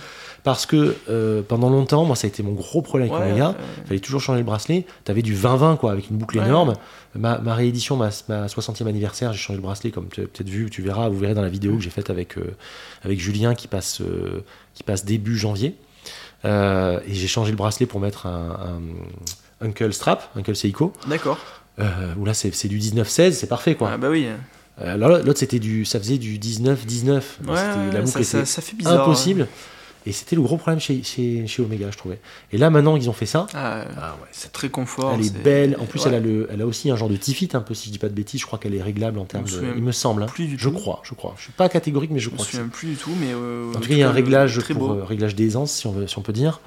Parce que euh, pendant longtemps, moi, ça a été mon gros problème avec ouais, Omega. euh, fallait toujours changer le bracelet. T'avais du 20-20 quoi, avec une boucle Ouais. énorme. Ma, ma réédition, ma, ma 60e anniversaire, j'ai changé le bracelet, comme tu as peut-être vu, tu verras, vous verrez dans la vidéo que j'ai faite avec, euh, avec Julien qui passe, euh, qui passe début janvier. Euh, et j'ai changé le bracelet pour mettre un, un Uncle Strap, Uncle Seiko, D'accord. euh, où là c'est c'est du 19-16, c'est parfait quoi. Ah bah oui. Euh, alors là, l'autre c'était du, ça faisait du 19-19. C'était- la Ouais, ouais, boucle ça, était ça- ça fait bizarre. hein. impossible. Et c'était le gros problème chez, chez, chez Omega, je trouvais. Et là maintenant qu'ils ont fait ça, hein. Ah, euh, ah ouais, c'est très confort. elle est c'est- belle. En plus, ouais. elle, a le, elle a aussi un genre de tifit un peu, si je dis pas de bêtises. Je crois qu'elle est réglable en termes de. souviens Il me semble. hein. plus du Je tout. crois, je crois. Je suis pas catégorique, mais je Je me crois. que c'est- souviens plus du tout, mais. euh, En tout cas, il y a un le- réglage très pour beau. euh, réglage d'aisance, si on, veut, si on peut dire.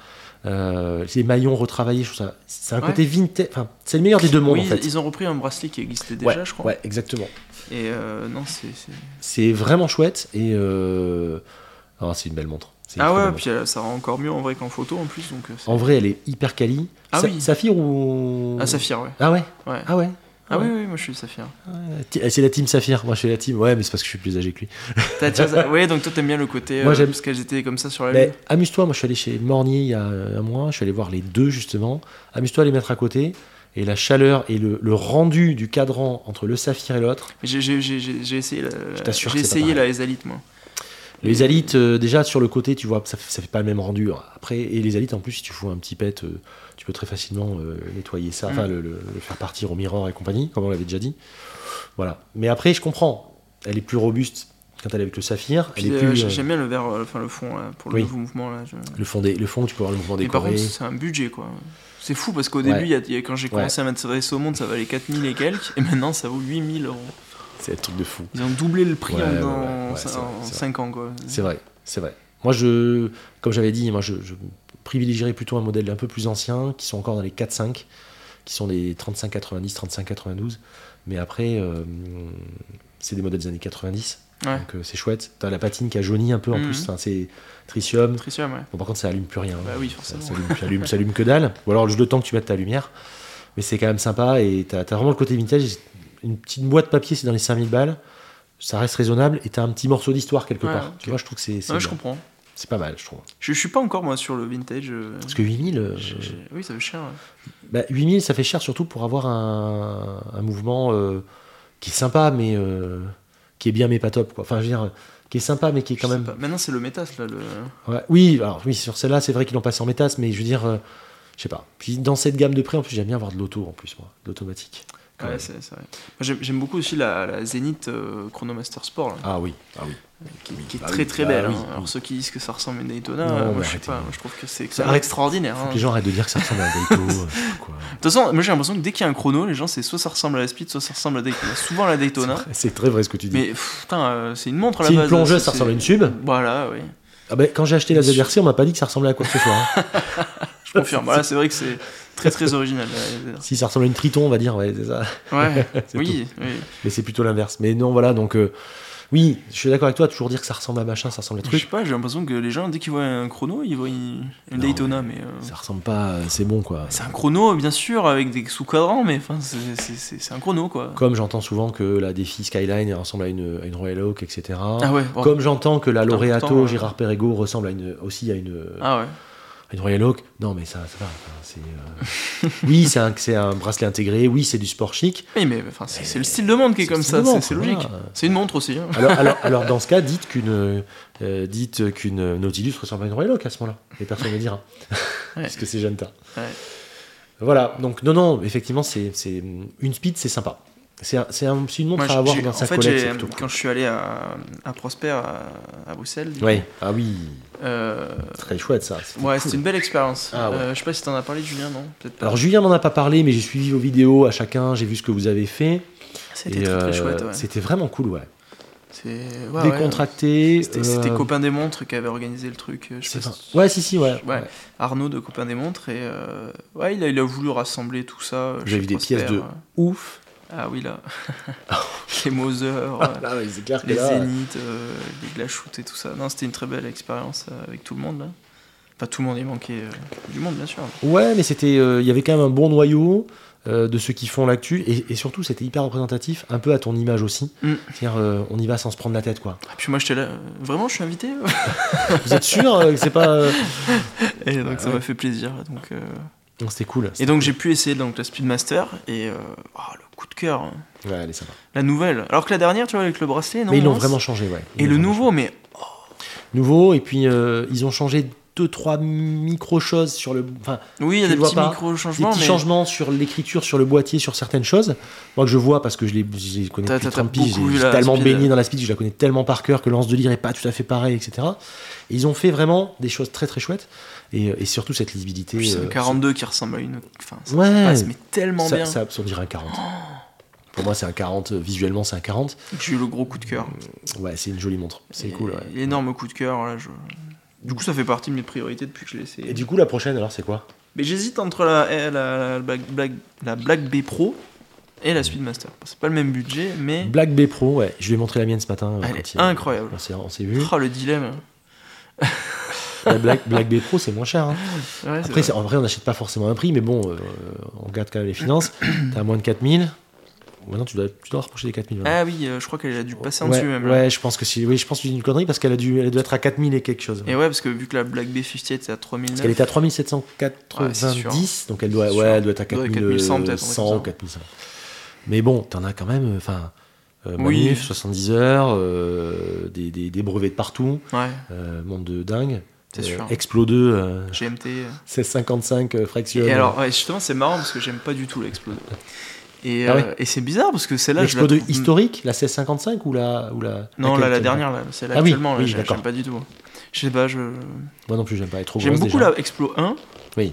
Euh, les maillons retravaillés, je trouve ça. C'est un Ouais. côté vintage. Enfin, c'est le meilleur des deux mondes, Oui, en fait. ils ont repris un bracelet qui existait Ouais, déjà, je crois. ouais, exactement. Et euh, non, c'est. c'est- C'est vraiment chouette et euh, ah, c'est une belle montre. C'est une Ah très ouais, belle puis euh, ça rend encore mieux en vrai qu'en photo en plus. Donc, euh, c'est- montre. En vrai, elle est hyper quali. Ah Sa- oui. Saphir ou Ah, Saphir, ouais. Ah ouais. ouais. Ah ouais. Ah oui, oui, moi je suis Saphir. Ouais, ti- C'est la team Saphir. Moi, je suis la team. Ouais, mais c'est parce que je suis plus âgé que lui. T'as- t'as- ouais, donc toi t'aimes bien le côté. Moi, Moi j'aime- j'aime. Parce qu'elles étaient comme ça sur la Mais lune. amuse-toi, moi je suis allé chez Mornier il y a euh, un mois, je suis allé voir les deux justement. Amuse-toi à les mettre à côté. Et la chaleur et le, le rendu du cadran entre le saphir et l'autre. J'ai- J'ai j'ai- j'ai- j'ai essayé la. t'assure J'ai que c'est pas essayé pareil. la Ezalite, moi. Les alites, euh, déjà sur le côté, tu vois, ça, f- ça fait pas le même rendu. Après, et les alites, en plus, si tu fous un petit pet, euh, tu peux très facilement euh, nettoyer ça, enfin Mm. le, le- le faire partir au miroir et compagnie, comme on l'avait déjà dit. Voilà. Mais après, je comprends. Elle est plus robuste quand elle est avec le saphir. Puis elle est euh, plus. j'ai- euh, j'aime bien le vert, euh, enfin le fond là, pour le oui. nouveau mouvement là. je- le, fond des, le fond, tu peux avoir le mouvement Mais par décoré. contre, c'est un budget quoi. C'est fou parce qu'au Ouais. début, il y a- il y a- quand j'ai commencé à m'intéresser au monde, ça valait 4000 et quelques, et maintenant ça vaut 8000 euros. C'est un truc de fou. Ils ont doublé le prix Ouais, en, ouais, ouais, en- ouais, c'est vrai, en c'est 5 ans quoi. C'est vrai, c'est vrai. Moi, je, comme j'avais dit, moi, je, je privilégierais plutôt un modèle un peu plus ancien, qui sont encore dans les 4-5, qui sont les 35-90, 35-92. Mais après, euh, c'est des modèles des années 90, Ouais. donc euh, c'est chouette. T'as la patine qui a jauni un peu en Mhm. plus, enfin, c'est tritium. Tritium, ouais. Bon, par contre, ça allume plus rien. Bah oui, ça, forcément. ça allume, ça allume- ça allume que dalle. Ou alors, le temps que tu mettes ta lumière. Mais c'est quand même sympa et t'as as vraiment le côté vintage. Une petite boîte papier, c'est dans les 5000 balles. Ça reste raisonnable et t'as un petit morceau d'histoire quelque Ouais, part. ok. Tu vois, je trouve que c'est c'est Ouais, je bien. comprends. C'est pas mal, je trouve. Je, je suis pas encore moi sur le vintage. euh, Parce que 8000, euh, j'ai- j'ai- Oui, ça fait cher. ouais. bah, 8000, ça fait cher surtout pour avoir un, un mouvement euh, qui est sympa, mais euh, qui est bien, mais pas top. Quoi. Enfin, je veux dire, qui est sympa, mais qui est Je quand sais même. pas. Maintenant, c'est le métas là. Le... Ouais. Oui, alors oui, sur celle-là, c'est vrai qu'ils l'ont passé en métasse, mais je veux dire, euh, je sais pas. Puis dans cette gamme de prix, en plus, j'aime bien avoir de l'auto, en plus, moi, de l'automatique. quand Ouais, même. c'est c'est vrai. Moi, J'aime j'aime beaucoup aussi la, la Zenith euh, Chronomaster Sport là, Ah oui, ah oui. qui, oui, qui est bah très oui, très bah belle. oui, hein. oui. Alors ceux qui disent que ça ressemble à une Daytona, Non, euh, moi, bah, je sais arrêtez. pas, moi, je trouve que c'est que Ça ça arrête- extraordinaire. hein. Les gens arrêtent de dire que ça ressemble à un Daito. euh, quoi. De toute façon, moi j'ai l'impression que dès qu'il y a un chrono, les gens c'est soit ça ressemble à la Speed, soit ça ressemble à la Daytona. Souvent la Daytona. C'est très- C'est très vrai ce que tu dis. Mais pff, putain, euh, c'est une montre à la si une base. plongeuse, c'est- ça ressemble à une c'est- sub. Voilà, oui. Ah ben, quand j'ai acheté la ZRC, on m'a pas dit que ça ressemblait à quoi que ce soit. hein. Je confirme. Voilà, c'est vrai que c'est très très original. la- si ça ressemble à une triton, on va dire, ouais, c'est ça. la- Ouais, C'est oui, oui. Mais c'est plutôt l'inverse. Mais non, voilà, donc euh, oui, je suis d'accord avec toi, toujours dire que ça ressemble à machin, ça ressemble à Je truc. sais pas, j'ai l'impression que les gens, dès qu'ils voient un chrono, ils voient une, une Non, Daytona, mais. euh, Ça ressemble pas, euh, c'est bon quoi. C'est un chrono, bien sûr, avec des sous-cadrans, mais enfin, c'est- c'est c'est- c'est un chrono, quoi. Comme j'entends souvent que la défi Skyline elle ressemble à une, à une Royal Oak, etc. Ah ouais, bon. Comme j'entends que la Laureato pourtant, euh, Gérard Perregaux ressemble à une, aussi à une, Ah ouais. à une Royal Oak, non mais ça, ça va. enfin, c'est, euh, oui, c'est un, c'est un bracelet intégré, oui, c'est du sport chic. Oui, mais enfin, c'est c'est le style de monde qui est c'est comme le style ça, de c'est montre, c'est logique. voilà. C'est une montre aussi. hein. Alors, alors, alors dans ce cas, dites qu'une euh, dites qu'une Nautilus ressemble à une Royal Oak à ce moment-là. Et personne ne le dira. Ouais. Puisque c'est Janta. Ouais. Voilà, donc non, non, effectivement, c'est c'est- une speed, c'est sympa. C'est un- c'est un- c'est une montre Moi, à avoir j'ai- dans sa en fait, collecte. j'ai- c'est plutôt quand je suis allé à, à Prosper, à, à Bruxelles, du cool. coup, Ouais. Ah oui, euh, très chouette ça. c'était ouais, cool. c'était une belle expérience. Ah ouais. Euh, je sais pas si t'en as parlé, Julien, non Peut-être pas. Alors Julien m'en a pas parlé, mais j'ai suivi vos vidéos à chacun, j'ai vu ce que vous avez fait. C'était Et, très, euh, très chouette, ouais. C'était vraiment cool, ouais. C'est- ouais, ouais. décontracté. C'était c'était euh, Copain des Montres qui avait organisé le truc. euh, Je sais c'est pas ça. si- Ouais, si, si, ouais. Ouais. Arnaud de Copain des Montres et euh, ouais, il a, il a voulu rassembler tout ça. euh, J'ai chez vu des Prosper, pièces de euh. Ouf. Ah oui, là. les Moser, euh, Là, Ah ouais, c'est clair que les là, Zénith, euh, les Glashoots et tout ça. Non, c'était une très belle expérience euh, avec tout le monde là. Enfin, tout le monde, il manquait euh, du monde, bien sûr. Ouais, mais c'était, euh, il y avait quand même un bon noyau euh, de ceux qui font l'actu, et, et surtout c'était hyper représentatif, un peu à ton image aussi. Mm. C'est-à-dire, euh, on y va sans se prendre la tête, quoi. Ah, puis moi, j'étais là. euh, Vraiment, je suis invité. Vous êtes sûr euh, que c'est pas euh, et donc, ça ouais. m'a fait plaisir. Donc, euh, Non, c'était cool. Et donc, j'ai pu essayer donc la Speedmaster et euh, oh, le coup de cœur. hein. Ouais, elle est sympa. La nouvelle. Alors que la dernière, tu vois, avec le bracelet, non mais ils l'ont mince. vraiment changé, ouais. Ils Et l'ont le vraiment nouveau, mais changé. Nouveau, et puis euh, ils ont changé deux trois micro choses sur le, enfin, oui, il y Tu a des le vois petits pas. micro des changements, petits mais changements sur l'écriture, sur le boîtier, sur certaines choses. Moi que je vois parce que je les, je les connais T'as- depuis t'as- t'as 30 piges, beaucoup j'ai- vu j'ai la tellement speed. baigné dans la speed, je la connais tellement par cœur que l'anse de lire est pas tout à fait pareil, etc. Et ils ont fait vraiment des choses très très chouettes et, euh, et surtout cette lisibilité. Puis c'est euh, un 42 qui ressemble à une autre. Enfin, ça Ouais. passe, mais tellement ça, bien. ça, on dirait un 40. Pour moi, c'est un 40. euh, Visuellement, c'est un 40. J'ai eu le gros coup de cœur. Ouais, c'est une jolie montre. C'est Et- cool. ouais. L'énorme coup de cœur, là. Je... Du coup, ça fait partie de mes priorités depuis que je l'ai essayé. Et du coup, la prochaine, alors, c'est quoi Mais j'hésite entre la, eh, la, la Black, Black- la Black B Pro et la Speedmaster. C'est pas le même budget, mais Black B Pro, ouais. Je lui ai montré la mienne ce matin. euh, elle quand est il- incroyable. On s'est, on s'est vu. Oh, le dilemme. La Black, Black B Pro, c'est moins cher. hein. Ouais, c'est Après, vrai. c'est- en vrai, on n'achète pas forcément un prix, mais bon, euh, on regarde quand même les finances. T'as moins de 4000. Maintenant, tu dois, tu dois rapprocher des 4000. maintenant. Ah oui, euh, je crois qu'elle a dû passer en ouais, dessus même. là. ouais, je pense que si, oui, je pense que c'est une connerie parce qu'elle a dû, elle doit être à 4000 et quelque chose. Et ouais, parce que vu que la Black B50 était à 3009. Parce qu'elle était à Ouais, c'est sûr. 3790, donc elle doit, C'est ouais, sûr. elle doit être à Elle doit être 4100 4100, peut-être, un ou truc comme 4100. Mais bon, t'en as quand même, enfin, euh, Oui. manif, 70 heures, euh, des, des- des brevets de partout, Ouais, euh, monde de dingue. c'est sûr. Explo 2, euh, GMT. euh. 1655 euh, fractionne. Et alors, ouais, justement, c'est marrant parce que j'aime pas du tout l'Explode. Et, Ah euh, ouais. et c'est bizarre parce que celle-là, je la L'explo 2 trouve- historique, la 1655 ou la. Ou la Non, laquelle, là, la t'aimes dernière, là, celle Ah oui, actuellement, là, oui, j'ai- d'accord. j'aime pas du tout. Je sais pas, je... pas Moi non plus, j'aime pas. Elle est trop j'aime grosse beaucoup déjà. la Explo 1. Oui.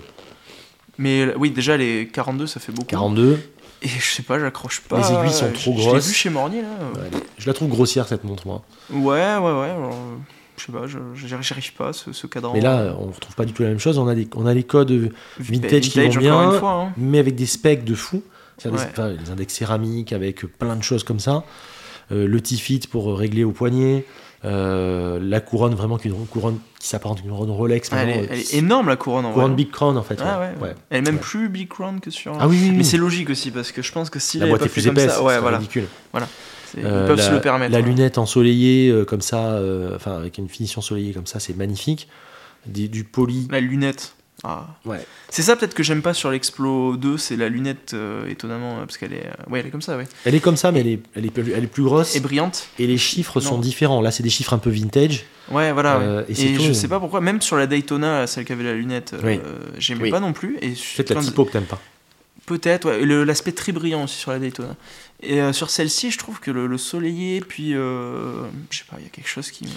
Mais euh, oui, déjà, les 42, ça fait beaucoup. 42. Et je sais pas, j'accroche pas. Les aiguilles sont Je- trop Je grosses. l'ai vu chez Mornier, là. Ouais, elle est- Je la trouve grossière cette montre, moi. Ouais, ouais, ouais. alors, euh, je sais pas, je- j'arrive j'arrive pas, ce, ce cadran. Mais là, euh, on retrouve pas du tout la même chose. On a, des, on a les codes, vintage qui vont encore bien. une fois, hein. mais avec des specs de fou. C'est-à-dire Ouais. des- enfin, les index céramiques avec plein de choses comme ça. Euh, le T-fit pour régler au poignet. Euh, la couronne, vraiment, qu'une couronne qui s'apparente à une couronne Rolex. Elle, maintenant, est, elle euh, est énorme, la couronne, en vrai. Couronne Big Crown, en fait. Ah ouais. ouais, ouais. Ouais. Elle est même plus Big Crown que sur. Ah oui, oui, oui. Mais c'est logique aussi parce que je pense que s'il la avait boîte pas est fait plus comme épaisse. ça, ouais, c'est voilà, ridicule. C'est- ils Euh, peuvent la, se le permettre. la ouais. lunette ensoleillée euh, comme ça, euh, enfin avec une finition ensoleillée comme ça, c'est magnifique. Des- du poli. La lunette. Ah. Ouais. C'est ça peut-être que j'aime pas sur l'Explo 2, c'est la lunette euh, étonnamment euh, parce qu'elle est, euh, ouais, elle est comme ça, ouais, Elle est comme ça, mais elle est, elle est, plus- elle est plus grosse. et Et, brillante. les chiffres sont Non. différents. Là, c'est des chiffres un peu vintage. Ouais, voilà. ouais. Euh, et et c'est tout, je euh. sais pas pourquoi, même sur la Daytona, celle qui avait la lunette, euh, Oui. j'aimais Oui. pas non plus. Et sur Peut-être la plein de- typo que t'aimes pas. Peut-être, ouais, et le- l'aspect très brillant aussi sur la Daytona. Et euh, sur celle-ci, je trouve que le, le soleillé, puis euh, je sais pas, il y a quelque chose qui. me-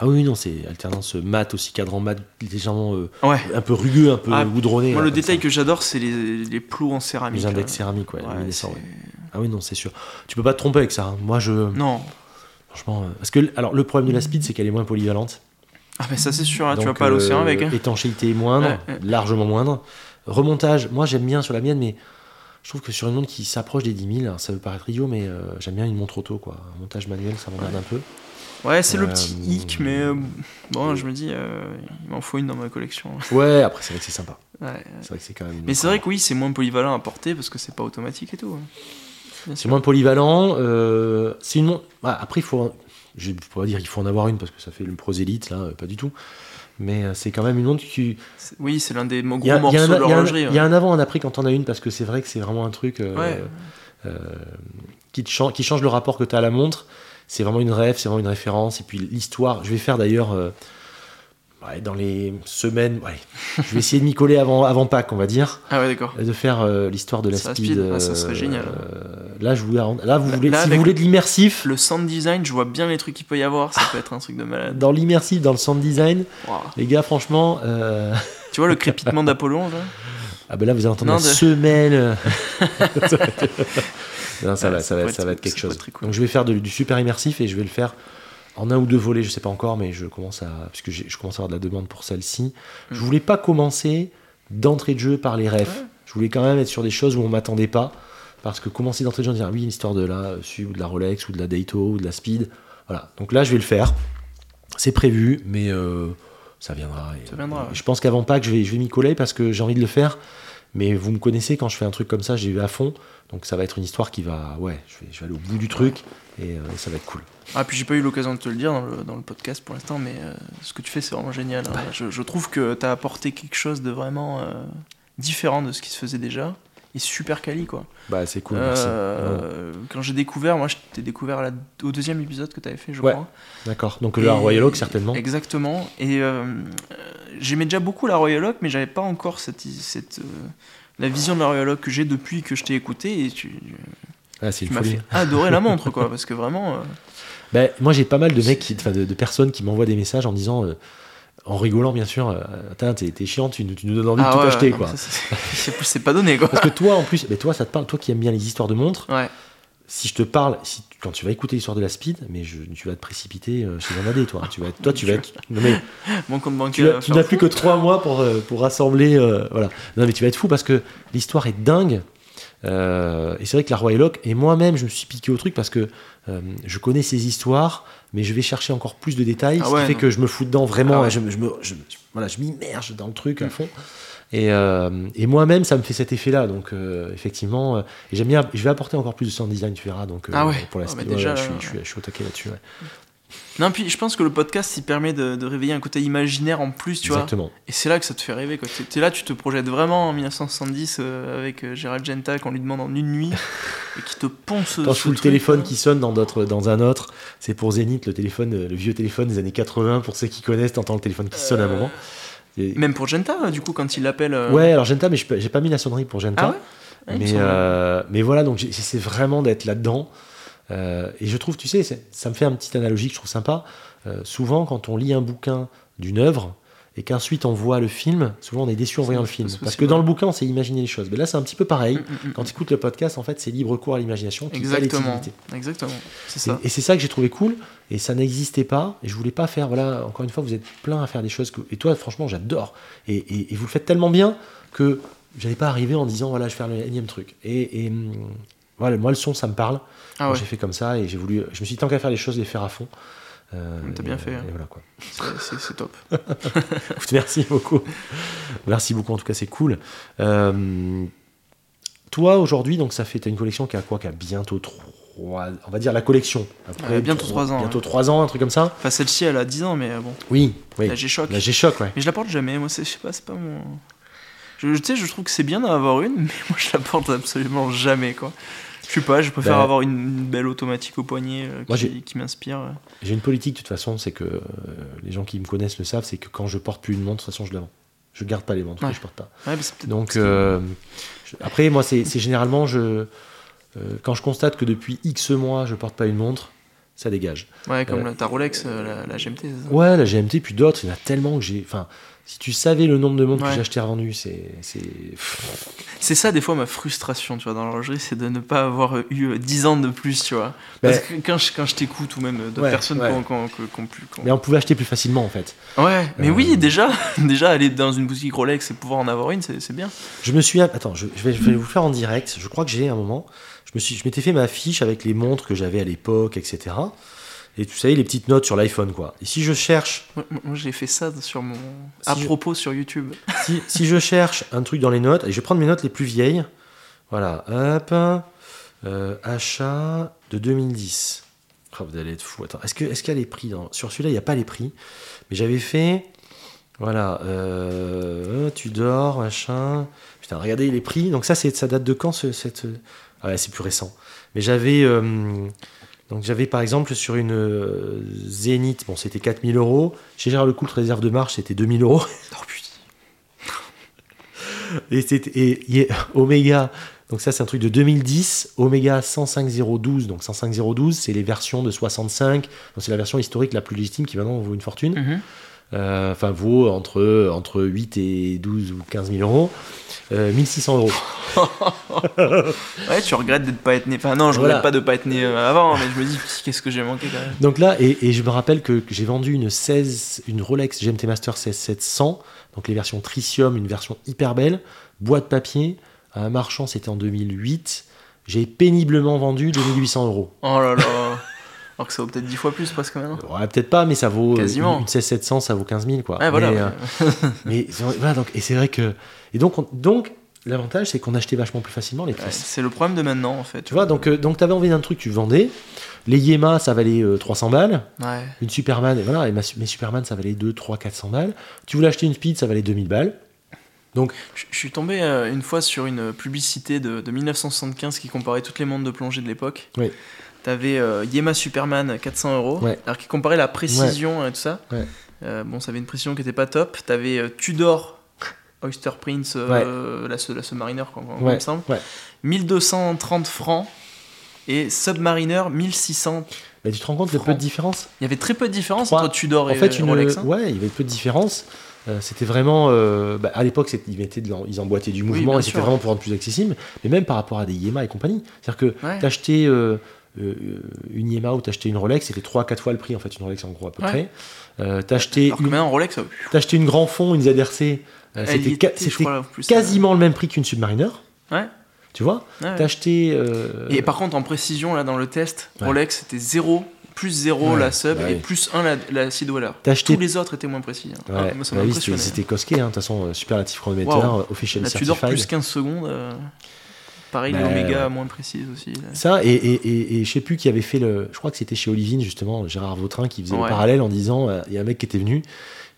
Ah oui, non, c'est alternance mat aussi, cadran mat légèrement euh, Ouais. un peu rugueux, un peu Ah, goudronné. Moi, là, le comme détail ça. que j'adore, c'est les, les plots en céramique. Les là. index céramiques, ouais, Ouais, luminescents, c'est- ouais. Ah oui, non, c'est sûr. Tu peux pas te tromper avec ça. hein. Moi, je. Non. Franchement. euh, Parce que, alors, le problème de la speed, c'est qu'elle est moins polyvalente. Ah, mais ça, c'est sûr, hein, tu vas Donc, pas à l'océan euh, avec. hein. Étanchéité moindre, Ouais, ouais. largement moindre. Remontage, moi j'aime bien sur la mienne, mais je trouve que sur une montre qui s'approche des 10 000, ça peut paraître idiot, mais euh, j'aime bien une montre auto, quoi. Un montage manuel, ça m'emmerde un peu. Ouais, c'est euh, le petit hic, mais euh, bon, je me dis, euh, il m'en faut une dans ma collection. Ouais, après c'est vrai que c'est sympa. Ouais, ouais. C'est vrai que c'est quand même. Mais c'est vrai que oui, c'est moins polyvalent à porter parce que c'est pas automatique et tout. hein. Bien C'est sûr. moins polyvalent. euh, c'est une montre. ah, après, il faut. en- Je ne pourrais pas dire qu'il faut en avoir une parce que ça fait le prosélyte, là, euh, pas du tout. Mais euh, c'est quand même une montre qui. C'est- Oui, c'est l'un des mo- Il y, a- gros il y a morceaux un- de il y a un- l'horlogerie. il ouais. y a un avant, un après quand on a une parce que c'est vrai que c'est vraiment un truc. euh, Ouais. euh, qui, te chan- qui change le rapport que tu as à la montre. C'est vraiment une rêve, c'est vraiment une référence. Et puis l'histoire, je vais faire d'ailleurs euh, ouais, dans les semaines, ouais, je vais essayer de m'y coller avant, avant Pâques, on va dire, Ah ouais, d'accord. de faire euh, l'histoire de la Ça, speed. speed, ah, ça serait génial. euh, là, je vous garan- là, vous Là, voulez, là, si vous avec- voulez de l'immersif, Le sound design, je vois bien les trucs qu'il peut y avoir, ça peut être un truc de malade. dans l'immersif, dans le sound design, Ouah. les gars, franchement, euh, Tu vois le crépitement d'Apollon là ah ben là, vous allez entendre Non, la de- semelle. Non, ça, Ouais, va, ça ça, va, pourrait ça être- va être ça quelque pourrait chose. être Ah, très cool. Donc je vais faire de- du super immersif et je vais le faire en un ou deux volets, je sais pas encore, mais je commence à parce que j'ai- je commence à avoir de la demande pour celle-ci. Je Mm. voulais pas commencer d'entrée de jeu par les refs. Ouais. Je voulais quand même être sur des choses où on m'attendait pas, parce que commencer d'entrée de jeu, en disant oui une histoire de la euh, sub ou de la Rolex ou de la Daito ou de la Speed, voilà. Donc là je vais le faire. C'est prévu, mais euh, ça viendra. Et, Ça viendra, et ouais. Je pense qu'avant Pâques, je vais, je vais m'y coller parce que j'ai envie de le faire. Mais vous me connaissez, quand je fais un truc comme ça, j'y vais à fond. Donc ça va être une histoire qui va. Ouais, je vais, je vais aller au bout du truc et euh, ça va être cool. Ah, puis j'ai pas eu l'occasion de te le dire dans le, dans le podcast pour l'instant, mais euh, ce que tu fais, c'est vraiment génial. hein. Je, je trouve que t'as apporté quelque chose de vraiment euh, différent de ce qui se faisait déjà. Et super quali, quoi. Bah, c'est cool, merci. Euh, Quand j'ai découvert, moi, je t'ai découvert là, au deuxième épisode que t'avais fait, je Ouais. crois. D'accord. Donc Et- le Royal Oak, certainement. Exactement. Et euh, euh, j'aimais déjà beaucoup la Royal Oak, mais j'avais pas encore cette, cette, euh, la vision de la Royal Oak que j'ai depuis que je t'ai écouté. Et tu, Ah, c'est tu une m'as folie. fait adorer la montre, quoi. Parce que vraiment, euh, Bah, moi, j'ai pas mal de mecs, qui- enfin de, de personnes qui m'envoient des messages en disant. euh, en rigolant, bien sûr, euh, Tain, t'es t'es chiant, tu, nous- tu nous donnes envie ah de tout ouais, acheter. non, quoi. mais ça, c'est- c'est c'est pas donné, quoi. Parce que toi, en plus, mais toi, ça te parle, toi qui aimes bien les histoires de montres, Ouais. si je te parle, si tu- quand tu vas écouter l'histoire de la Speed, mais je, tu vas te précipiter euh, chez un AD, toi. Tu vas, être- toi, tu vas être. Non, mais Mon compte bancaire. euh, tu, as- va tu faire n'as plus fou. que trois mois pour, euh, pour rassembler. euh, voilà. Non, mais tu vas être fou parce que l'histoire est dingue. Euh, et c'est vrai que la Royal Oak, et moi-même, je me suis piqué au truc parce que euh, je connais ces histoires, mais je vais chercher encore plus de détails, Ah ce qui ouais, fait non. que je me fous dedans vraiment, Ah ouais. Mm. et je, me- je me- je- je- voilà, je m'immerge dans le truc à fond. Et, euh, et moi-même, ça me fait cet effet-là, donc euh, effectivement, euh, et j'aime bien, je vais apporter encore plus de sound design, tu verras, donc euh, Ah ouais. pour la Ah, mais speed, déjà, ouais, je, là, suis, je suis- je suis au taquet là-dessus. ouais. Non, puis je pense que le podcast, il permet de, de réveiller un côté imaginaire en plus, tu vois. Exactement. Et c'est là que ça te fait rêver, quoi. T'es- T'es là, tu te projettes vraiment en 1970 euh, avec euh, Gérald Genta, qu'on lui demande en une nuit, et qui te ponce ce Quand je trouve le truc, téléphone là. qui sonne dans, d'autres- dans un autre, c'est pour Zénith, le téléphone, euh, le vieux téléphone des années 80, pour ceux qui connaissent, t'entends le téléphone qui sonne à un moment. Et- Même pour Genta, hein, du coup, quand il l'appelle. euh, Ouais, alors Genta, mais je peux- j'ai pas mis la sonnerie pour Genta. Ah ouais Ah, il me mais, semble. euh, mais voilà, donc j'ai- j'essaie vraiment d'être là-dedans. Euh, et je trouve, tu sais, c'est- ça me fait une petite analogie que je trouve sympa. Euh, souvent, quand on lit un bouquin d'une œuvre et qu'ensuite on voit le film, souvent on est déçu en C'est- voyant le c'est film. Parce possible, que dans ouais. le bouquin, on s'est imaginé les choses. Mais là, c'est un petit peu pareil. Mm, mm, mm. Quand tu écoutes le podcast, en fait, c'est libre cours à l'imagination. qui crée Exactement. l'exclusivité. Exactement. C'est Et- ça. Et c'est ça que j'ai trouvé cool. Et ça n'existait pas. Et je voulais pas faire. Voilà, encore une fois, vous êtes plein à faire des choses. Que, et toi, franchement, j'adore. Et, et- et vous le faites tellement bien que j'allais pas arriver en disant voilà, je vais faire le énième truc. Et, et, hum, voilà, moi, le son, ça me parle. Ah Donc, ouais, J'ai fait comme ça et j'ai voulu. Je me suis dit, tant qu'à faire les choses, les faire à fond. Euh, T'as et, bien fait, euh, hein. et voilà quoi. c'est- c'est c'est top. Écoute, merci beaucoup. Merci beaucoup. En tout cas, c'est cool. Euh, toi, aujourd'hui, donc ça fait. T'as une collection qui a quoi Qui a bientôt 3 On va dire la collection. Ouais, bientôt trois ans, hein. Bientôt ouais. 3 ans, un truc comme ça. Enfin, celle-ci, elle a 10 ans, mais euh, bon, Oui, oui. là, j'ai choc. La G-Shock, ouais. Mais je la porte jamais, moi, c'est- je sais pas, c'est pas mon. Je, je- tu sais, je trouve que c'est bien d'en avoir une, mais moi, je la porte absolument jamais, quoi. Je sais pas, je préfère Bah. avoir une, une belle automatique au poignet euh, Moi, j'ai- qui, qui m'inspire. euh. J'ai une politique, de toute façon, c'est que euh, les gens qui me connaissent le savent, c'est que quand je porte plus une montre, de toute façon, je la vends. Je garde pas les montres Ouais. que je porte pas. Ouais, mais c'est peut-être. Donc, c'est- euh, je- après, moi, c'est c'est généralement, je, euh, quand je constate que depuis X mois, je porte pas une montre, ça dégage. ouais, comme euh, la, ta Rolex, euh, la, la GMT, c'est ça Ouais, la GMT, puis d'autres, il y en a tellement que j'ai. Enfin, si tu savais le nombre de montres Ouais. que j'ai achetées et revendues, c'est. c'est- pff, C'est ça, des fois, ma frustration, tu vois, dans l'horlogerie, c'est de ne pas avoir eu euh, 10 ans de plus, tu vois. Ben- Parce que quand je, quand je t'écoute, ou même euh, d'autres Ouais, personnes ouais. qu'on- qu'on- que- qu'on plus. qu'on- Mais on pouvait acheter plus facilement, en fait. Ouais, mais Euh, oui, déjà, déjà aller dans une boutique Rolex et pouvoir en avoir une, c'est c'est bien. Je me suis. Attends, je, je vais, je vais vous le faire en direct. Je crois que j'ai un moment. Je me suis, je m'étais fait ma fiche avec les montres que j'avais à l'époque, etc. Et vous savez, les petites notes sur l'iPhone, quoi. Et si je cherche, Moi, moi, j'ai fait ça sur mon. Si à je- propos sur YouTube. si, si je cherche un truc dans les notes, et je vais prendre mes notes les plus vieilles. Voilà, hop. Euh, achat de 2010. Oh, vous allez être fou. Attends, est-ce que, est-ce qu'il y a les prix dans... Sur celui-là, il n'y a pas les prix. Mais j'avais fait. Voilà, euh, tu dors, machin. Putain, regardez les prix. Donc ça, c'est ça date de quand ce- cette Ah ouais, c'est plus récent. Mais j'avais euh, donc j'avais par exemple sur une euh, Zénith, bon c'était 4000 euros. Chez Gérard Lecoultre, réserve de marche, c'était 2000 euros. Oh putain. Et c'était et il y a Omega. Donc ça c'est un truc de 2010, Omega 105012. Donc 105012, c'est les versions de 65. Donc c'est la version historique la plus légitime qui maintenant vaut une fortune. euh, enfin vaut entre, entre 8 et 12 ou 15 000 euros, euh, 1600 euros. ouais, tu regrettes de ne pas être né. Enfin, non, je Voilà. regrette pas de pas être né euh, avant, mais je me dis, pff, qu'est-ce que j'ai manqué quand même. Donc là, et, et je me rappelle que, que j'ai vendu une 16, une Rolex GMT Master 16700, donc les versions Tritium, une version hyper belle, boîte papier, à un marchand, c'était en 2008. J'ai péniblement vendu 2800 euros. Oh là là. Alors que ça vaut peut-être 10 fois plus presque maintenant. Ouais, peut-être pas, mais ça vaut. euh, Quasiment. Une, une 16700, ça vaut 15 000, quoi. Ouais, voilà. Mais, ouais. euh, mais c'est- voilà, donc, et c'est vrai que. Et donc, on- donc l'avantage, c'est qu'on achetait vachement plus facilement les Ouais, pièces. c'est le problème de maintenant en fait. Tu vois, donc, euh, donc t'avais envie d'un truc, tu vendais. Les Yema, ça valait euh, 300 balles. Ouais. Une Superman, et voilà, et ma su- mes Superman, ça valait 2, 3, 400 balles. Tu voulais acheter une Speed, ça valait 2000 balles. Je je suis tombé euh, une fois sur une publicité de, de 1975 qui comparait toutes les montres de plongée de l'époque. Oui. T'avais euh, Yema Superman à 400 euros, Ouais. alors qui comparait la précision et tout ça. Ouais. Euh, bon, ça avait une précision qui était pas top. T'avais euh, Tudor Oyster Prince, euh, la, se- la Submariner, quoi, quoi, il me semble. ouais. 1230 francs et Submariner 1600. Mais Bah, tu te rends compte le peu Franc. de différence Il y avait très peu de différence Trois. entre Tudor En et fait, euh, une, Rolex. hein. ouais, il y avait peu de différence. Euh, c'était vraiment. euh, bah, à l'époque, c'était- ils, mettaient de l'en- ils emboîtaient du mouvement bien et c'était sûr. vraiment pour rendre plus accessible. Mais même par rapport à des Yema et compagnie. C'est-à-dire que Ouais. t'achetais euh, euh, une Yema ou t'achetais une Rolex, c'était 3-4 fois le prix, en fait, une Rolex en gros à peu Ouais. Bah, près. Euh, t'achetais Alors que une, maintenant, Rolex, euh, t'achetais une Grand Fond, une ZRC, euh, elle y c'était ca- était, je c'était crois, en plus, quasiment le même prix qu'une Submariner. Ouais. Tu vois euh, ouais. T'as acheté. euh, Et par contre, en précision, là, dans le test, Ouais. Rolex, c'était 0, plus 0 Ouais, la sub bah et oui. plus 1 la, la Sidwaller. T'as acheté. Tous les autres étaient moins précis. hein. Ouais, Ah, moi, ça bah m'a oui, c'était impressionné. c'était Cosquet, hein, de toute façon, euh, superlatif chronomètre, Waouh. official La Tudor, certified. plus 15 secondes. euh, Pareil, Bah, l'Omega, ouais. moins précise aussi. euh, là. Ça, et, et, et, et je sais plus qui avait fait le. Je crois que c'était chez Olivine, justement, Gérard Vautrin, qui faisait Ouais. le parallèle en disant euh, il y a un mec qui était venu,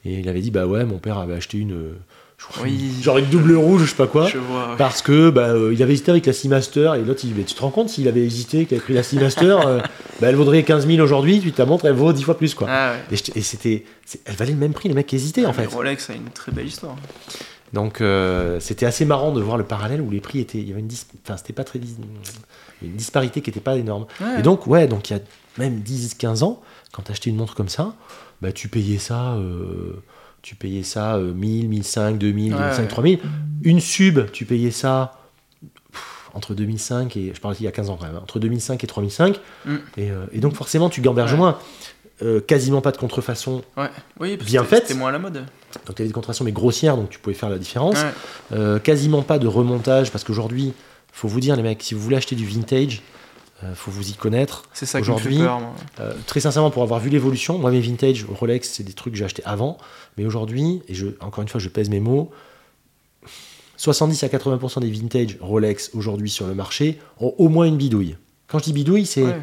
et il avait dit bah ouais, mon père avait acheté une. euh, je crois, Oui. une- Genre une double rouge, je sais pas quoi. Je vois. ouais. Parce que bah, euh, il avait hésité avec la Seamaster et l'autre il dit mais tu te rends compte s'il avait hésité qu'il avait pris la Seamaster euh, bah, elle vaudrait 15 000 aujourd'hui tu te la montres elle vaut 10 fois plus quoi Ah ouais. et, je- et c'était c'est- elle valait le même prix le mec hésitait en Ah, Mais fait Rolex a une très belle histoire. donc euh, c'était assez marrant de voir le parallèle où les prix étaient il y avait une dis- enfin c'était pas très dis- une disparité qui était pas énorme Ouais. et donc, ouais, donc il y a même 10-15 ans, quand tu achetais une montre comme ça, bah, tu payais ça, euh, tu payais ça euh, 1000, 1005, 2000, Ouais, 2005, ouais. 3000. Une sub, tu payais ça pff, entre 2005 et. Je parle il y a 15 ans quand même, hein, entre 2005 et 3005. Mm. Et, euh, et donc, forcément, tu gamberges Ouais. moins. Euh, quasiment pas de contrefaçon, Ouais. Oui, parce Bien que faite. c'était moins à la mode. donc tu avais des contrefaçons mais grossières, donc tu pouvais faire la différence. Ouais. Euh, quasiment pas de remontage, parce qu'aujourd'hui, faut vous dire, les mecs, si vous voulez acheter du vintage, euh, faut vous y connaître. C'est ça qui me fait Aujourd'hui, peur. moi. Euh, très sincèrement, pour avoir vu l'évolution, moi mes vintage Rolex, c'est des trucs que j'ai achetés avant, mais aujourd'hui, et je, encore une fois, je pèse mes mots, 70 à 80% des vintage Rolex aujourd'hui sur le marché ont au moins une bidouille. Quand je dis bidouille, c'est Ouais.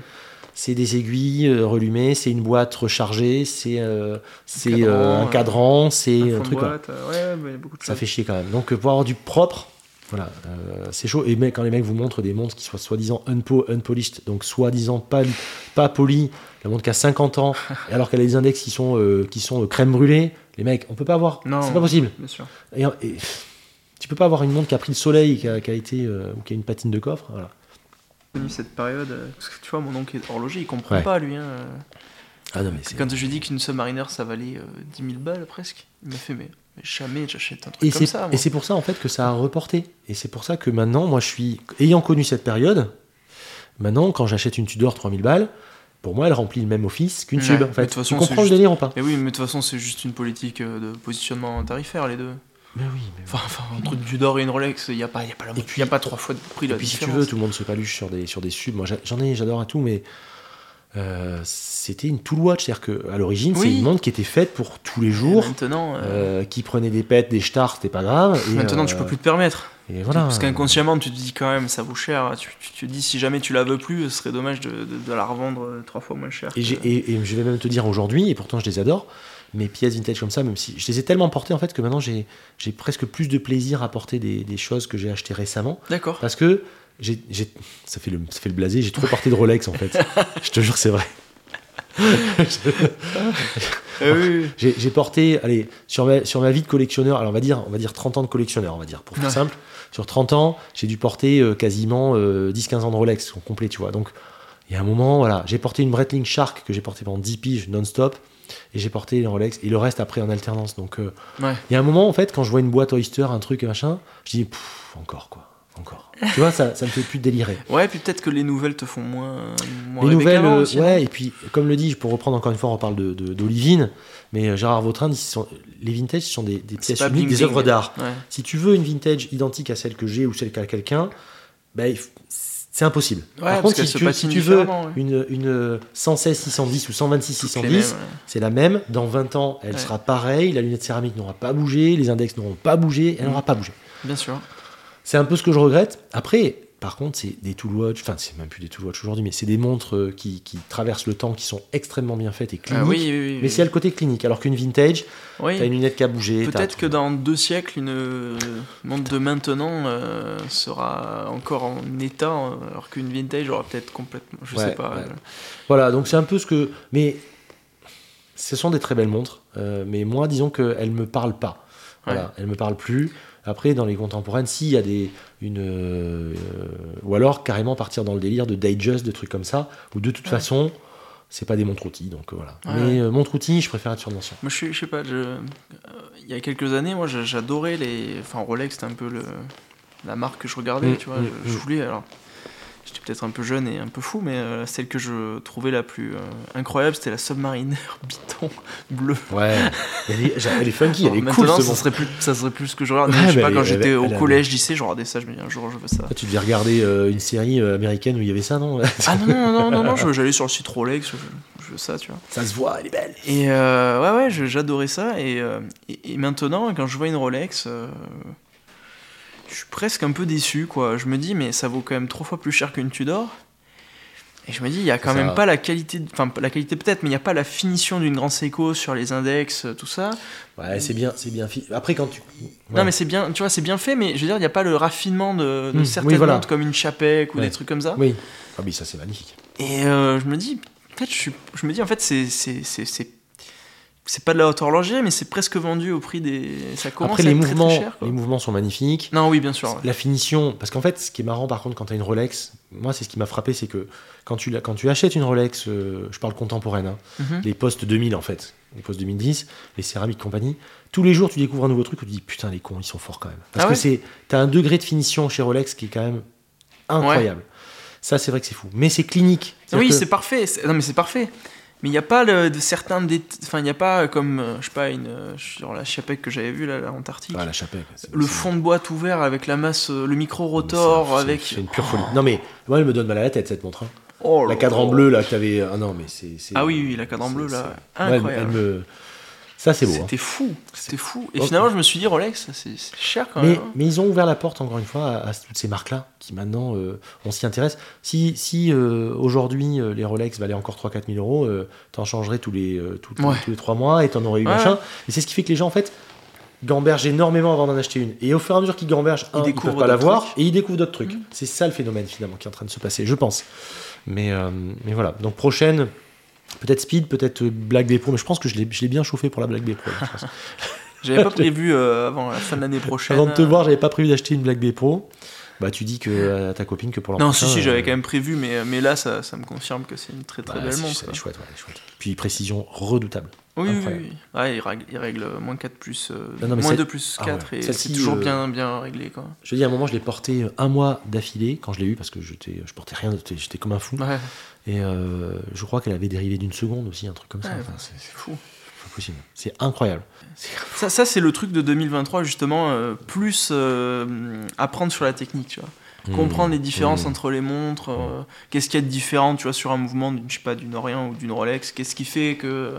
c'est des aiguilles euh, relumées, c'est une boîte rechargée, c'est euh, c'est, cadran, euh, un euh, cadran, c'est Un un, fond de truc. quoi. boîte, euh, ouais, ouais, mais il y a beaucoup de Ça choses. fait chier quand même. Donc euh, pour avoir du propre, voilà, euh, c'est chaud. Et mais quand les mecs vous montrent des montres qui soient soi-disant unpo, unpolished, donc soi-disant pas, pas polies, la montre qui a 50 ans, et alors qu'elle a des index qui sont, euh, qui sont euh, crème brûlée, les mecs, on peut pas avoir. Non. C'est pas possible. Bien sûr. Et, et- tu peux pas avoir une montre qui a pris le soleil, qui a, qui a été, euh, ou qui a une patine de coffre. Voilà. Connu cette période. euh, Parce que tu vois, mon oncle est horloger, il comprend Ouais. pas lui. hein, euh. Ah non, mais c'est. Quand je lui ai dit qu'une Submariner ça valait euh, 10 000 balles presque, il m'a fait mais, mais jamais j'achète un truc Et comme c'est ça. moi. et c'est pour ça en fait que ça a reporté. Et c'est pour ça que maintenant, moi je suis, ayant connu cette période, maintenant quand j'achète une Tudor 3000 balles, pour moi elle remplit le même office qu'une Ouais, Sub. mais En fait. de toute façon, tu c'est comprends le juste- délire ou pas Mais oui, mais de toute façon c'est juste une politique euh, de positionnement tarifaire les deux. Mais oui, mais Enfin, enfin entre du d'or et une Rolex, il n'y a pas, il y a pas la Et il y a pas trois fois de prix la Et puis si tu différence. veux, tout le monde se paluche sur des, sur des subs. Moi j'a- j'en ai, j'adore à tout, mais euh, c'était une tool watch. C'est-à-dire qu'à l'origine, c'est Oui. une montre qui était faite pour tous les Et jours. Maintenant, euh, euh, qui prenait des pètes, des stars, c'était pas grave. et, maintenant tu euh, peux plus te permettre. Et voilà. Parce qu'inconsciemment tu te dis quand même ça vaut cher. Tu, tu te dis si jamais tu la veux plus, ce serait dommage de, de- de la revendre euh, trois fois moins cher. Et, que- j'ai- et- et je vais même te dire aujourd'hui, et pourtant je les adore, mes pièces vintage comme ça, même si je les ai tellement portées en fait que maintenant j'ai j'ai presque plus de plaisir à porter des, des choses que j'ai achetées récemment. D'accord. Parce que j'ai j'ai- ça, fait le, ça fait le blasé, j'ai trop porté de Rolex en fait. je te jure, c'est vrai. Eh oui, oui. J'ai j'ai porté, allez, sur ma, sur ma vie de collectionneur, alors on va dire, on va dire 30 ans de collectionneur, on va dire, pour faire Ouais. simple. Sur 30 ans, j'ai dû porter euh, quasiment euh, 10-15 ans de Rolex en complet, tu vois. Donc Il y a un moment, voilà, j'ai porté une Breitling Shark que j'ai porté pendant 10 piges non-stop, et j'ai porté les Rolex, et le reste après en alternance. Donc, euh, Ouais. il y a un moment, en fait, quand je vois une boîte Oyster, un truc, machin, je dis, Pff, encore quoi, encore. tu vois, ça, ça me fait plus délirer. Ouais, puis peut-être que les nouvelles te font moins. moins Les rêver nouvelles, qu'avant euh, aussi, ouais, et puis, comme le dit, pour reprendre encore une fois, on parle de- de- d'Olivine, mais euh, Gérard Vautrin dit, ce sont- les vintage, ce sont des, des C'est pièces pas uniques, bling des œuvres bling. d'art. Ouais. Si tu veux une vintage identique à celle que j'ai ou celle qu'a quelqu'un, ben, il f- c'est impossible. parce Par contre, qu'elle si se tu, patine si tu veux différemment, ouais. une, euh, une 116 610 ou 126 Toutes les 610, mêmes, ouais. c'est la même. Dans 20 ans, elle Ouais. sera pareille. La lunette céramique n'aura pas bougé, les index n'auront pas bougé, elle Mm. n'aura pas bougé. Bien sûr. C'est un peu ce que je regrette. Après, par contre, c'est des tool watch, enfin, c'est même plus des tool watch aujourd'hui, mais c'est des montres euh, qui, qui traversent le temps, qui sont extrêmement bien faites et Ah cliniques. oui, oui, oui, Mais oui. c'est le côté clinique, alors qu'une vintage, Oui. t'as une lunette qui a bougé. t'as- Peut-être que dans deux siècles, une euh, montre de maintenant euh, sera encore en état, euh, alors qu'une vintage aura peut-être complètement. Je Ouais, sais pas. ouais. euh, Voilà, donc c'est un peu ce que. Mais ce sont des très belles montres, euh, mais moi, disons qu'elles ne me parlent pas. Voilà, Ouais. elles me parlent plus. Après, dans les contemporaines, s'il y a des. Une, euh, ou alors carrément partir dans le délire de digest, de trucs comme ça, où de toute Ouais. façon, c'est pas des montres outils, donc euh, voilà. Ouais, mais euh, montre outils, je préfère être sur de l'ancien. Moi, je, suis- je sais pas, je- euh, il y a quelques années, moi, j'a- j'adorais les. Enfin, Rolex, c'était un peu le, la marque que je regardais, Mm, tu vois. mm, je, je mm. voulais, alors. J'étais peut-être un peu jeune et un peu fou, mais euh, celle que je trouvais la plus euh, incroyable, c'était la Submariner Biton bleue. Ouais, elle est, elle est funky, elle est Alors, cool maintenant, ce ça, montre. serait plus, ça serait plus ce que je regarde. Ouais, mais je sais bah, pas, quand elle- j'étais elle- au elle a- collège, lycée, je regardais ça, je me dis un jour, je veux ça. Ah, Tu devais regarder euh, une série euh, américaine où il y avait ça, non Ah non, non, non, non, non, je- j'allais sur le site Rolex, je, je veux ça, tu vois. Ça se voit, elle est belle. Et euh, ouais, ouais, je- j'adorais ça. Et, euh, et, et maintenant, quand je vois une Rolex, euh, je suis presque un peu déçu, quoi. Je me dis, mais ça vaut quand même trois fois plus cher qu'une Tudor. Et je me dis, il y a quand Ça même va. pas la qualité, de- enfin, la qualité peut-être, mais il n'y a pas la finition d'une grande Seiko sur les index, euh, tout ça. Ouais, c'est bien, c'est bien. fi- Après, quand tu. Non, Ouais. mais c'est bien, tu vois, c'est bien fait, mais je veux dire, il n'y a pas le raffinement de, de Mm, oui, certaines voilà. montres comme une Chapec ou Ouais. des trucs comme ça. Oui. Ah oui, ça c'est magnifique. Et euh, je me dis, en fait, je, suis- je me dis, en fait, c'est c'est- c'est- c'est- c'est pas de la haute horlogerie, mais c'est presque vendu au prix des. Ça commence Après à les être très, très mouvements, euh, cher, quoi. les mouvements sont magnifiques. Non, oui, bien sûr. ouais. La finition, parce qu'en fait, ce qui est marrant par contre quand t'as une Rolex, moi c'est ce qui m'a frappé, c'est que quand tu, la- quand tu achètes une Rolex, euh, je parle contemporaine, hein, Mhm. les postes 2000 en fait, les postes 2010, les céramiques compagnie, tous les jours tu découvres un nouveau truc où tu dis putain les cons ils sont forts quand même. Parce Ah ouais que c'est, t'as un degré de finition chez Rolex qui est quand même incroyable. Ça c'est vrai que c'est fou, mais c'est clinique. Oui, C'est-à-dire c'est parfait. c'est- Non, mais c'est parfait. Mais il n'y a pas le, de certains. dét- Enfin, il n'y a pas euh, comme, euh, je sais pas, une, euh, sur la Chapec que j'avais vue, là, là, que- l'Antarctique. Ah, la chapelle. quoi, c'est- le c'est- fond de boîte ouvert avec la masse, euh, le c'est un- micro-rotor, c'est- avec. C'est une pure folie. Non mais moi elle me donne mal à la tête cette montre. hein. Oh là La cadran là. bleu là que t'avais. Ah non mais c'est. c'est- Ah oui, oui, la cadran bleu, c'est- là. c'est- Ouais, elle- Incroyable. elle me- Ça c'est beau. hein. C'était fou. C'était fou. Et Oh. finalement, je me suis dit, Rolex, c'est c'est cher quand Mais, même. hein. mais ils ont ouvert la porte encore une fois à, à toutes ces marques-là qui maintenant euh, on s'y intéresse. Si, si euh, aujourd'hui euh, les Rolex valaient encore 3-4 000 euros, euh, t'en changerais tous les, euh, tous, Ouais. tous les 3 mois et t'en aurais eu Ouais, machin. Et c'est ce qui fait que les gens en fait gambergent énormément avant d'en acheter une. Et au fur et à mesure qu'ils gambergent, Ils un, ils ne découvrent peuvent pas la d'autres voir trucs. et ils découvrent d'autres trucs. Mhm. C'est ça le phénomène finalement qui est en train de se passer, je pense. Mais, euh, mais voilà. Donc prochaine. Peut-être Speed, peut-être euh, Black Depot, mais je pense que je l'ai je l'ai bien chauffé pour la Black Depot. là, je pense. J'avais pas prévu euh, avant la fin de l'année prochaine. euh. Avant de te voir, j'avais pas prévu d'acheter une Black Depot. Bah, tu dis que à ta copine que pour l'an Non, si, prochain, si, euh, j'avais quand même prévu, mais, mais là, ça, ça me confirme que c'est une très bah, très belle c'est- montre. c'est quoi. chouette, ouais, elle est chouette. Puis précision redoutable. Oui, oui, Incroyable. oui. Ouais, il règle, il règle moins 4 plus. euh, Non, non, mais moins celle- 2 plus Ah 4, ouais. et Celle-ci, c'est toujours euh, bien, bien réglé, quoi. Je te dis, à un moment, je l'ai porté euh, un mois d'affilée quand je l'ai eu parce que j'étais- je portais rien, j'étais j'étais comme un fou. Ouais, Et euh, je crois qu'elle avait dérivé d'une seconde aussi, un truc comme ça. Ouais. Enfin, c'est c'est c'est fou. pas possible. C'est incroyable. C'est- Ça, ça, c'est le truc de 2023, justement, euh, plus euh, apprendre sur la technique, tu vois. Hmm. comprendre les différences Mmh. entre les montres, euh, qu'est-ce qu'il y a de différent, tu vois, sur un mouvement d'une, je sais pas, d'une Orient ou d'une Rolex, qu'est-ce qui fait que...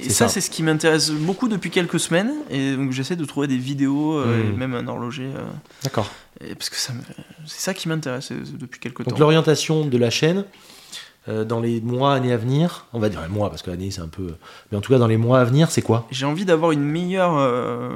Et C'est ça, ça. c'est ce qui m'intéresse beaucoup depuis quelques semaines, et donc j'essaie de trouver des vidéos, euh, Mmh. et même un horloger, euh, Hmm. D'accord. et parce que ça me- c'est ça qui m'intéresse euh, depuis quelques Donc temps. l'orientation de la chaîne euh, dans les mois, années à venir, on va dire les mois parce que l'année c'est un peu. euh, Mais en tout cas, dans les mois à venir, c'est quoi J'ai envie d'avoir une meilleure, euh,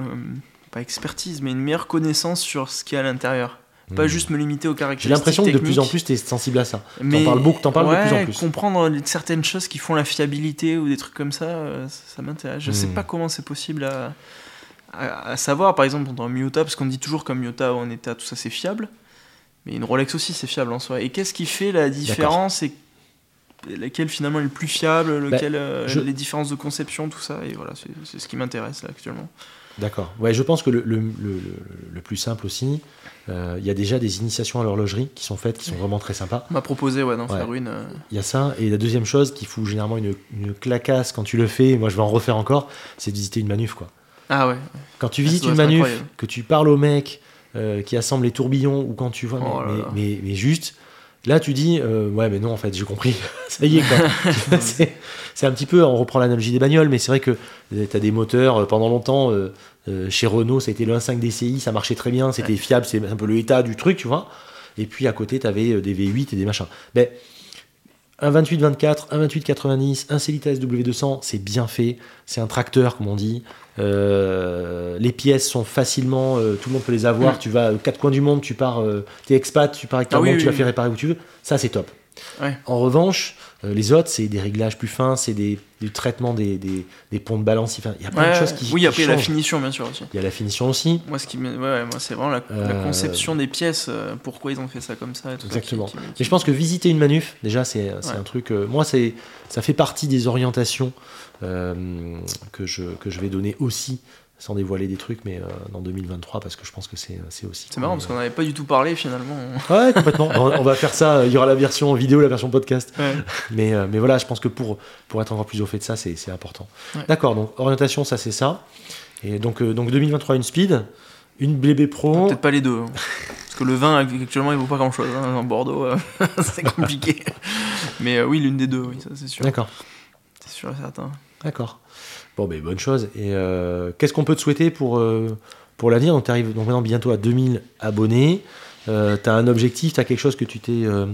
pas expertise, mais une meilleure connaissance sur ce qu'il y a à l'intérieur. Pas Hmm. juste me limiter aux caractéristiques J'ai l'impression que de plus en plus, techniques. tu es sensible à ça. Mais- parles beaucoup- t'en parles de ouais, plus en plus. Comprendre les- certaines choses qui font la fiabilité ou des trucs comme ça, euh, ça, ça m'intéresse. Je sais Hmm. pas comment c'est possible à, à- à savoir, par exemple, dans Miota, parce qu'on dit toujours comme Miota en état, tout ça c'est fiable. Mais une Rolex aussi c'est fiable en soi. Et qu'est-ce qui fait la différence et lequel finalement est le plus fiable, lequel, Bah, euh, je- les différences de conception, tout ça. Et voilà, c'est c'est ce qui m'intéresse là actuellement. D'accord. Ouais, je pense que le, le- le- le- le plus simple aussi, euh, il y a déjà des initiations à l'horlogerie qui sont faites, qui sont vraiment très sympas. On m'a proposé ouais, d'en Ouais. faire une. euh, Il y a ça. Et la deuxième chose qui fout généralement une, une clacasse quand tu le fais, et moi je vais en refaire encore, c'est de visiter une manuf. Quoi. Ah ouais, Quand tu Ah, ça visites doit une être manuf, incroyable. que tu parles au mec euh, qui assemble les tourbillons, ou quand tu vois, mais, Oh là là. mais- mais- mais juste, là tu dis, euh, ouais, mais non, en fait, j'ai compris. ça y est, quoi. c'est c'est un petit peu, on reprend l'analogie des bagnoles, mais c'est vrai que tu as des moteurs euh, pendant longtemps. euh, euh, chez Renault, c'était le 1.5 DCI, ça marchait très bien, c'était fiable, c'est un peu le état du truc, tu vois. Et puis à côté, tu avais des V8 et des machins. Ben, un 28-24, un 28-90, un Celitas W200, c'est bien fait, c'est un tracteur, comme on dit. Euh, les pièces sont facilement, euh, tout le monde peut les avoir. Mm. Tu vas aux quatre coins du monde, tu pars, euh, t'es expat, tu pars avec ta Ah oui, banque, oui, tu vas oui. faire réparer où tu veux. Ça, c'est top. Ouais. En revanche, euh, les autres, c'est des réglages plus fins, c'est des, du traitement des, des, des ponts de balance. Enfin, Il y a plein Ouais, de choses qui, oui, qui après la changent. finition, bien sûr aussi. Il y a la finition aussi. Moi, ce qui me- ouais, ouais, moi, c'est vraiment la, la Euh, conception des pièces, euh, pourquoi ils ont fait ça comme ça. Et tout ça, qui- Exactement. qui- Mais qui- je pense que visiter une manuf, déjà, c'est c'est Ouais. un truc. euh, moi, c'est ça fait partie des orientations euh, que, je, que je vais donner aussi, sans dévoiler des trucs, mais euh, dans 2023, parce que je pense que c'est c'est aussi. C'est marrant parce qu'on n'avait pas du tout parlé finalement. Ouais, complètement. on, on va faire ça. euh, Il y aura la version vidéo, la version podcast. Ouais. Mais, euh, mais voilà, je pense que pour, pour être encore plus au fait de ça, c'est c'est important. Ouais. D'accord, donc orientation, ça, c'est ça. Et donc, euh, donc 2023, une speed, une BB Pro. Peut-être pas les deux. hein. Parce que le vin, actuellement, il vaut pas grand chose. En Bordeaux, euh, c'est compliqué. Mais euh, oui, l'une des deux, oui, ça c'est sûr. D'accord. C'est sûr et certain. D'accord. Bon, ben bonne chose. Et euh, qu'est-ce qu'on peut te souhaiter pour, euh, pour l'avenir Donc, tu arrives donc maintenant bientôt à 2000 abonnés. Euh, tu as un objectif, tu as quelque chose que tu t'es euh,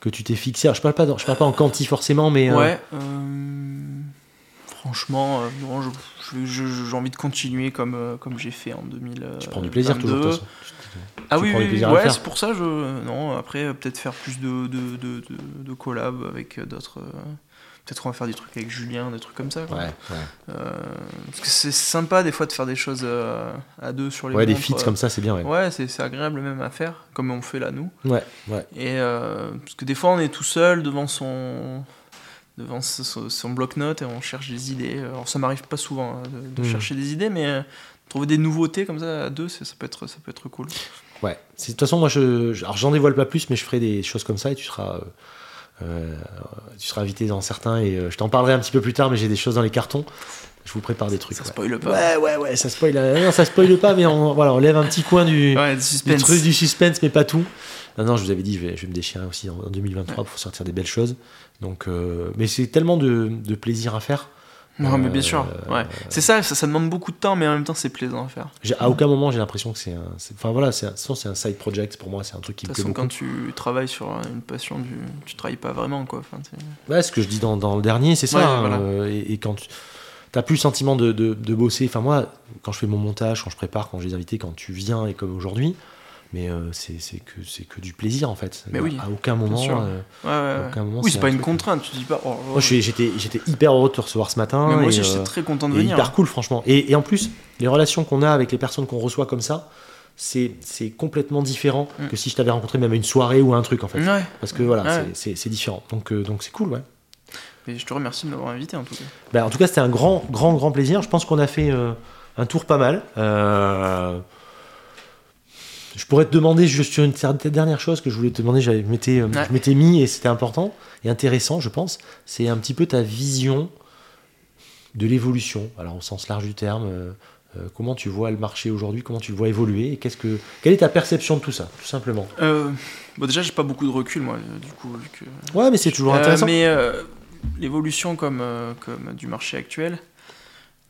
que tu t'es fixé. Alors, je parle pas, dans- je parle pas en quanti forcément, mais euh, Ouais. euh, franchement, euh, non, je- je- je- je- j'ai envie de continuer comme, euh, comme j'ai fait en euh, 2000. tu prends du plaisir toujours. de toute façon. Ah Tu oui, prends du oui, oui, plaisir à le ouais, faire. c'est pour ça. Je... Non, après, euh, peut-être faire plus de, de, de, de, de collabs avec euh, d'autres. euh, Peut-être qu'on va faire des trucs avec Julien, des trucs comme ça. quoi. Ouais, Euh, parce que c'est sympa des fois de faire des choses euh, à deux sur les Ouais, des montres, feats euh, comme ça, c'est bien. Ouais. Ouais, c'est c'est agréable même à faire, comme on fait là nous. Ouais, ouais. Et euh, parce que des fois on est tout seul devant son devant ce- ce- son bloc-notes et on cherche des idées. Euh, Alors ça m'arrive pas souvent hein, de, de Mm. chercher des idées, mais euh, trouver des nouveautés comme ça à deux, c'est- ça peut être ça peut être cool. ouais. C'est- De toute façon, moi, je, je- alors, j'en dévoile pas plus, mais je ferai des choses comme ça et tu seras. euh, euh, tu seras invité dans certains et euh, je t'en parlerai un petit peu plus tard, mais j'ai des choses dans les cartons. Je vous prépare des trucs. ça ouais. spoil pas. Ouais, ouais, ouais, ça spoil, euh, non, ça spoil pas, mais on, voilà, on lève un petit coin du, Ouais, du du suspense. truc du suspense, mais pas tout. Non, non, je vous avais dit, je vais, je vais me déchirer aussi en en 2023 pour sortir des belles choses. Donc, euh, mais c'est tellement de, de plaisir à faire. Non, mais bien Euh, sûr. Ouais. C'est ça, ça, ça demande beaucoup de temps, mais en même temps c'est plaisant à faire. J'ai- À aucun moment, j'ai l'impression que c'est un. c'est- Enfin voilà, c'est un, de toute façon, c'est un side project pour moi, c'est un truc qui De me toute plaît façon, beaucoup. quand tu travailles sur euh, une passion, tu, tu travailles pas vraiment quoi. Enfin, t'es- Ouais, ce que je dis dans, dans le dernier, c'est ça. Ouais, hein, voilà. euh, et, et quand tu n'as plus le sentiment de, de- de bosser, enfin moi, quand je fais mon montage, quand je prépare, quand j'ai des invités, quand tu viens et comme aujourd'hui, mais euh, c'est c'est que, c'est que du plaisir en fait. Bah, Mais oui, à aucun moment. sûr. euh, Ouais, ouais, à ouais. aucun moment Oui, c'est un pas une truc- euh, contrainte. Tu te dis pas. oh, Moi, je suis- j'étais j'étais hyper heureux de te recevoir ce matin. Mais moi aussi, et, j'étais euh, très content de et venir. hein. hyper cool, franchement. Et, et en plus, les relations qu'on a avec les personnes qu'on reçoit comme ça, c'est c'est complètement différent Mm. que si je t'avais rencontré même à une soirée ou à un truc en fait. Ouais, Parce que voilà, Ouais. c'est- c'est c'est différent. Donc euh, donc c'est cool, ouais. mais je te remercie de m'avoir invité en tout cas. Ben, en tout cas, c'était un grand, grand, grand plaisir. Je pense qu'on a fait euh, un tour pas mal. Euh, je pourrais te demander juste sur une certaine dernière chose que je voulais te demander. j'avais- Je m'étais, euh, Ouais. je m'étais mis et c'était important et intéressant, je pense. C'est un petit peu ta vision de l'évolution. Alors au sens large du terme. euh, euh, Comment tu vois le marché aujourd'hui Comment tu le vois évoluer Et qu'est-ce que quelle est ta perception de tout ça, tout simplement Euh, bon, déjà, j'ai pas beaucoup de recul moi, euh, du coup. vu que- Ouais, mais c'est toujours Euh, intéressant. mais euh, l'évolution comme, euh, comme du marché actuel.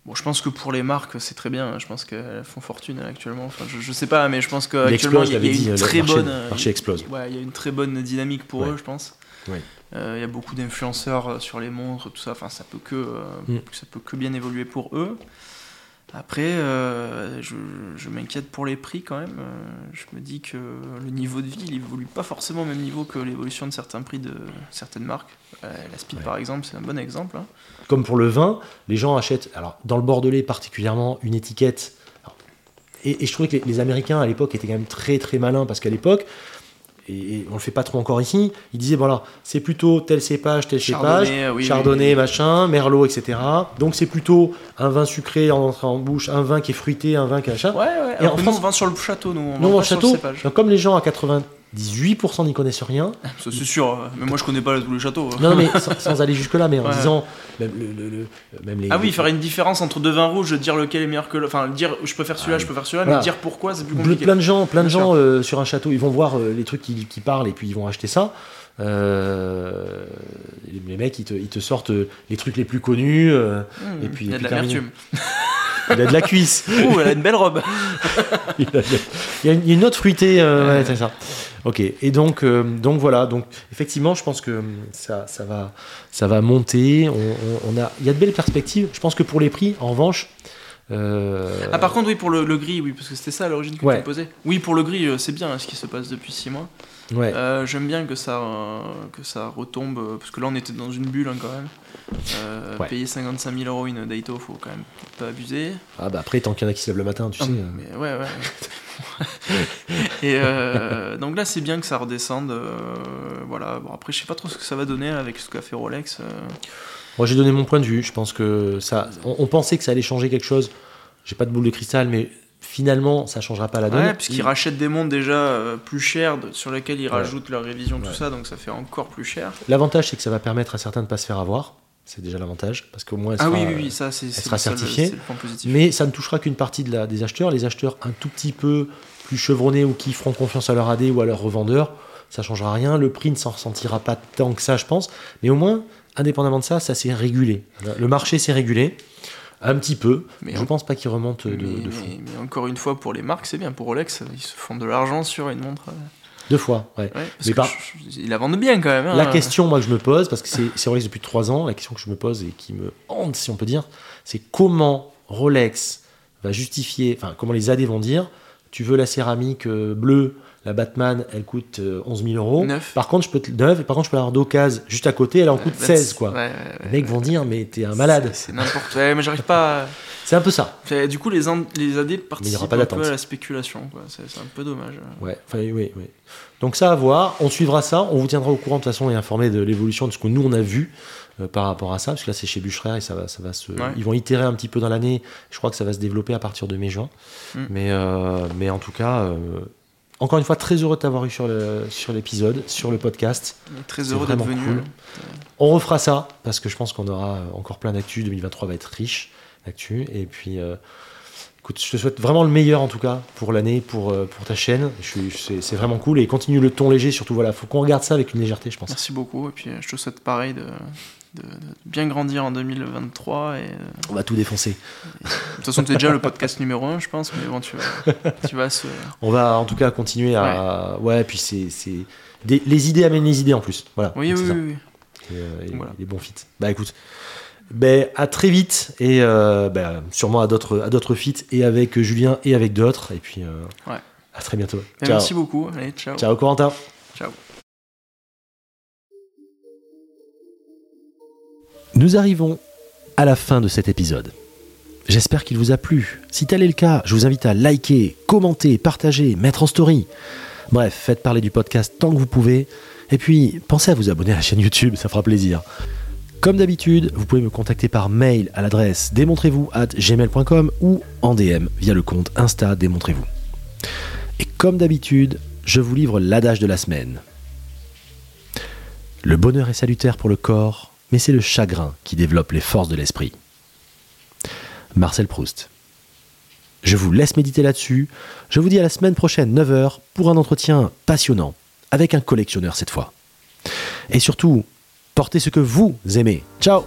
Bon, je pense que pour les marques, c'est très bien. hein. Je pense qu'elles font fortune là, actuellement. Enfin, je, je sais pas, mais je pense Il qu'actuellement, explose, il y a, je l'avais il y euh, dit, a une le très marché- bonne. le euh, marché explose. Ouais, il y a une très bonne dynamique pour Ouais. eux, je pense. Ouais. Euh, il y a beaucoup d'influenceurs euh, sur les montres, tout ça. Enfin, ça peut que, euh, Mm. ça peut que bien évoluer pour eux. Après, euh, je, je m'inquiète pour les prix quand même. Euh, Je me dis que le niveau de vie, il évolue pas forcément au même niveau que l'évolution de certains prix de certaines marques. Euh, la Speed, Ouais. par exemple, c'est un bon exemple. hein. Comme pour le vin, les gens achètent, alors dans le Bordelais particulièrement, une étiquette. Alors, Et, et je trouvais que les, les Américains à l'époque étaient quand même très très malins parce qu'à l'époque, et, et on le fait pas trop encore ici, il disait voilà, c'est plutôt tel cépage, tel Chardonnay, cépage, euh, oui, chardonnay, oui, oui. machin, merlot, etc. Donc c'est plutôt un vin sucré en entrant en bouche, un vin qui est fruité, un vin qui est machin. Ouais, ouais. alors en que nous, France- on vend sur le château, nous. On Non, vend en pas sur le château, cépage. donc comme les gens à 98% n'y connaissent rien, Ça, c'est sûr. euh, Mais moi, je connais pas tous les châteaux. euh. non, non, mais sans, sans aller jusque-là, mais en Ouais. disant, même, le- le- le- même les. Ah oui, faire une différence entre deux vins rouges, dire lequel est meilleur que l'autre. Enfin, dire je préfère celui-là, je préfère celui-là, Ah Voilà. mais dire pourquoi, c'est plus Ple- compliqué. plein de gens, plein de Bien gens euh, sur un château, ils vont voir euh, les trucs qui, qui parlent et puis ils vont acheter ça. Euh, les mecs, ils te, ils te sortent euh, les trucs les plus connus. euh, Mmh, Et puis- il y et a de puis terminé. l'amertume. il a de la cuisse. Ouh, elle a une belle robe. Euh. il, a de la- il y a une, il y a une autre fruitée. euh, ouais, Euh. c'est ça. Ok. Et donc, euh, donc voilà. Donc effectivement, je pense que hum, ça, ça va, ça va monter. On, on- on a, il y a de belles perspectives. Je pense que pour les prix, en revanche. euh, Ah, par contre, oui, pour le, le gris, oui, parce que c'était ça à l'origine que Ouais. tu me posais. Oui, pour le gris, euh, c'est bien hein, ce qui se passe depuis 6 mois. ouais. Euh, J'aime bien que ça, euh, que ça retombe, euh, parce que là, on était dans une bulle hein, quand même. Euh, Ouais. Payer 55 000 euros une Daito, faut quand même pas abuser. Ah bah après, tant qu'il y en a qui se lèvent le matin, tu sais. euh, Mais ouais, ouais. Et euh, donc là, c'est bien que ça redescende. euh, voilà. Bon, après, je sais pas trop ce que ça va donner avec ce qu'a fait Rolex. euh. Moi, j'ai donné mon point de vue. Je pense que ça. On, on pensait que ça allait changer quelque chose. J'ai pas de boule de cristal, mais finalement, ça changera pas la donne. Ouais, puisqu'ils rachètent des montres déjà euh, plus chères, de- sur lesquelles ils Ouais. rajoutent leur révision, tout Ouais. ça, donc ça fait encore plus cher. L'avantage, c'est que ça va permettre à certains de pas se faire avoir. C'est déjà l'avantage, parce qu'au moins, elle Ah sera, oui, oui, oui, euh, ça, c'est c'est sera le seul- certifiée. c'est le point positif. Mais ça ne touchera qu'une partie de la, des acheteurs. Les acheteurs un tout petit peu plus chevronnés ou qui feront confiance à leur AD ou à leur revendeur, ça changera rien. Le prix ne s'en ressentira pas tant que ça, je pense. Mais au moins, indépendamment de ça, ça s'est régulé. Le marché s'est régulé un petit peu. Mais je en- pense pas qu'il remonte de, Mais, de fou. mais- mais encore une fois, pour les marques, c'est bien. Pour Rolex, ils se font de l'argent sur une montre. euh, Deux fois, ouais. ouais, parce Mais que par- je- je- ils la vendent bien quand même. hein. La question moi que je me pose, parce que c'est c'est Rolex depuis 3 ans, la question que je me pose et qui me hante si on peut dire, c'est comment Rolex va justifier, enfin comment les AD vont dire, tu veux la céramique euh, bleue, la Batman, elle coûte euh, 11 000 euros. Neuf. Par contre, je peux te neuve, et par contre je peux l'avoir d'occasion juste à côté, elle en Euh, coûte 20, 16 quoi. ouais, ouais, ouais, les mecs ouais. vont dire mais t'es un malade. C'est c'est n'importe quoi. mais j'arrive pas. à- C'est un peu ça. Fait, euh, du coup, les, ind- les AD participent pas un d'attente. peu à la spéculation. quoi. C'est c'est un peu dommage. euh. Ouais, enfin, oui, oui. Donc ça à voir, on suivra ça, on vous tiendra au courant de toute façon et informé de l'évolution de ce que nous on a vu euh, par rapport à ça, parce que là c'est chez Bucherer et ça va, ça va se, Ouais. ils vont itérer un petit peu dans l'année. Je crois que ça va se développer à partir de mai-juin. Mm. Mais, euh, mais en tout cas, euh, encore une fois très heureux de t'avoir eu sur le sur l'épisode, sur le podcast. On est très C'est heureux d'être vraiment venu. cool. On refera ça parce que je pense qu'on aura euh, encore plein d'actu. 2023 va être riche d'actu et puis. euh, Écoute, je te souhaite vraiment le meilleur en tout cas pour l'année, pour, euh, pour ta chaîne. Je suis- C'est c'est vraiment cool et continue le ton léger surtout. Voilà, faut qu'on regarde ça avec une légèreté, je pense. Merci beaucoup. Et puis, euh, je te souhaite pareil de, de- de bien grandir en 2023. Et, euh, On va tout défoncer. de toute façon, tu déjà le podcast numéro 1, je pense. Mais bon, tu vas, tu vas se. On va en tout cas continuer à. Ouais, puis c'est. c'est- des- Les idées amènent les idées en plus. Voilà. Oui, Donc, oui, c'est oui. ça. oui. Et, euh, et Voilà. les bons feats. Bah écoute, ben, à très vite et euh, ben, sûrement à d'autres à d'autres feats et avec Julien et avec d'autres. Et puis euh, Ouais. à très bientôt. Et Ciao. Merci beaucoup. Allez, ciao. Ciao Corentin. Ciao. Nous arrivons à la fin de cet épisode. J'espère qu'il vous a plu. Si tel est le cas, je vous invite à liker, commenter, partager, mettre en story. Bref, faites parler du podcast tant que vous pouvez. Et puis, pensez à vous abonner à la chaîne YouTube, ça fera plaisir. Comme d'habitude, vous pouvez me contacter par mail à l'adresse démontrez-vous at gmail.com ou en DM via le compte Insta démontrez-vous. Et comme d'habitude, je vous livre l'adage de la semaine. Le bonheur est salutaire pour le corps, mais c'est le chagrin qui développe les forces de l'esprit. Marcel Proust. Je vous laisse méditer là-dessus. Je vous dis à la semaine prochaine, 9h, pour un entretien passionnant, avec un collectionneur cette fois. Et surtout, portez ce que vous aimez. Ciao